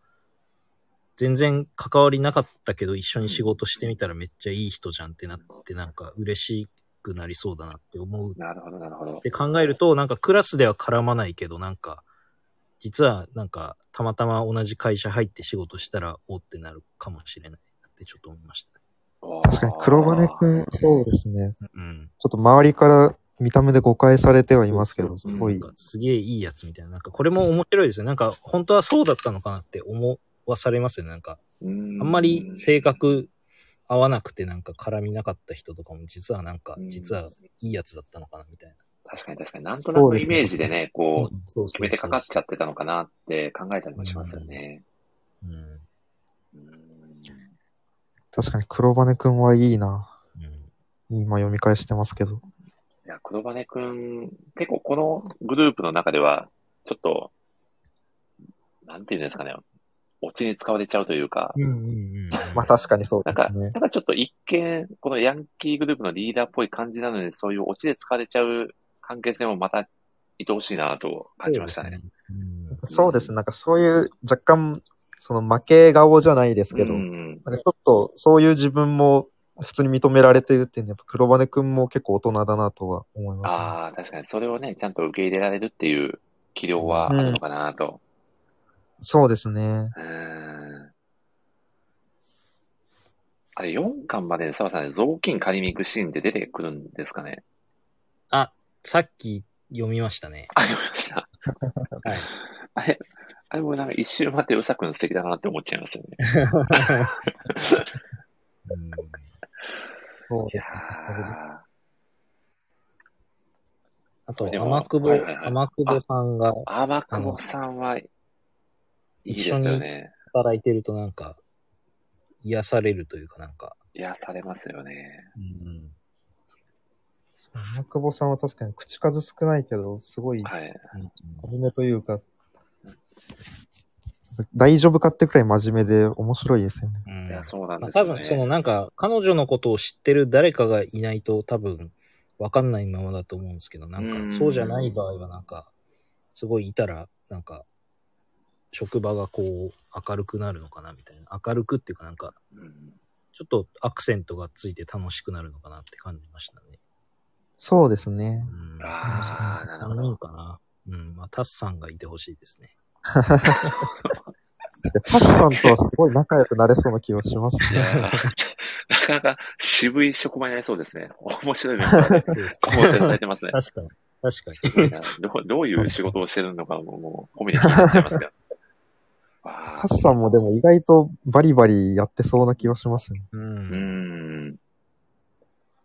全然関わりなかったけど、一緒に仕事してみたらめっちゃいい人じゃんってなって、なんか嬉しくなりそうだなって思うー。なるほど、なるほどっ。て考えると、なんかクラスでは絡まないけど、なんか、実はなんか、たまたま同じ会社入って仕事したら、おってなるかもしれないなってちょっと思いました。確かに黒羽くん、そうですね。うん。ちょっと周りから見た目で誤解されてはいますけど、すごないん。か、すげえいいやつみたいな。なんか、これも面白いですね。なんか、本当はそうだったのかなって思わされますよね。なんか、うーあんまり性格合わなくてなんか絡みなかった人とかも、実はなんかう、ん実はいいやつだったのかなみたいな。確かに確かに。なんとなくイメージでね、こう、そうそうそう決めてかかっちゃってたのかなって考えたりもしますよね。うん。うんうーん確かに黒羽くんはいいな。今読み返してますけど。いや、黒羽くん、結構このグループの中では、ちょっと、なんていうんですかね、オチに使われちゃうというか、うんうんうん。まあ確かにそうなんでか、すなんね。かちょっと一見、このヤンキーグループのリーダーっぽい感じなのに、そういうオチで使われちゃう関係性もまた愛おしいなと感じましたね。うん。そうですね。なんかそういう若干、その負け顔じゃないですうけど、ん。なんかちょっとそういう自分も普通に認められてるっていうのは、やっぱ黒羽くんも結構大人だなとは思います、ね。ああ、確かにそれをね、ちゃんと受け入れられるっていう器量はあるのかなと。そうですね。うーん。あれ、4巻まで澤さんね、雑巾借りに行くシーンって出てくるんですかねあ、さっき読みまし たね。ありました。はい。 あれ、あれもなんか一周待ってうさくん素敵だなって思っちゃいますよね。うんそういでやーすあこれと、でも天久保、はいはいはい天久保さんが天久保さんはいいです一よ緒ね。働いてるとなんか、癒されるというかなんか、癒されますよね。うん、天久保さんは確かに口数少ないけど、すごいはい。真面目というか、大丈夫かってくらい真面目で面白いですよね。うんいや、そうなんまであす多よね。分そのなんか、彼女のことを知ってる誰かがいないと多分、わかんないままだと思うんですけど、なんうんか、そうじゃない場合はなんか、すごいいたら、なんか、職場がこう、明るくなるのかなみたいな。明るくっていうかなんか、うんちょっとアクセントがついて楽しくなるのかなって感じましたね。そうですね。うん。あーなるほど3人かな。うん、まあ、タスさんがいてほしいです ね。タスさんとはすごい仲良くなれそうな気がしますいね。やー なかなか渋い職場になりそうですね。面白いメンバーで、確か構成されてますね。に。確かに。すごいなどうどういう仕事をしてるのかも、もう、コミュニケーションになっちゃいますけど。わタあスさんもでも意外とバリバリやってそうな気がしますよね。ううんーん。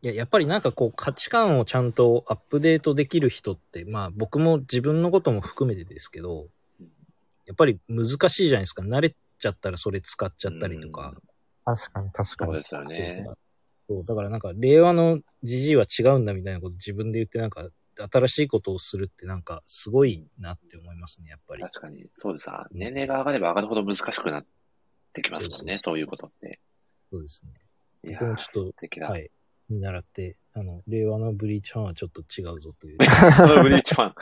いや、やっぱりなんかこう価値観をちゃんとアップデートできる人って、まあ僕も自分のことも含めてですけどうん、やっぱり難しいじゃないですか。慣れちゃったらそれ使っちゃったりとか。確かに確かそうにで。すよね。そうだからなんか令和のじじいは違うんだみたいなこと自分で言ってなんか新しいことをするってなんかすごいなって思いますね、やっぱり。確かに。そうですさ、年齢が上がれば上がるほど難しくなってきますもんね、そういうことって。そうですね。いや僕もー、ちょっと素敵だ。はい。見習って、あの、令和のブリーチファンはちょっと違うぞと いう、そ のブリーチファン、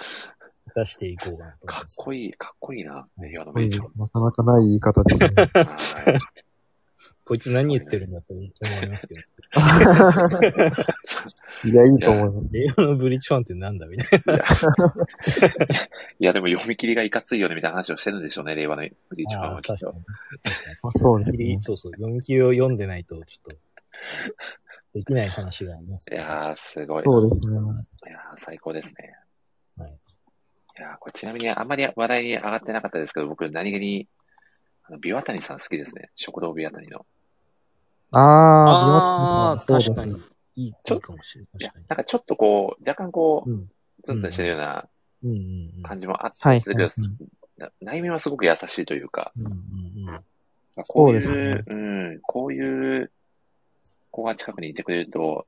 出していこうかなと思いかっます。こいい、かっこいいな、令和のこブうリいーチファンうなかなかない言い方ですね。。はいこいつ何言ってるんだって思いますけど。いや、いいと思います。令和のブリッジファンってなんだみたいいや、でも読み切りがいかついよね、みたいな話をしてるんでしょうね、令和のブリーチ ファンな。はきっと。に。まあ、 そうで読すみ切ねり。そうそう。読み切りを読んでないと、ちょっと、できない話がありますいやー、すごい。そうですね。いやー、最高ですね。はいいやー、これちなみにあんまり話題に上がってなかったですけど、僕何気に、あの、ビワタニさん好きですね。食堂ビワタニの。ああ、美容師さん、そう確でかすにね。。いいちょかもしれいない。や確かなんかちょっとこう、若干こに。うん。う、ツンツンしてるようなうんうん感じもあって、はいけどはいな内面はすごく優しいというか、うん。うんうんうん。こういう、そうですうねん、こういう子が近くにいてくれると、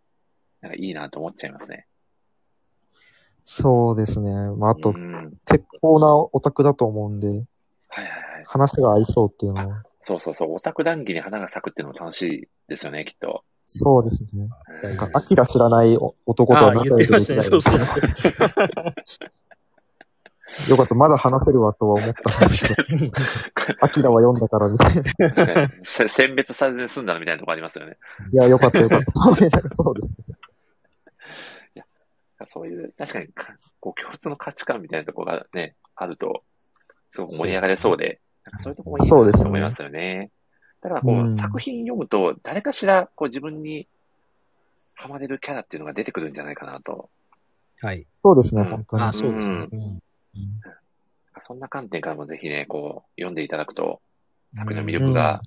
なんかいいなと思っちゃいますね。そうですね。まあ、あとう、ん、はい鉄砲なオタクだと思うんで、はいはい。話が合いそうっていうのは。そうそうそう、オタク談義に花が咲くっていうのも楽しいですよね、きっと。そうですね。うんなんか、アキラ知らないお男とあはあ、仲言っ良てくまできすたいね。ですそうそうそう。よかった、まだ話せるわとは思ったんですけど、 アキラは読んだからみたいな。い せ選別されずに済んだのみたいなとこありますよね。や、よかったよかった。 そうですね。そういう、確かにか、こう、共通の価値観みたいなところがね、あると、すごく盛り上がれそうで、なんかそういうところもいいそうでなすねと思いますよね。だから、こう、うん作品読むと、誰かしら、こう、自分にハマれるキャラっていうのが出てくるんじゃないかなと。はい。そうですね、うん本当にあ。そうですね。そんな観点からもぜひね、こう、読んでいただくと、作品の魅力が、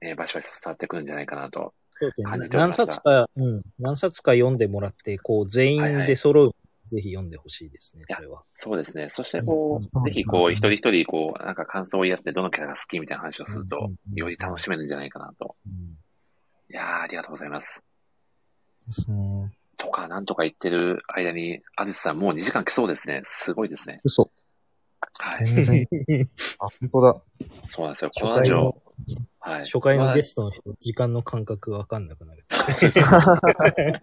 ね、バシバシ伝わってくるんじゃないかなと。そうです感じね。ており何ました冊か、うん。何冊か読んでもらって、こう、全員で揃う。ぜひ読んでほしいですね、これは。そうですね。そして、こうんう、ぜひ、こそうう、で一すね人一人、こう、なんか感想を言い合って、どのキャラが好きみたいな話をするうんうとんうん、より楽しめるんじゃないかなと。うんいやー、ありがとうございます。ですね。とか、なんとか言ってる間に、アリスさんもう2時間来そうですね。すごいですね。嘘。はい。全然。 あ、本当だ。そうなんですよ。初このラ回ジのオ。はい。初回のゲスストの人、時間の感覚わかんなくなる。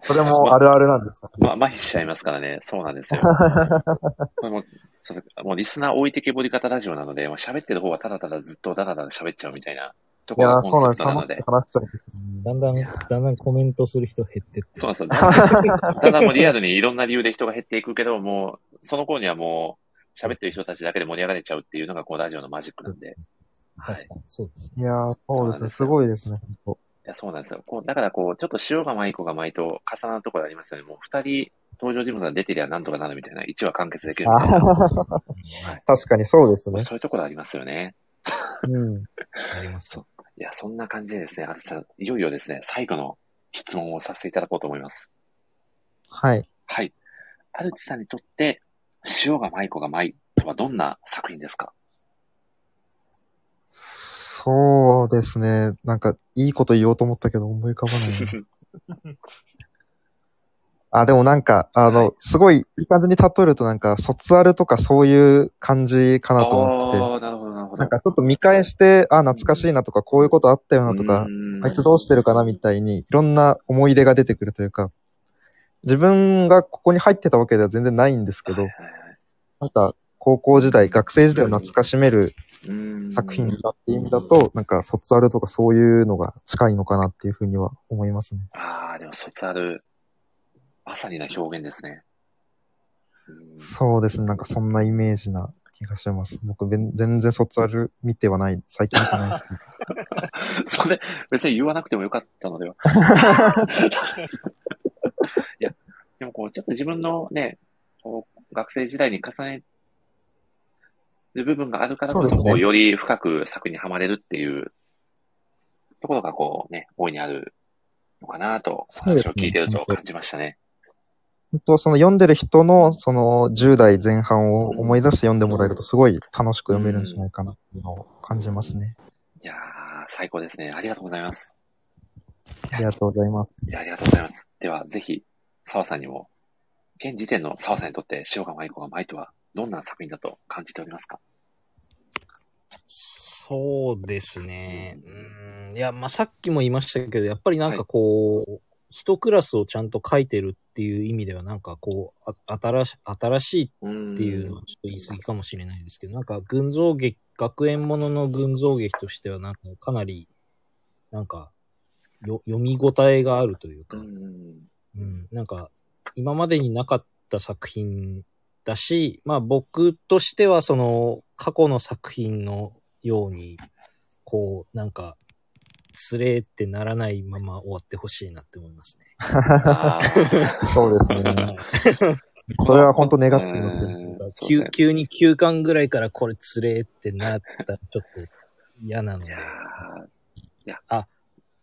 それもあるあるなんですか。ま、麻痺しちゃいますからね。そうなんですよ。これも、それもうリスナー置いてけぼり型ラジオなので、もう喋ってる方はただただずっとダラダラ喋っちゃうみたいなといころやがー、そコうなんンでセす。プトな楽のでしく。話したいですね。だんだん、だんだんコメントする人減ってって。そうなんですよ。ただもうリアルにいろんな理由で人が減っていくけど、もう、その頃にはもう、喋ってる人たちだけで盛り上がれちゃうっていうのが、こう、ラジオのマジックなんで。はい。確かにそうですいね。やー、そうですね。すごいですね。本いや、そうなんですよ。こう、だからこう、ちょっと塩が舞い子が舞いと重なるところありますよね。もう二人登場人物が出てりゃなんとかなるみたいな、一話完結できる当みたいな。あー確かにそうですね。そういうところありますよね。うん。あります。いや、そんな感じでですね、アルさん、いよいよですね、最後の質問をさせていただこうと思います。はい。はい。アルチさんにとって、塩が舞子が舞いとはどんな作品ですかそうですね。なんか、いいこと言おうと思ったけど、思い浮かば ないな。あ、でもなんか、あの、はいすごいいい感じに例えるとなんか、卒アルとかそういう感じかあなと思ってあー、なるほど、なるほど。て、なんかちょっと見返して、あ、懐かしいなとか、こういうことあったよなとかう、ーんあいつどうしてるかなみたいに、いろんな思い出が出てくるというか、自分がここに入ってたわけでは全然ないんですけどはい、はいはいなんか、高校時代、学生時代を懐かしめるうーん作品だっていう意味だと、なんか、卒アルとかそういうのが近いのかなっていうふうには思いますね。ああ、でも、卒アル、まさにな表現ですね。うん そうですね。なんかそんなイメージな気がします。僕、べん全然卒アル見てはない。最近見てないです ね。それ、別に言わなくてもよかったのでは。いや、でもこう、ちょっと自分のね、こう学生時代に重ねる部分があるからこそそうですねこうより深く作にはまれるっていうところがこうね、大いにあるのかなと、そうで話すをね聞いてると感じましたね。本当その読んでる人の、その10代前半を思い出して読んでもらえると、すごい楽しく読めるんじゃないかなっていうのを感じますね。いやー、最高ですね。ありがとうございます。ありがとうございます。いや、ありがとうございます。では、ぜひ、澤さんにも、現時点の澤さんにとって、塩川舞子が舞とは、どんな作品だと感じておりますかそうですね。うん。いや、まあ、さっきも言いましたけど、やっぱりなんかこう、一クラスをちゃんと書いてるっていう意味では、なんかこう、あ新し新しいっっていうのはちょっと言い過ぎかもしれないですけど、なんか群像劇、学園ものの群像劇としては、なんかかなり、なんか、よ読み応えがあるというか、うん、なんか、今までになかった作品だし、まあ僕としてはその過去の作品のように、こう、なんか、スレーってならないまま終わってほしいなって思いますね。あーそうです ね。それは本当願っていますよ。うんそうです急ね急に9巻ぐらいからこれつれーってなったらちょっと嫌なのいでや。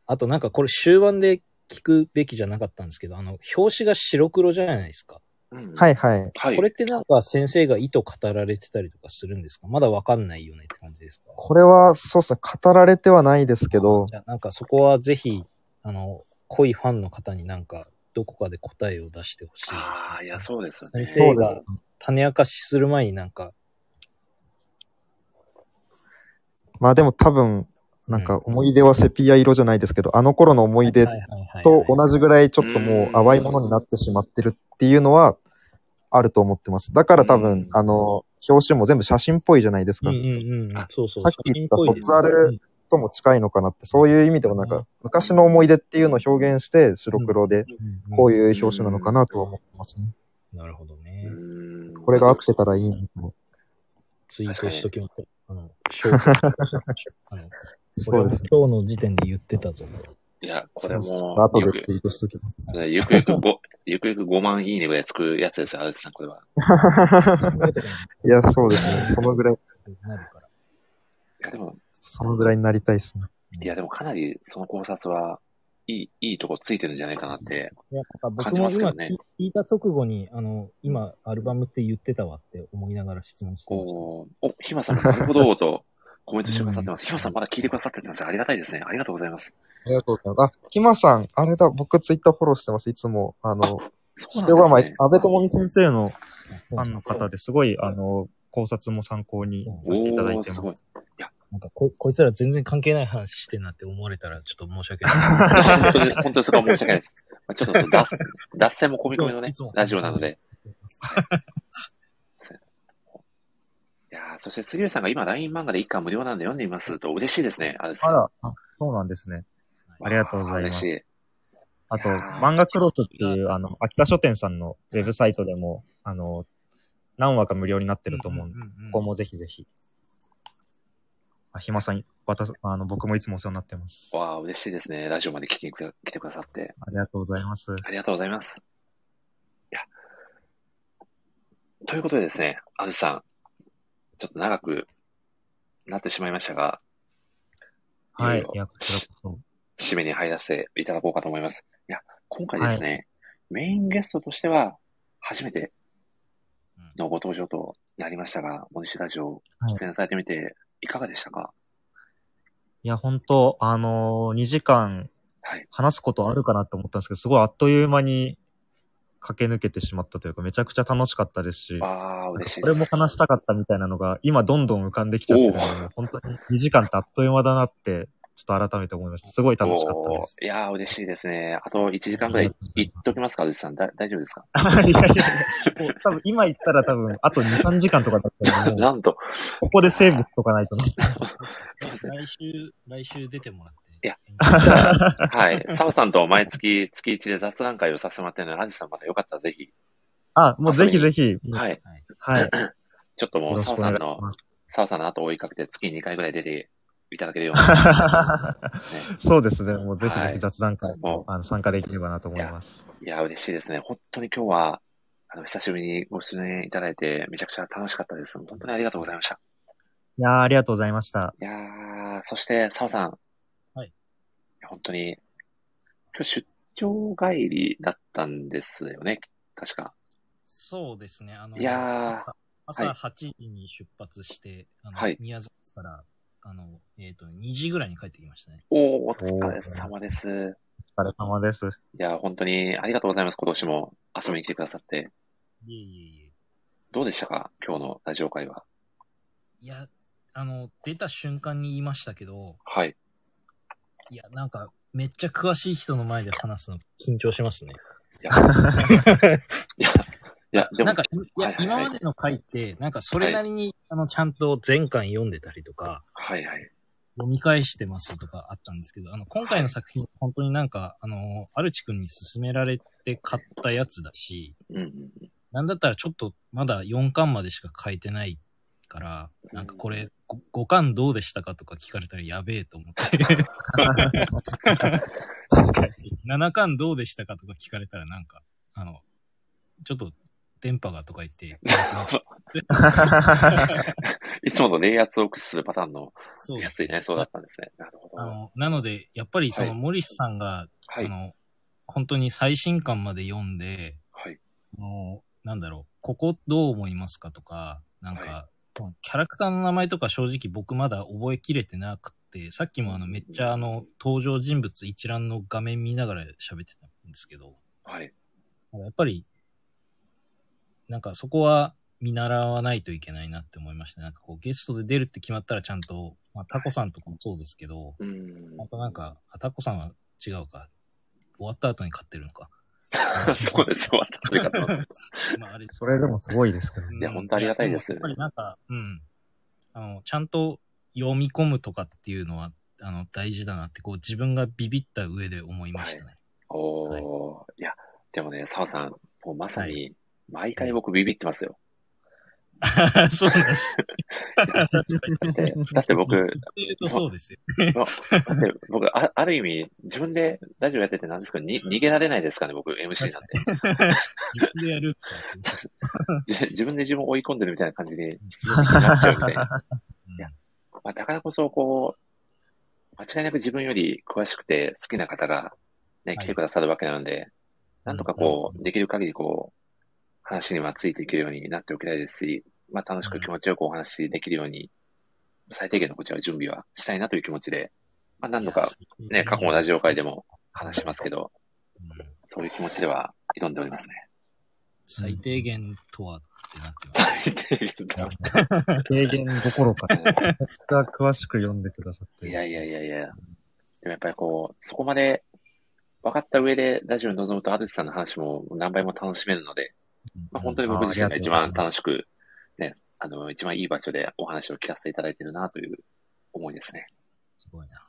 あとなんかこれ終盤で聞くべきじゃなかったんですけど、あの、表紙が白黒じゃないですか。ーうんはいはい。はい。これってなんか先生が意図語られてたりとかするんですかまだわかんないよねって感じですかこれは、そうですね。語られてはないですけどい、やなんかそこはぜひ、あの、濃いファンの方になんかどこかで答えを出してほしいです、ああ、いや、そうですよね。先生が種明かしする前になんか、まあでも多分、なんか思い出はセピア色じゃないですけど、あの頃の思い出はいはいはいはいと同じぐらいちょっともう淡いものになってしまってるっていうのはあると思ってます。だから多う分ん、あの、表紙も全部写真っぽいじゃないですか。うんうんうん。そうそう。さっき言った写真ぽいです卒ねアルとも近いのかなって、そういう意味でもなんうか、昔の思い出っていうのを表現して、白黒で、こうういう表紙なのかなとは思ってますね。ん。なるほどね。うんこれが合ってたらいいなと。ツイートしときましょう。あの、ショートあのそ俺うもですね。今日の時点で言って たぞ。いや、こそれうですも、後ゆくでツイートしときます。ゆくゆくご ゆくゆく5万いいねぐらいつくやつですよ、アルツさん、これは。 いや、そうですね。そのぐらい、なるから。いや、でも、そのぐらいになりたいですね。いや、でもかなりその考察は、いい、いいとこついてるんじゃないかなって。いや、なんか感僕じまもすけど今、ね聞いた直後に、あの、今、アルバムって言ってたわって思いながら質問してました。おーお、ひまさんがなるほどとコメントしてくださってます。ひまさんまだ聞いてくださってたんですありがたいですね。ありがとうございます。ありがとうございます。あ、ひまさん、あれだ、僕ツイッターフォローしてます。いつも、あの、そう塩釜、なん安ですね。倍智美先生のファンの方ですごい、あの、考察も参考にさせていただいおー、てますごい。なんかこ、こいつら全然関係ない話してんなって思われたらちょっと申し訳ない。本当に、本当にそこは申し訳ないです。まあちょっと脱、脱線も込み込みのねいつもいつも、ラジオなので。いやーそして杉浦さんが今 LINE 漫画で一巻無料なんで読んでみますと嬉しいですね。あれですあら、あそうなんですね。ありがとうございます嬉しい。あと、いやー漫画クロスっていう、あの、秋田書店さんのウェブサイトでも、あの、何話か無料になってると思うんで、んここもぜひぜひ。あ、ひまさん、私、あの、僕もいつもお世話になってます。あわあ、嬉しいですね。ラジオまで聞きに来て来てくださって。りがとうございます。ありがとうございます。いや。ということでですね、あずさん、ちょっと長くなってしまいましたが、はいい。いいよや、こちらこそ。締めに入らせていただこうかと思います。いや、今回ですね、メインゲストとしては、初めてのご登場となりましたが、モニシラジオはい出演されてみて、いかがでしたか、いや、本当あのー、2時間はい、話すことあるかなと思ったんですけど、すごいあっという間に駆け抜けてしまったというか、めちゃくちゃ楽しかったですし、わあ、嬉しいこでれす。も話したかったみたいなのが、今どんどん浮かんできちゃってるので、本当に2時間ってあっという間だなって、ちょっと改めて思いました。すごい楽しかった おでーいやー、嬉しいですね。あと1時間ぐらいいっときますか、あずさん。だ大丈夫ですかす。いやいやいや、もう 多分今言ったら多分、あと2、3時間とかだったら、もうなん と、ここでセーブしとかないとな。そうですね。来週、来週出てもらっいて。や。はい。サムさんと毎月、月1で雑談会をさせてもらってるので、アジさんまだよかったらぜひあ、もうぜひぜひ。はい。はい。よちょっともう、ろ澤しくおさ願んいしの、ます。澤さんの後を追いかけて月に2回ぐらい出ていただけるよう な。ねそうですね。もうぜひぜはいひ雑談会も、あの参加できればなと思います。 いや、嬉しいですね。本当に今日は、あの、久しぶりにご出演いただいて、めちゃくちゃ楽しかったです。本当にありがとうございました。いやーありがとうございました。いやー、そして、澤さん。はいや。本当に、今日出張帰りだったんですよね。確か。そうですね。あの、いやー朝はい8時に出発して、あのはい宮崎から、あの、えっ、と、2時ぐらいに帰ってきましたね。おー、お疲れ様です。お疲れ様です。いやー、本当にありがとうございます。今年も遊びに来てくださって。いえいえいえ。どうでしたか今日のラジオ会は。いや、あの、出た瞬間に言いましたけど、はい。いや、なんか、めっちゃ詳しい人の前で話すの緊張しますね。 いや、いや、いや、でもなん、か、いや、はいはいはい今までの回って、なんかそれなりに、あの、ちゃんと前回読んでたりとか、はいはい。読み返してますとかあったんですけど、あの、今回の作品、本当になんか、あの、アルチ君に勧められて買ったやつだし、うんうんうん。なんだったらちょっとまだ4巻までしか書いてないから、なんかこれ、5巻どうでしたかとか聞かれたらやべえと思って、確かに。 7巻どうでしたかとか聞かれたらなんか、あの、ちょっと電波がとか 言って、いつもの冷圧を駆使するパターンのそうでやすつになりそうだったんですね。なるほど。あはの、なので、やっぱりそはのいモリスさんが、いあ。の、本当に最新刊まで読んで、はい。あのなんだろう、ここどう思いますかとか、なんか、キャラクターの名前とか正直僕まだ覚えきれてなくて、さっきもあのめっちゃあの登場人物一覧の画面見ながら喋ってたんですけど、はい。やっぱり、なんかそこは見習わないといけないなって思いましたね。なんかこうゲストで出るって決まったらちゃんと、まあタコさんとかもそうですけど、うーんあ。となんか、あタコさんは違うか。終わった後に買ってるのか。 そうです。終わったというか どうぞまあ、あれそれでもすごいですけどね。いや本当ありがたいですやもやっぱりなんか、うん。あの、ちゃんと読み込むとかっていうのは、あの、大事だなって、こう、自分がビビった上で思いましたね。おー。いや、でもね、澤さん、もうまさに、毎回僕ビビってますよ。 そうなんです。で だって僕、言っているとそうですよ。だって 僕あ、ある意味、自分でラジオやっててなんですけど、に逃げられないですかね、僕、MC なん自分でやるってやつ。で。じ 自分で自分を追い込んでるみたいな感じに、必要になっちゃうみたい な。うんいやまあ、だからこそ、こう、間違いなく自分より詳しくて好きな方が、ね、はい来てくださるわけなので、なんとかこうんうんうう、んできる限りこう、話にはついていけるようになっておきたいですし、まあ、楽しく気持ちよくお話しできるように、最低限のこちらは準備はしたいなという気持ちで、まあ、何度か、ね、過去のラジオ会でも話しますけど、うんそういう気持ちでは挑んでおります ね。最低限とはってなってます。最低限と提言どころか、が詳しく読んでくださって。いやいやいやいや。でもやっぱりこう、そこまで分かった上でラジオに臨むと、アルチさんの話も何倍も楽しめるので、まあ、本当に僕自身が一番楽しく、ね、あの、一番いい場所でお話を聞かせていただいてるなという思い ですね。すごいな。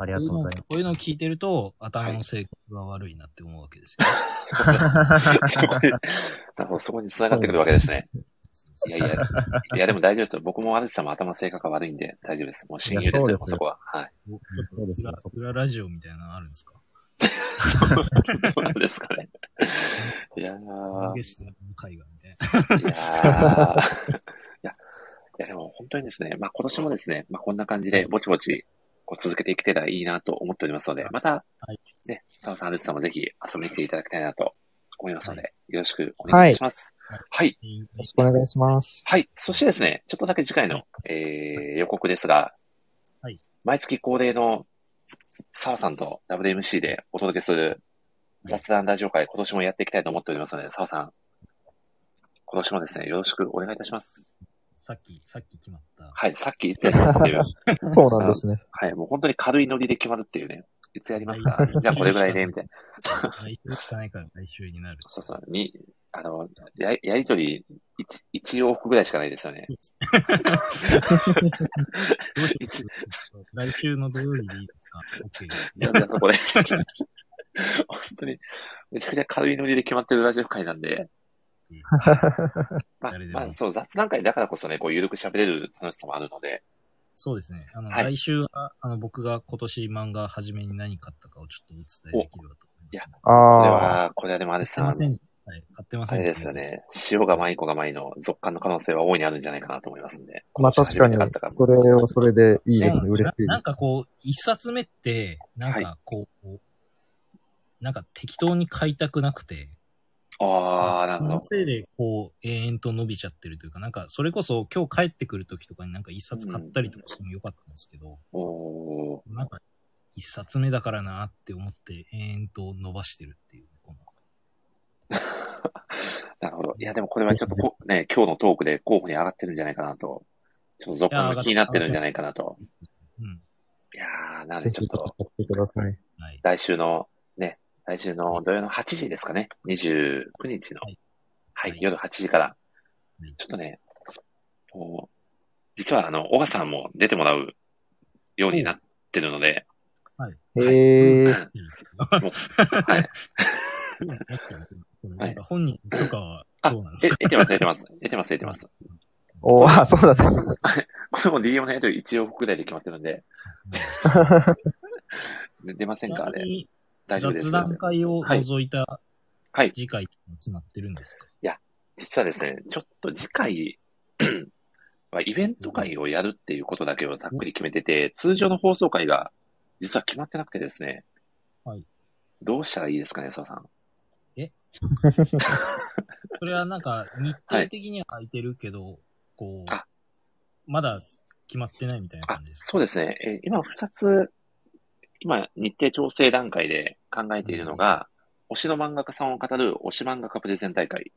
ありがとうございますこういうのを聞いてると、頭の性格が悪いなって思うわけですよ。そこに、なるほど、そこに繋がってくるわけですね。いやいや、いやでも大丈夫ですよ。僕もアルチさんも頭の性格が悪いんで大丈夫です。もう親友でいすやそうですよよ、もうそこは。はい。 おちそうょでっすねと裏裏ラジオみたいなのあるんですかそうなんですかね。いやー。ゲストの会がみたいいやーいや、いやでも本当にですね、まあ今年もですね、まあこんな感じでぼちぼちこう続けていけたらいいなと思っておりますので、また、はいね、澤さん、アルツさんもぜひ遊びに来ていただきたいなと思いますので、よろしくお願いします。はいはい。ろしくおな。願いします。はい。そしてですね、ちょっとだけ次回の、えー、予告ですが、はい毎月恒例の澤さんと WMC でお届けする雑談ラジオ会、今年もやっていきたいと思っておりますので、澤さん、今年もですね、よろしくお願いいたします。さっき、さっき決まった。はい、さっきいつやりますって いう。そうなんですね。はい、もう本当に軽いノリで決まるっていうね。いつやりますかじゃあこれぐらいで、みたいな。来週しかないから来週になる。そうそう、に、あの、ややりとり一1往復ぐらいしかないですよね。来週の土曜日でいいですか ?OK。じゃあ、じゃあそこで。本当に、めちゃくちゃ軽いノリで決まってるラジオ会なんで、 まあ誰で、もまあ、そう、雑談会だからこそね、こう、ゆるく喋れる楽しさもあるので、そうですね。あの、はい来週は、あの、僕が今年漫画初めに何買ったかをちょっとお伝えできればと思います、ね。こあれあ。は、これはでもあれ買ってさん、ませあん。はい、買ってません。れですよ。ね、塩が舞い子が舞いの続感の可能性は大いにあるんじゃないかなと思いますんで。まあ確かに、今年初めて買ったからそれはそれでいいですね。そう嬉しいな。なんかこう、一冊目って、なんかこう、なんか適当に買いたくなくて、ああ、なるそほどの。せいでこう、永遠と伸びちゃってるというか、なんかそれこそ今日帰ってくる時とかになんか一冊買ったりとかしてもよかったんですけど、おーなんか一冊目だからなって思って永遠と伸ばしてるっていう、このなるほど。いや、でもこれはちょっとこ、ね、今日のトークで候補に上がってるんじゃないかなと。ちょっと続感が気になってるんじゃないかなと。うん。いやー、なのぜでひちょっ買と、ってください。はい。来週の、ね、来週の土曜の8時ですかね。29日の、はいはい、はい夜8時からはい。ちょっとね、こう実はあの、小川さんも出てもらうようになってるので、はいへえ。 もうはい。なんか本人とかはあどうなんで、すえか出てます、出てます。出てます、出てます。おーあ、そうなんです。これも DM のやりとり1往復ぐらいで決まってるんで、で出ませんかあれ。に大丈夫です。雑談会を除いたはい。次回も決まってるんですか、実はですね、ちょっと次回、 まあイベント会をやるっていうことだけをざっくり決めてて、通常の放送会が実は決まってなくてですね。はい。どうしたらいいですかね、澤さん。それはなんか日程的には空いてるけど、こうあ、まだ決まってないみたいなあ感じです、かそうですね。えー今二つ、今日程調整段階で考えているのが、推しの漫画家さんを語る推し漫画家プレゼン大会。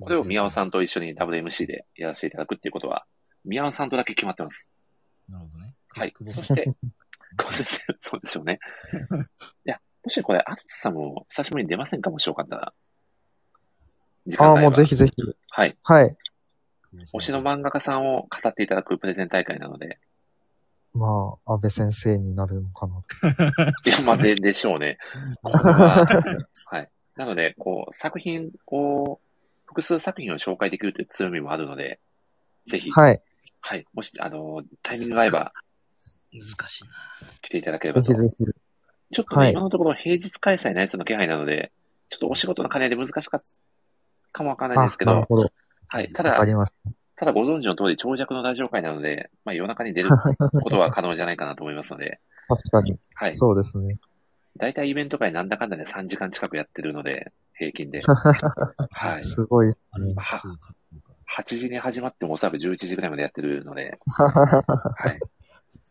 これを宮尾さん。んと一緒に WMC でやらせていただくっていうことは、宮尾さんとだけ決まってます。なるほどね。はい久。保そさしん。 て、ご先生、そうでし ょうね。いや、もしこれ、アルツさんも久しぶりに出ませんかもしよかったら。時あ間あ、があれもうばぜひぜひ。はい。はい。推しの漫画家さんを語っていただくプレゼン大会なので。まあ、安倍先生になるのかな。いや、まあ、で、でしょ うね。ははい。なので、こう、作品を、複数作品を紹介できるという強みもあるので、ぜひ、はい。はい。もし、あの、タイミングが合えば難しいな。来ていただけれぜばとひ。ぜひ。ちょっとね、はい今のところ平日開催のやつの気配なので、ちょっとお仕事の兼ねで難しかったかもわからないあです、けなるど、ほど。はい。たわだか、りましただご存知の通り、長尺のラジオ会なので、まあ夜中に出る ことは可能じゃないかなと思いますので、た。確かに。はい。そうですね。大体イベント会なんだかんだで3時間近くやってるので、平均 で。はい。すごいですあれね。はすぐ買ってるから。 8時に始まってもおそらく11時ぐらいまでやってるの で、はい。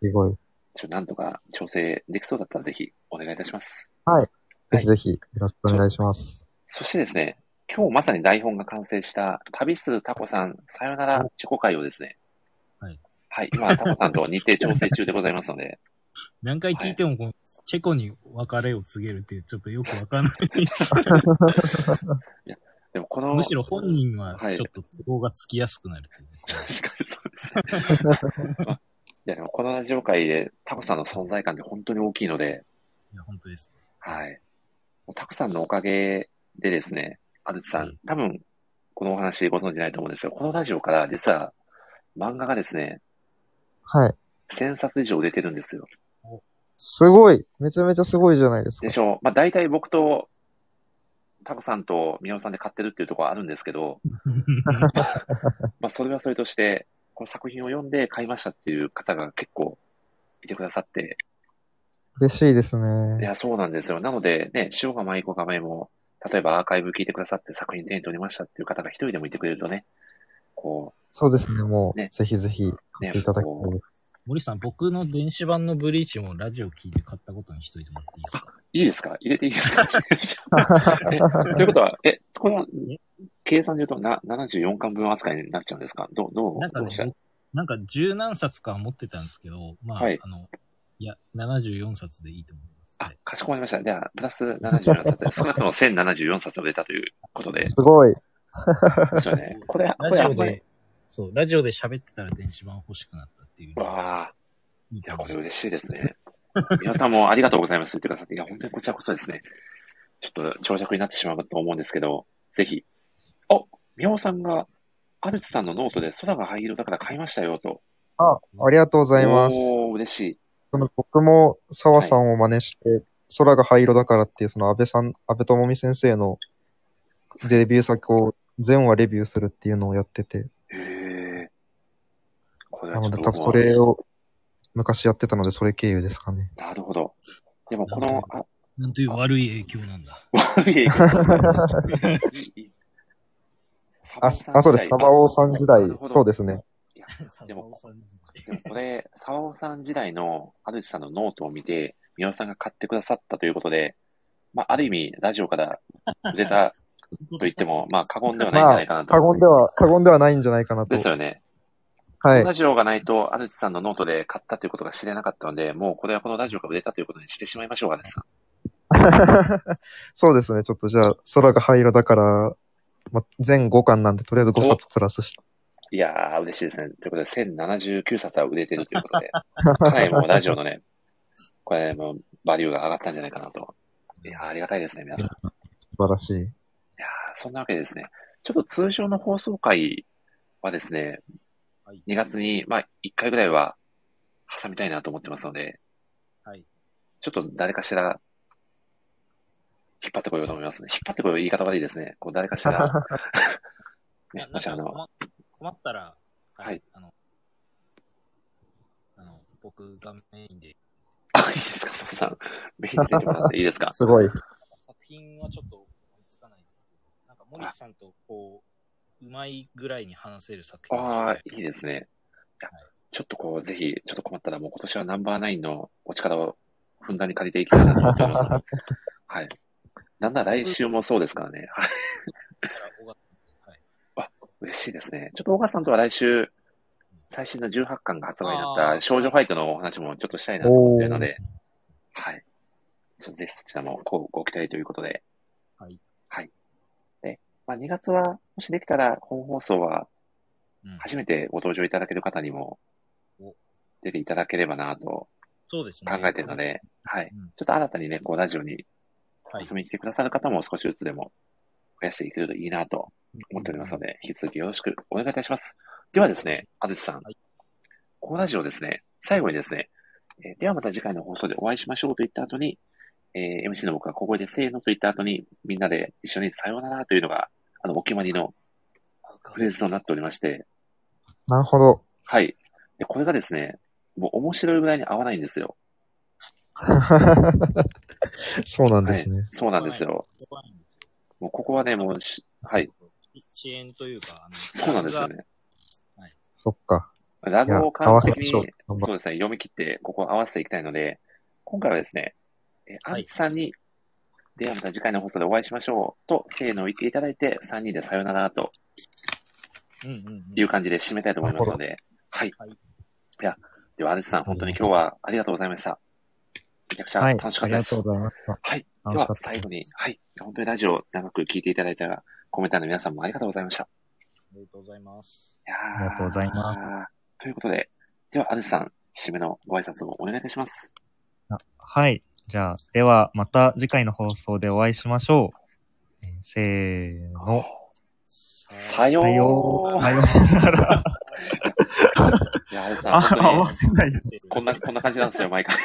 すごい。ちょなんとか調整できそうだったらぜひお願いいたします。ぜひぜひ、よろしくお願いします。そしてですね、今日まさに台本が完成した旅するタコさんさよなら自己会をですね。はい。はい。今、タコさんと日程調整中でございますの で。何回聞いてもこの、チェコに別れを告げるっていう、ちょっとよくわかんない。でもこの、むしろ本人ははいちょっと都合がつきやすくなるっていうね、こう確かにそう ですね。いや、でもこのラジオ界でタコさんの存在感って本当に大きいので、いや、本 当です。はい。もうタコさんのおかげでですね、アルツさうんん、多分、このお話ご存知ないと思うんですが、このラジオから実は漫画がですね、はい。 1000冊以上出てるんですよ。すごい。めちゃめちゃすごいじゃないですかで。しょう。まあ、大体僕と、タコさんと宮尾さんで買ってるっていうところはあるんですけど、まあ、それはそれとして、この作品を読んで買いましたっていう方が結構いてくださって、嬉しいですいね。や、そうなんですよ。なので、ね、塩が舞子が前も、例えばアーカイブ聞いてくださって作品手に取りましたっていう方が一人でもいてくれるとね、こそうですね。もねう、ぜひぜひ、う、買ねっていただきたこうい。森さん、僕の電子版のブリーチもラジオ聞いて買ったことにしといてもらっていいですかいいですか入れていいですか えということは、え、この、計算で言うとな74巻分扱いになっちゃうんですかどう、どうなん、かどねうした、なんか十何冊か持ってたんですけど、まあ、はいあの、いや、74冊でいいと思います。あ、かしこまりました。じゃあ、プラス74 冊で、少なくとも1074冊を売れたということで、ですごい。す よね。これ、これ、ラあんジオまりで、、そう、ラジオで喋ってたら電子版欲しくなったっていう。わあ、いいいや、感こじれ。嬉しいですね。皆さんもありがとうございますって言ってくださって、いや、本当にこちらこそですね。ちょっと長尺になってしまうと思うんですけど、ぜひ。お宮尾さんが、アルツさんのノートで空が灰色だから買いましたよと。あ、ありがとうございます。おー、嬉しい。その僕も澤さんを真似して、空が灰色だからっていう、その安倍さん、安倍智美先生のデビュー作を全話レビューするっていうのをやってて、へえ。これなはちょのっでと多分それを昔やってたので、それ経由ですかね。なるほど。でもこの、あ、なんという悪い影響なんだ。悪い影響いい。あ、あそうです。サバオさん時代、そうですすね。で もでもこれ、サバオさん時代のアルチさんのノートを見て、宮尾さんが買ってくださったということで、まあ、ある意味、ラジオから出たと言っても、まあ、過言ではないんじゃないかなと。過言では、過言ではないんじゃないかなとで。すよね。はい。ラジオがないと、アルチさんのノートで買ったということが知れなかったので、もうこれはこのラジオが売れたということにしてしまいましょうがです。 そうですね。ちょっとじゃあ、空が灰色だから、ま、全5巻なんで、とりあえず5冊プラスして。いやー、嬉しいですね。ということで、1079冊は売れてるということで、かなりもうラジオのね、 これもうバリューが上がったんじゃないかなと。いやー、ありがたいですね、皆さん。い素晴らしい。やー、そんなわけでですね、ちょっと通常の放送回はですね、はい2月に、まあ、1回ぐらいは挟みたいなと思ってますので、はい。ちょっと誰かしら、引っ張ってこようと思いますね。引っ張ってこよう言い方悪いですね。こう、誰かし ら、ね、もしあなんの、か困っ困ったら、はい。あの、あの僕がメインで、あ、いいですか、佐藤さん。メインで出てもらっていいです かすごい。作品はちょっと思いつかないんですけど、なんか森さんとこう、うまいぐらいに話せる作品ですねああ、いいですね。いやちょっとこう、ぜひ、ちょっと困ったら、もう今年はナンバーナインのお力をふんだんに借りていきたいなと思っており ますので。はい。なんなら来週もそうですからね。はい。だから尾形はい。嬉しいですね。ちょっと、小川さんとは来週、最新の18巻が発売になった少女ファイトのお話もちょっとしたいなと思っているので、はい。ちょっとぜひそちらもごご期待ということで。はい。はい。で、まあ、2月は、もしできたら、本放送は、うん初めてご登場いただける方にもお、出ていただければなとそうですね。考えているので、はい。うん、ちょっと新たにね、こう、ラジオにはい遊。びに来てくださる方も少しずつでも増やしていけるといいなと思っておりますので、引き続きよろしくお願いいたします。ではですね、アデスさん、はいこのラジオですね、最後にですね、えーではまた次回の放送でお会いしましょうと言った後に、えー MC の僕が小声でせーのと言った後に、みんなで一緒にさようならというのが、あの、お決まりのフレーズとなっておりまして、なるほど。はい。でこれがですね、もう面白いぐらいに合わないんですよ。 そうなんですね。そうなんですよ。怖いんですよもうここはね、もうし、はい。遅延というか、あのそうなんですよね。そっか。ラいグやを、合完わ全せに、ましそょうう。ですね、読み切って、ここを合わせていきたいので、今回はですね、えー、はアいンチさんに、ではまた次回の放送でお会いしましょうと、せーのを言っていただいて、3人でさよならとうんうんうんいう感じで締めたいと思いますので、はい。はいでは、アンチさん、本当に今日はありがとうございました。めちゃくちゃはい楽しかあっりがたです。とうございました。はい。楽しでかは、った最で後にす。、はい。本当にラジオ長く聞いていただいたコメンターの皆さんもありがとうございました。ありがとうございます。いやー。ありがとうございますということで、では、アンチさん、締めのご挨拶をお願いいたします。はい。じゃあ、では、また次回の放送でお会いしましょう。えーせーの。さよさうようなら。さようなら。い や、あれさ、あ、本 合当わ に、せない。こんな、こんな感じなんですよ、 毎回。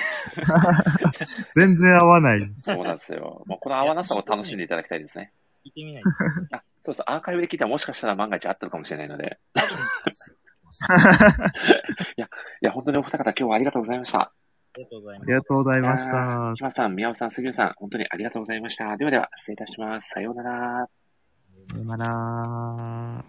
全然合 わない。そうなんですよ。もうこの合わなさを楽しんでいただきたいですね。聞いてみないあ、そうです。アーカイブで聞いたらもしかしたら万が一あったのかもしれないので。いや、本当にお二方今日はありがとうございました。ありがとうございあますり。がとうございましあたー。ひまさん、宮尾さん、杉浦さん、本当にありがとうございました。ではでは、失礼いたします。さようなら。さようなら。